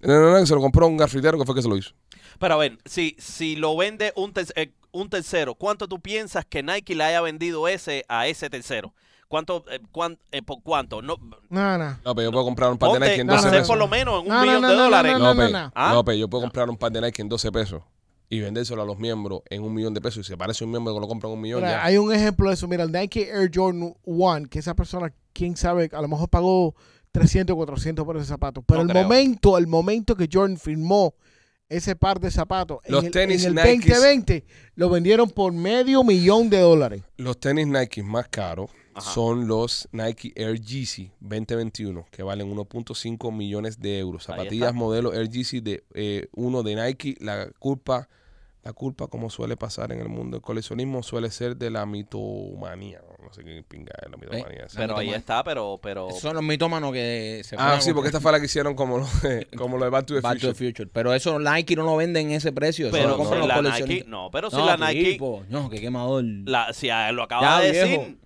Speaker 1: No, no, no, que se lo compró un garfitero que fue que se lo hizo.
Speaker 3: Pero a ver, si, si lo vende un, ter- eh, un tercero, ¿cuánto tú piensas que Nike le haya vendido ese a ese tercero? ¿Cuánto? eh, cuán- eh, ¿Por cuánto? No,
Speaker 4: No, no.
Speaker 1: No, pero yo puedo comprar un par de
Speaker 3: ponte,
Speaker 1: Nike en
Speaker 3: no sé,
Speaker 1: 12
Speaker 4: hacer
Speaker 1: pesos.
Speaker 3: por lo menos en un
Speaker 4: No, no,
Speaker 3: millón
Speaker 4: no,
Speaker 3: de
Speaker 4: no, no,
Speaker 3: dólares.
Speaker 4: no,
Speaker 1: López,
Speaker 4: no.
Speaker 3: ¿Ah?
Speaker 1: López, yo puedo comprar un par de Nike en 12 pesos y vendérselo a los miembros en un millón de pesos. Y si aparece un miembro que lo compra en un millón,
Speaker 4: Mira,
Speaker 1: ya.
Speaker 4: hay un ejemplo de eso. Mira, el Nike Air Jordan 1, que esa persona, quién sabe, a lo mejor pagó 300, 400 por ese zapato. Pero
Speaker 3: No
Speaker 4: el
Speaker 3: creo.
Speaker 4: momento, el momento que Jordan firmó ese par de zapatos
Speaker 1: Los
Speaker 4: en el,
Speaker 1: tenis
Speaker 4: en el
Speaker 1: Nikes.
Speaker 4: 2020, lo vendieron por medio millón de dólares.
Speaker 1: Los tenis Nike más caros
Speaker 3: Ajá.
Speaker 1: son los Nike Air Yeezy 2021, que valen 1.5 millones de euros.
Speaker 3: Ahí
Speaker 1: Zapatillas
Speaker 3: está.
Speaker 1: modelo Air Yeezy de eh, uno de Nike. La culpa, la culpa, como suele pasar en el mundo del coleccionismo, suele ser de la mitomanía. No sé qué pinga es la
Speaker 2: Eh,
Speaker 1: mitomanía. esa.
Speaker 3: Pero ahí está, pero... pero
Speaker 2: Son los mitómanos que se fueron
Speaker 1: Ah,
Speaker 2: a
Speaker 1: sí, porque
Speaker 2: comprar
Speaker 1: esta fue la que hicieron como lo
Speaker 2: <laughs>
Speaker 1: de, como lo de Back to the
Speaker 2: Back to the
Speaker 1: Future.
Speaker 2: Future. Pero eso Nike no lo venden en ese precio. eso
Speaker 3: pero
Speaker 2: lo compran
Speaker 3: si
Speaker 2: los
Speaker 3: la Nike...
Speaker 2: coleccionistas.
Speaker 3: No, pero si la Nike...
Speaker 2: tipo, no, qué quemador.
Speaker 3: la- si a- lo acaba
Speaker 2: Ya,
Speaker 3: de
Speaker 2: viejo.
Speaker 3: decir...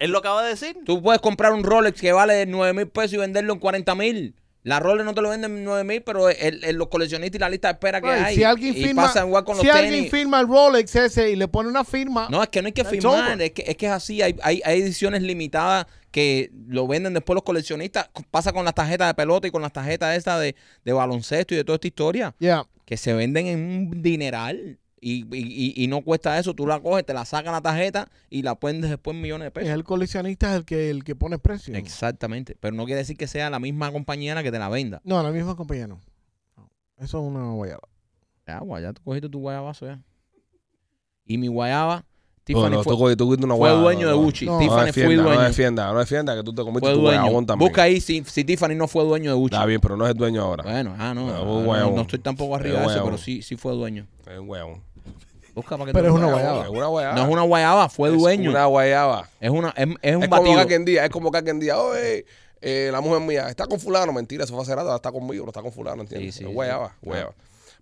Speaker 3: Él lo acaba de decir.
Speaker 2: Tú puedes comprar un Rolex que vale 9 mil pesos y venderlo en 40 mil. La Rolex no te lo venden en 9 mil, pero el- el- los coleccionistas y la lista de espera que
Speaker 4: Ay,
Speaker 2: hay.
Speaker 4: si alguien
Speaker 2: y
Speaker 4: firma,
Speaker 2: pasa igual con
Speaker 4: si
Speaker 2: los
Speaker 4: alguien
Speaker 2: tenis.
Speaker 4: firma el Rolex ese y le pone una firma,
Speaker 2: No, es que no hay que
Speaker 4: That's
Speaker 2: firmar,
Speaker 4: over.
Speaker 2: es que, es que es así, hay, hay, hay ediciones limitadas que lo venden después los coleccionistas, pasa con las tarjetas de pelota y con las tarjetas estas de, de baloncesto y de toda esta historia,
Speaker 4: ya.
Speaker 2: que se venden en un dineral y, y- y- y no cuesta eso, tú la coges, te la sacan la tarjeta y la vendes después en millones de
Speaker 4: Es
Speaker 2: pesos.
Speaker 4: el coleccionista es el que, el que pone precio.
Speaker 2: Exactamente, pero no quiere decir que sea la misma compañera que te la venda.
Speaker 4: No, la misma compañía no. No. Eso es una guayaba.
Speaker 2: Ya, guay, ya tú cogiste tu guayabazo ya. Y mi guayaba,
Speaker 1: No,
Speaker 2: Tiffany
Speaker 1: Oh, no,
Speaker 2: fue,
Speaker 1: tú cogiste- tú cogiste una
Speaker 2: fue
Speaker 1: guayaba, no,
Speaker 2: dueño de
Speaker 1: no.
Speaker 2: Gucci.
Speaker 4: No,
Speaker 2: Tiffany
Speaker 1: no defienda,
Speaker 2: fue dueño.
Speaker 1: No defienda, no defienda, que tú te comiste
Speaker 2: fue
Speaker 1: tu guayabón
Speaker 2: dueño.
Speaker 1: también.
Speaker 2: Busca ahí si, si Tiffany no fue dueño de Gucci.
Speaker 1: Está bien, pero no es dueño ahora.
Speaker 2: Bueno, ah, no.
Speaker 1: Ah,
Speaker 2: ah,
Speaker 1: vos
Speaker 2: no,
Speaker 1: guayabón.
Speaker 2: no estoy tampoco
Speaker 1: Eh,
Speaker 2: arriba de eso,
Speaker 1: guayabón.
Speaker 2: pero sí, sí fue dueño.
Speaker 1: Es un huevón.
Speaker 2: Busca para que
Speaker 4: Pero
Speaker 2: tú-
Speaker 4: es una guayaba.
Speaker 1: Es una guayaba.
Speaker 2: No es una guayaba, fue
Speaker 1: Es
Speaker 2: dueño.
Speaker 1: una guayaba.
Speaker 2: Es, una, es, es un
Speaker 1: Es como que
Speaker 2: batido.
Speaker 1: alguien día, es como que alguien día, oye, eh, la mujer mía, está con fulano, mentira, eso fue hace rato, está conmigo, no está con fulano, ¿entiendes?
Speaker 2: Sí, sí,
Speaker 1: Es guayaba,
Speaker 2: sí.
Speaker 1: guayaba.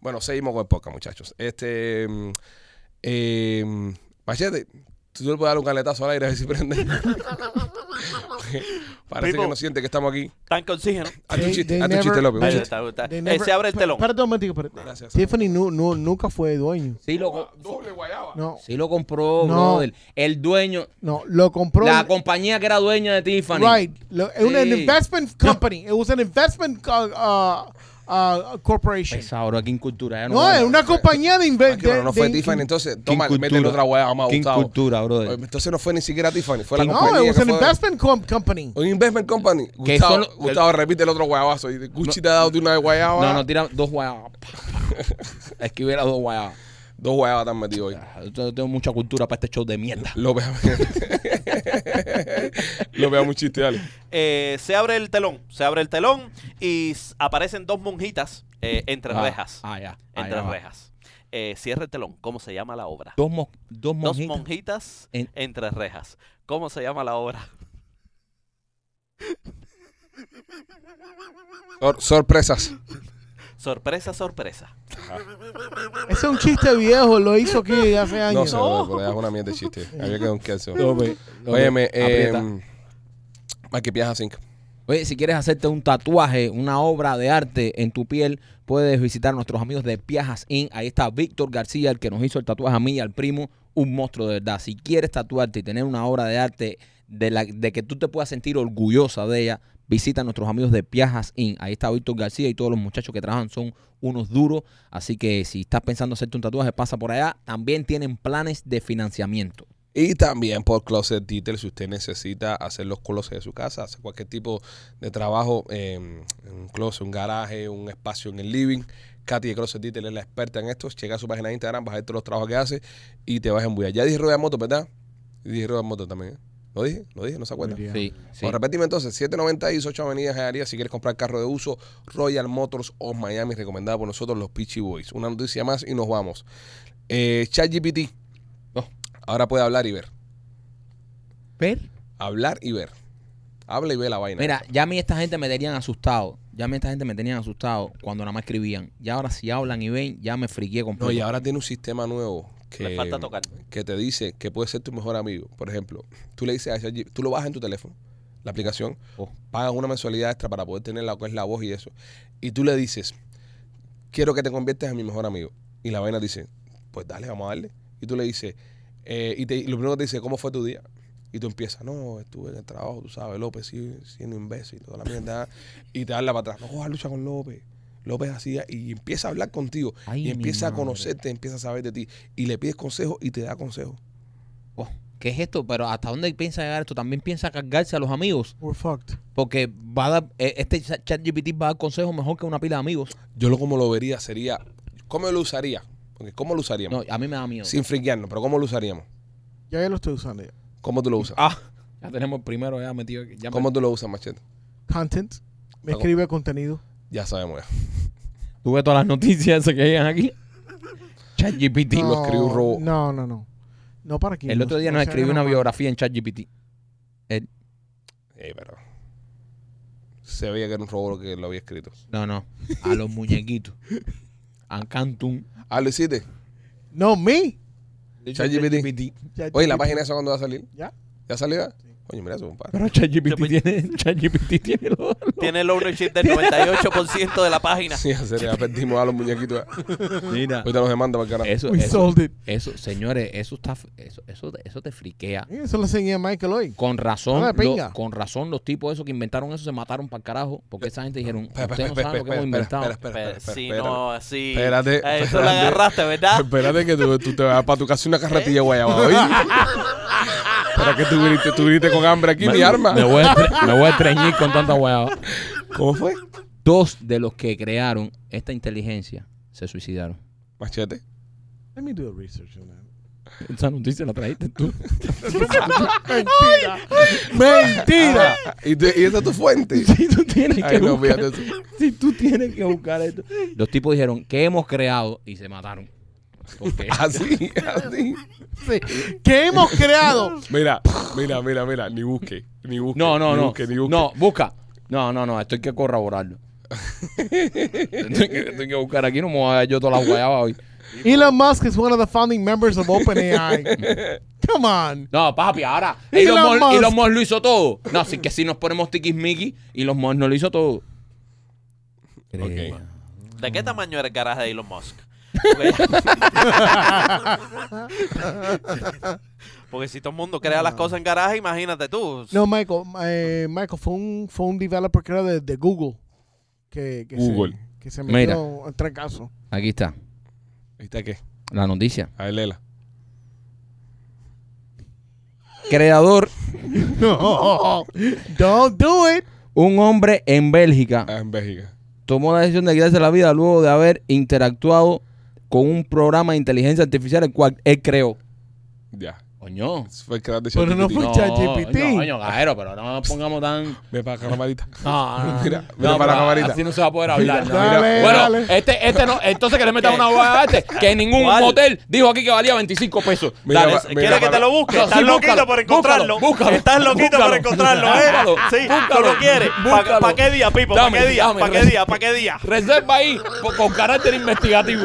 Speaker 1: Bueno, seguimos con el podcast, muchachos. Este, mm, eh, Machete, tú le puedes dar un caletazo al aire a ver si prende. <laughs> Parece que
Speaker 3: People-
Speaker 1: no siente que estamos aquí.
Speaker 3: Tan con oxígeno.
Speaker 1: Haz tu
Speaker 4: They-
Speaker 1: chiste,
Speaker 4: they
Speaker 1: haz tu chiste,
Speaker 4: never-
Speaker 1: López. un
Speaker 3: Ahí
Speaker 1: chiste.
Speaker 3: está, ahí está.
Speaker 4: They
Speaker 3: Eh,
Speaker 4: never-
Speaker 3: se abre el
Speaker 4: pa-
Speaker 3: telón.
Speaker 4: Perdón, un momentico, pero-
Speaker 1: Gracias.
Speaker 4: Tiffany nu- nu- nunca fue dueño.
Speaker 2: Sí lo,
Speaker 1: Doble guayaba.
Speaker 4: No,
Speaker 2: sí lo compró,
Speaker 4: No.
Speaker 2: brother. El dueño,
Speaker 4: no, lo compró.
Speaker 2: la compañía que era dueña de Tiffany.
Speaker 4: Right. Lo- es una
Speaker 2: Sí.
Speaker 4: investment company. It was an investment co- uh, uh, corporation.
Speaker 2: Esa ahora aquí en cultura. ya
Speaker 4: No,
Speaker 2: vale.
Speaker 4: es una compañía de
Speaker 1: Ah, que bueno,
Speaker 4: investment.
Speaker 1: no fue Tiffany, entonces, toma, métele otra guayaba más,
Speaker 2: Qué
Speaker 1: Gustavo.
Speaker 2: incultura, brother.
Speaker 1: Entonces no fue ni siquiera Tiffany, fue la
Speaker 4: No,
Speaker 1: compañía
Speaker 4: it
Speaker 1: que
Speaker 4: was an
Speaker 1: fue-
Speaker 4: investment com- company.
Speaker 1: Un investment company.
Speaker 2: Que
Speaker 1: Gustavo,
Speaker 2: son-
Speaker 1: Gustavo, repite el otro guayabazo. Y Gucci te ha dado de una guayaba.
Speaker 2: No, no, tira
Speaker 1: <laughs>
Speaker 2: dos guayabas. Esquivé las dos guayabas.
Speaker 1: Dos guayabas te han metido hoy.
Speaker 2: Yo tengo mucha cultura para este show de mierda.
Speaker 1: López. <laughs> López, dame un chiste, dale.
Speaker 3: Eh, se abre el telón, se abre el telón y s- aparecen dos monjitas Eh, entre
Speaker 2: Ah,
Speaker 3: rejas.
Speaker 2: Ah, ya. Ah,
Speaker 3: entre
Speaker 2: ya va.
Speaker 3: rejas. Eh, cierre el telón. ¿Cómo se llama la obra?
Speaker 2: Dos, mo- dos
Speaker 3: Dos
Speaker 2: monjitas.
Speaker 3: monjitas
Speaker 2: en-
Speaker 3: entre rejas. ¿Cómo se llama la obra? <laughs>
Speaker 1: Sor- sorpresas.
Speaker 3: Sorpresa, sorpresa.
Speaker 4: Es un chiste viejo, lo hizo aquí hace
Speaker 1: No
Speaker 4: años.
Speaker 1: sé, brother, pero es una mierda de chiste. Había que donkearse.
Speaker 5: pues.
Speaker 2: López, López,
Speaker 1: Óyeme, eh,
Speaker 2: aprieta.
Speaker 1: hay que viajar cinco.
Speaker 2: Oye, si quieres hacerte un tatuaje, una obra de arte en tu piel, puedes visitar a nuestros amigos de Piajas Inc. Ahí está Víctor García, el que nos hizo el tatuaje a mí y al primo, un monstruo de verdad. Si quieres tatuarte y tener una obra de arte de, la, de que tú te puedas sentir orgullosa de ella, visita a nuestros amigos de Piajas Inc. Ahí está Víctor García y todos los muchachos que trabajan son unos duros. Así que si estás pensando hacerte un tatuaje, pasa por allá. También tienen planes de financiamiento.
Speaker 1: Y también por Closet Detail, si usted necesita hacer los closets de su casa, hacer cualquier tipo de trabajo, eh, un closet, un garaje, un espacio en el living. Katy de Closet Detail es la experta en esto. Llega a su página de Instagram, vas a ver todos los trabajos que hace y te vas a embullar. Ya dije rueda de moto, ¿verdad? Y dije rueda de moto también. ¿eh? ¿Lo dije? ¿Lo dije? ¿No se acuerda?
Speaker 2: Sí, sí.
Speaker 1: Bueno, repetimos entonces, 790 y 8 Avenida Jayaría, si quieres comprar carro de uso, Royal Motors of Miami, recomendada por nosotros los Peachy Boys. Una noticia más y nos vamos. Eh, ChatGPT.
Speaker 2: Oh.
Speaker 1: Ahora puede hablar y ver.
Speaker 2: Ver.
Speaker 1: Hablar y ver. Habla y ve la vaina.
Speaker 2: Mira, ya a mí esta gente me tenían asustado. Ya a mí esta gente me tenían asustado cuando nada más escribían. Y ahora si hablan y ven, ya me friqué completo.
Speaker 1: No, y ahora tiene un sistema nuevo que,
Speaker 3: Le falta tocar.
Speaker 1: que te dice que puede ser tu mejor amigo. Por ejemplo, tú le dices a ChatGPT, tú lo bajas en tu teléfono, la aplicación,
Speaker 2: Oh.
Speaker 1: pagas una mensualidad extra para poder tener la, es la voz y eso. Y tú le dices, quiero que te conviertas en mi mejor amigo. Y la vaina dice, pues dale, vamos a darle. Y tú le dices, eh, y, te- y lo primero que te dice, ¿cómo fue tu día? Y tú empiezas, no, estuve en el trabajo, tú sabes, López sigue siendo imbécil, toda la mierda. y te habla para atrás, no, a lucha con López. López hacía, y empieza a hablar contigo,
Speaker 2: Ay,
Speaker 1: y
Speaker 2: mi
Speaker 1: empieza a
Speaker 2: madre.
Speaker 1: conocerte, empieza a saber de ti, y le pides consejo y te da consejo.
Speaker 2: Oh, ¿Qué es esto? Pero ¿hasta dónde piensa llegar esto? También piensa cargarse a los amigos.
Speaker 4: We're fucked.
Speaker 2: Porque va a dar, eh, este chat- ChatGPT va a dar consejos mejor que una pila de amigos.
Speaker 1: Yo lo como lo vería sería, ¿cómo lo usaría? Porque ¿cómo lo usaríamos?
Speaker 2: No, a mí me da miedo.
Speaker 1: Sin friquearnos, pero ¿cómo lo usaríamos?
Speaker 4: Ya yo lo estoy usando ya.
Speaker 1: ¿Cómo tú lo usas?
Speaker 2: Ah, ya tenemos el primero ya metido aquí. Ya me-
Speaker 1: ¿Cómo tú lo usas, Machete?
Speaker 4: Content. Me
Speaker 1: Hago-
Speaker 4: escribe contenido.
Speaker 1: Ya sabemos ya.
Speaker 2: Tú ves todas las noticias esas que llegan <laughs> aquí. ChatGPT.
Speaker 1: No. lo escribió un robo.
Speaker 4: No, no, no. No para aquí.
Speaker 2: El otro día
Speaker 4: no
Speaker 2: nos
Speaker 4: sea
Speaker 2: escribió una
Speaker 4: normal.
Speaker 2: biografía en ChatGPT.
Speaker 1: Ey, pero se veía que era un robo lo que lo había escrito.
Speaker 2: No, no. A los muñequitos. A Cantum.
Speaker 1: Ah, lo hiciste.
Speaker 4: No, me.
Speaker 1: ChatGPT.
Speaker 4: Ya-
Speaker 1: Oye, la página esa cuando va a salir.
Speaker 4: Ya.
Speaker 1: ¿Ya salió? ya? Coño, mira eso, compadre.
Speaker 2: Pero pues, ChatGPT <laughs> tiene,
Speaker 5: <laughs>
Speaker 2: ChatGPT tiene los-
Speaker 3: Tiene el ownership del 98% de la página.
Speaker 1: Sí, en serio, ya perdimos a los
Speaker 2: <laughs>
Speaker 1: muñequitos. ya.
Speaker 2: Mira.
Speaker 1: Ahorita nos demandan para el carajo.
Speaker 2: Eso,
Speaker 4: We
Speaker 2: eso,
Speaker 4: sold it.
Speaker 2: eso, señores, eso está, eso, eso, eso te friquea.
Speaker 4: Eso lo enseñé a Michael hoy.
Speaker 2: Con razón,
Speaker 4: Ah,
Speaker 2: lo-
Speaker 4: pinga.
Speaker 2: con razón los tipos esos que inventaron eso se mataron para el carajo, porque esa gente dijeron,
Speaker 1: Espera,
Speaker 2: ustedes no
Speaker 1: espera,
Speaker 2: saben lo que
Speaker 1: espera,
Speaker 2: hemos
Speaker 1: espera,
Speaker 2: inventado.
Speaker 1: espera, <laughs> espera, espera,
Speaker 3: si
Speaker 1: espera,
Speaker 3: no, así.
Speaker 1: Espérate,
Speaker 3: Eh, Eso lo
Speaker 1: espérate. <laughs>
Speaker 3: agarraste, ¿verdad?
Speaker 1: Espérate que tú, tú te vas para tu casa una carretilla guayaba hoy. ¿Para que tú viniste, tú viniste con hambre aquí, mi arma?
Speaker 2: Me voy, a, estre- me voy a estreñir con tanta hueá.
Speaker 1: ¿Cómo fue?
Speaker 2: Dos de los que crearon esta inteligencia se suicidaron.
Speaker 1: Machete.
Speaker 4: Let me do a research on that.
Speaker 2: Esa noticia la trajiste tú.
Speaker 4: Mentira. Mentira.
Speaker 1: ¿Y, tú- y esa es tu fuente?
Speaker 2: Si tú tienes que
Speaker 1: Ay, no,
Speaker 2: buscar,
Speaker 1: fíjate eso.
Speaker 2: si tú tienes que buscar esto. Los tipos dijeron, ¿qué hemos creado? Y se mataron. Porque
Speaker 1: Así, así.
Speaker 4: Sí. ¿Qué hemos creado?
Speaker 1: Mira, mira, mira, mira. Ni busque, ni busque.
Speaker 2: No, no,
Speaker 1: ni
Speaker 2: no.
Speaker 1: Busque, ni busque.
Speaker 2: No, busca. No, no, no. Esto hay que
Speaker 1: <laughs>
Speaker 2: corroborarlo. Tengo que, esto hay que buscar aquí. No me voy a dar yo todas las guayabas hoy.
Speaker 4: Elon Musk is one of the founding members of OpenAI. Come on.
Speaker 2: No, papi, ahora. <laughs> Y
Speaker 4: Elon
Speaker 2: los Musk.
Speaker 4: Musk.
Speaker 2: Elon Musk lo hizo todo. No, sí que si nos ponemos tiquismiqui y los Musk no lo hizo todo.
Speaker 1: Ok.
Speaker 3: ¿De qué tamaño era el garaje de Elon Musk? <laughs> Porque, Porque si todo el mundo crea las cosas en garaje, imagínate tú.
Speaker 4: No, Michael, eh, Michael fue un, fue un developer que era de, de Google. Que, que
Speaker 1: Google.
Speaker 4: Se, que se
Speaker 2: Mira.
Speaker 4: metió en trancazo.
Speaker 2: Aquí está.
Speaker 1: ¿Y está qué?
Speaker 2: La noticia.
Speaker 1: A ver, Lela.
Speaker 2: Creador,
Speaker 4: No. Don't do it.
Speaker 2: un hombre en Bélgica
Speaker 1: Ah, en Bélgica.
Speaker 2: tomó la decisión de quitarse la vida luego de haber interactuado con un programa de inteligencia artificial el cual él creó.
Speaker 1: Ya.
Speaker 5: Pues, Coño.
Speaker 1: Fue el creador de
Speaker 4: Pero no
Speaker 1: ChatGPT.
Speaker 4: fue-
Speaker 5: No,
Speaker 4: ChatGPT.
Speaker 5: no, coño, cajero, pero no nos pongamos tan.
Speaker 1: Ve para acá, camarita.
Speaker 5: No, no,
Speaker 1: <laughs> Mira,
Speaker 5: no. No,
Speaker 1: mira para la
Speaker 5: pero
Speaker 1: camarita.
Speaker 5: Así no se va a poder hablar. ¿no?
Speaker 1: Mira,
Speaker 4: Dale,
Speaker 5: Bueno,
Speaker 4: dale.
Speaker 5: este, este no, entonces que le metan una hueá a este, que ningún
Speaker 2: ¿Cuál?
Speaker 5: motel dijo aquí que valía 25 pesos.
Speaker 1: Mira,
Speaker 5: Dale,
Speaker 1: va-
Speaker 5: ese-
Speaker 1: mira,
Speaker 5: ¿quiere
Speaker 1: va-
Speaker 3: ¿Quieres que te lo busque?
Speaker 5: No,
Speaker 3: Estás
Speaker 5: sí,
Speaker 3: loquito
Speaker 5: búscalo,
Speaker 3: por encontrarlo.
Speaker 5: búscalo, búscalo,
Speaker 3: Estás loquito
Speaker 5: búscalo.
Speaker 3: por encontrarlo, ¿eh?
Speaker 5: Búscalo,
Speaker 3: sí, tú
Speaker 5: búscalo,
Speaker 3: lo quieres. ¿Para
Speaker 5: búscalo.
Speaker 3: qué día, Pipo? ¿Para
Speaker 5: Dame,
Speaker 3: qué día?
Speaker 5: dame,
Speaker 3: ¿Para qué
Speaker 5: res-
Speaker 3: día? ¿Para qué día?
Speaker 5: Reserva ahí po- con carácter investigativo.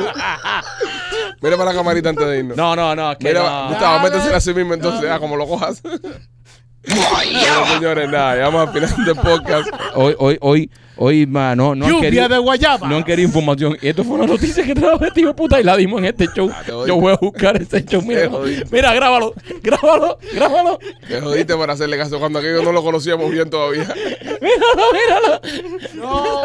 Speaker 1: Mira para la camarita antes de irnos.
Speaker 5: No, no, no, es que
Speaker 1: Mira,
Speaker 5: no.
Speaker 1: Gustavo,
Speaker 4: Dale.
Speaker 1: métesela así mismo entonces, ah, como lo cojas. Bueno, señores, nada, llegamos al final del podcast.
Speaker 6: Hoy, hoy, hoy, hoy, ma, no, no han
Speaker 4: Lluvia
Speaker 6: querido,
Speaker 4: de guayaba.
Speaker 6: no han querido información. Y esto fue una noticia que trajo este hijo de puta y la dimos en este show.
Speaker 1: Ah, te jodiste.
Speaker 6: Yo voy a buscar ese show. Mira,
Speaker 1: Te jodiste.
Speaker 6: mira, grábalo, grábalo, grábalo.
Speaker 1: Te jodiste para hacerle caso cuando aquello no lo conocíamos bien
Speaker 5: <laughs>
Speaker 1: todavía.
Speaker 6: Míralo,
Speaker 4: No.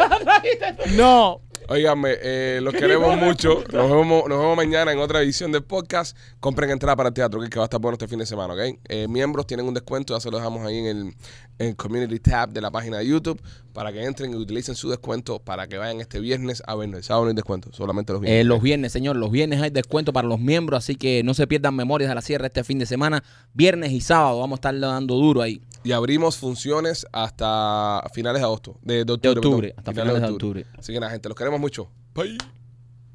Speaker 4: no.
Speaker 1: Óigame, eh, los queremos mucho. Nos vemos, nos vemos mañana en otra edición del podcast. Compren entrada para el teatro, que, es que va a estar bueno este fin de semana, ¿ok? Eh, miembros tienen un descuento, ya se lo dejamos ahí en el, en el Community Tab de la página de YouTube para que entren y utilicen su descuento para que vayan este viernes a vernos. El sábado no hay descuento, solamente los viernes.
Speaker 5: Eh, los viernes, señor, los viernes hay descuento para los miembros, así que no se pierdan Memorias de la Sierra este fin de semana. Viernes y sábado vamos a estar dando duro ahí.
Speaker 1: Y abrimos funciones hasta finales de agosto, de, de octubre.
Speaker 5: De octubre,
Speaker 1: perdón.
Speaker 5: hasta finales de octubre.
Speaker 1: Así que nada, gente, los queremos mucho. Bye.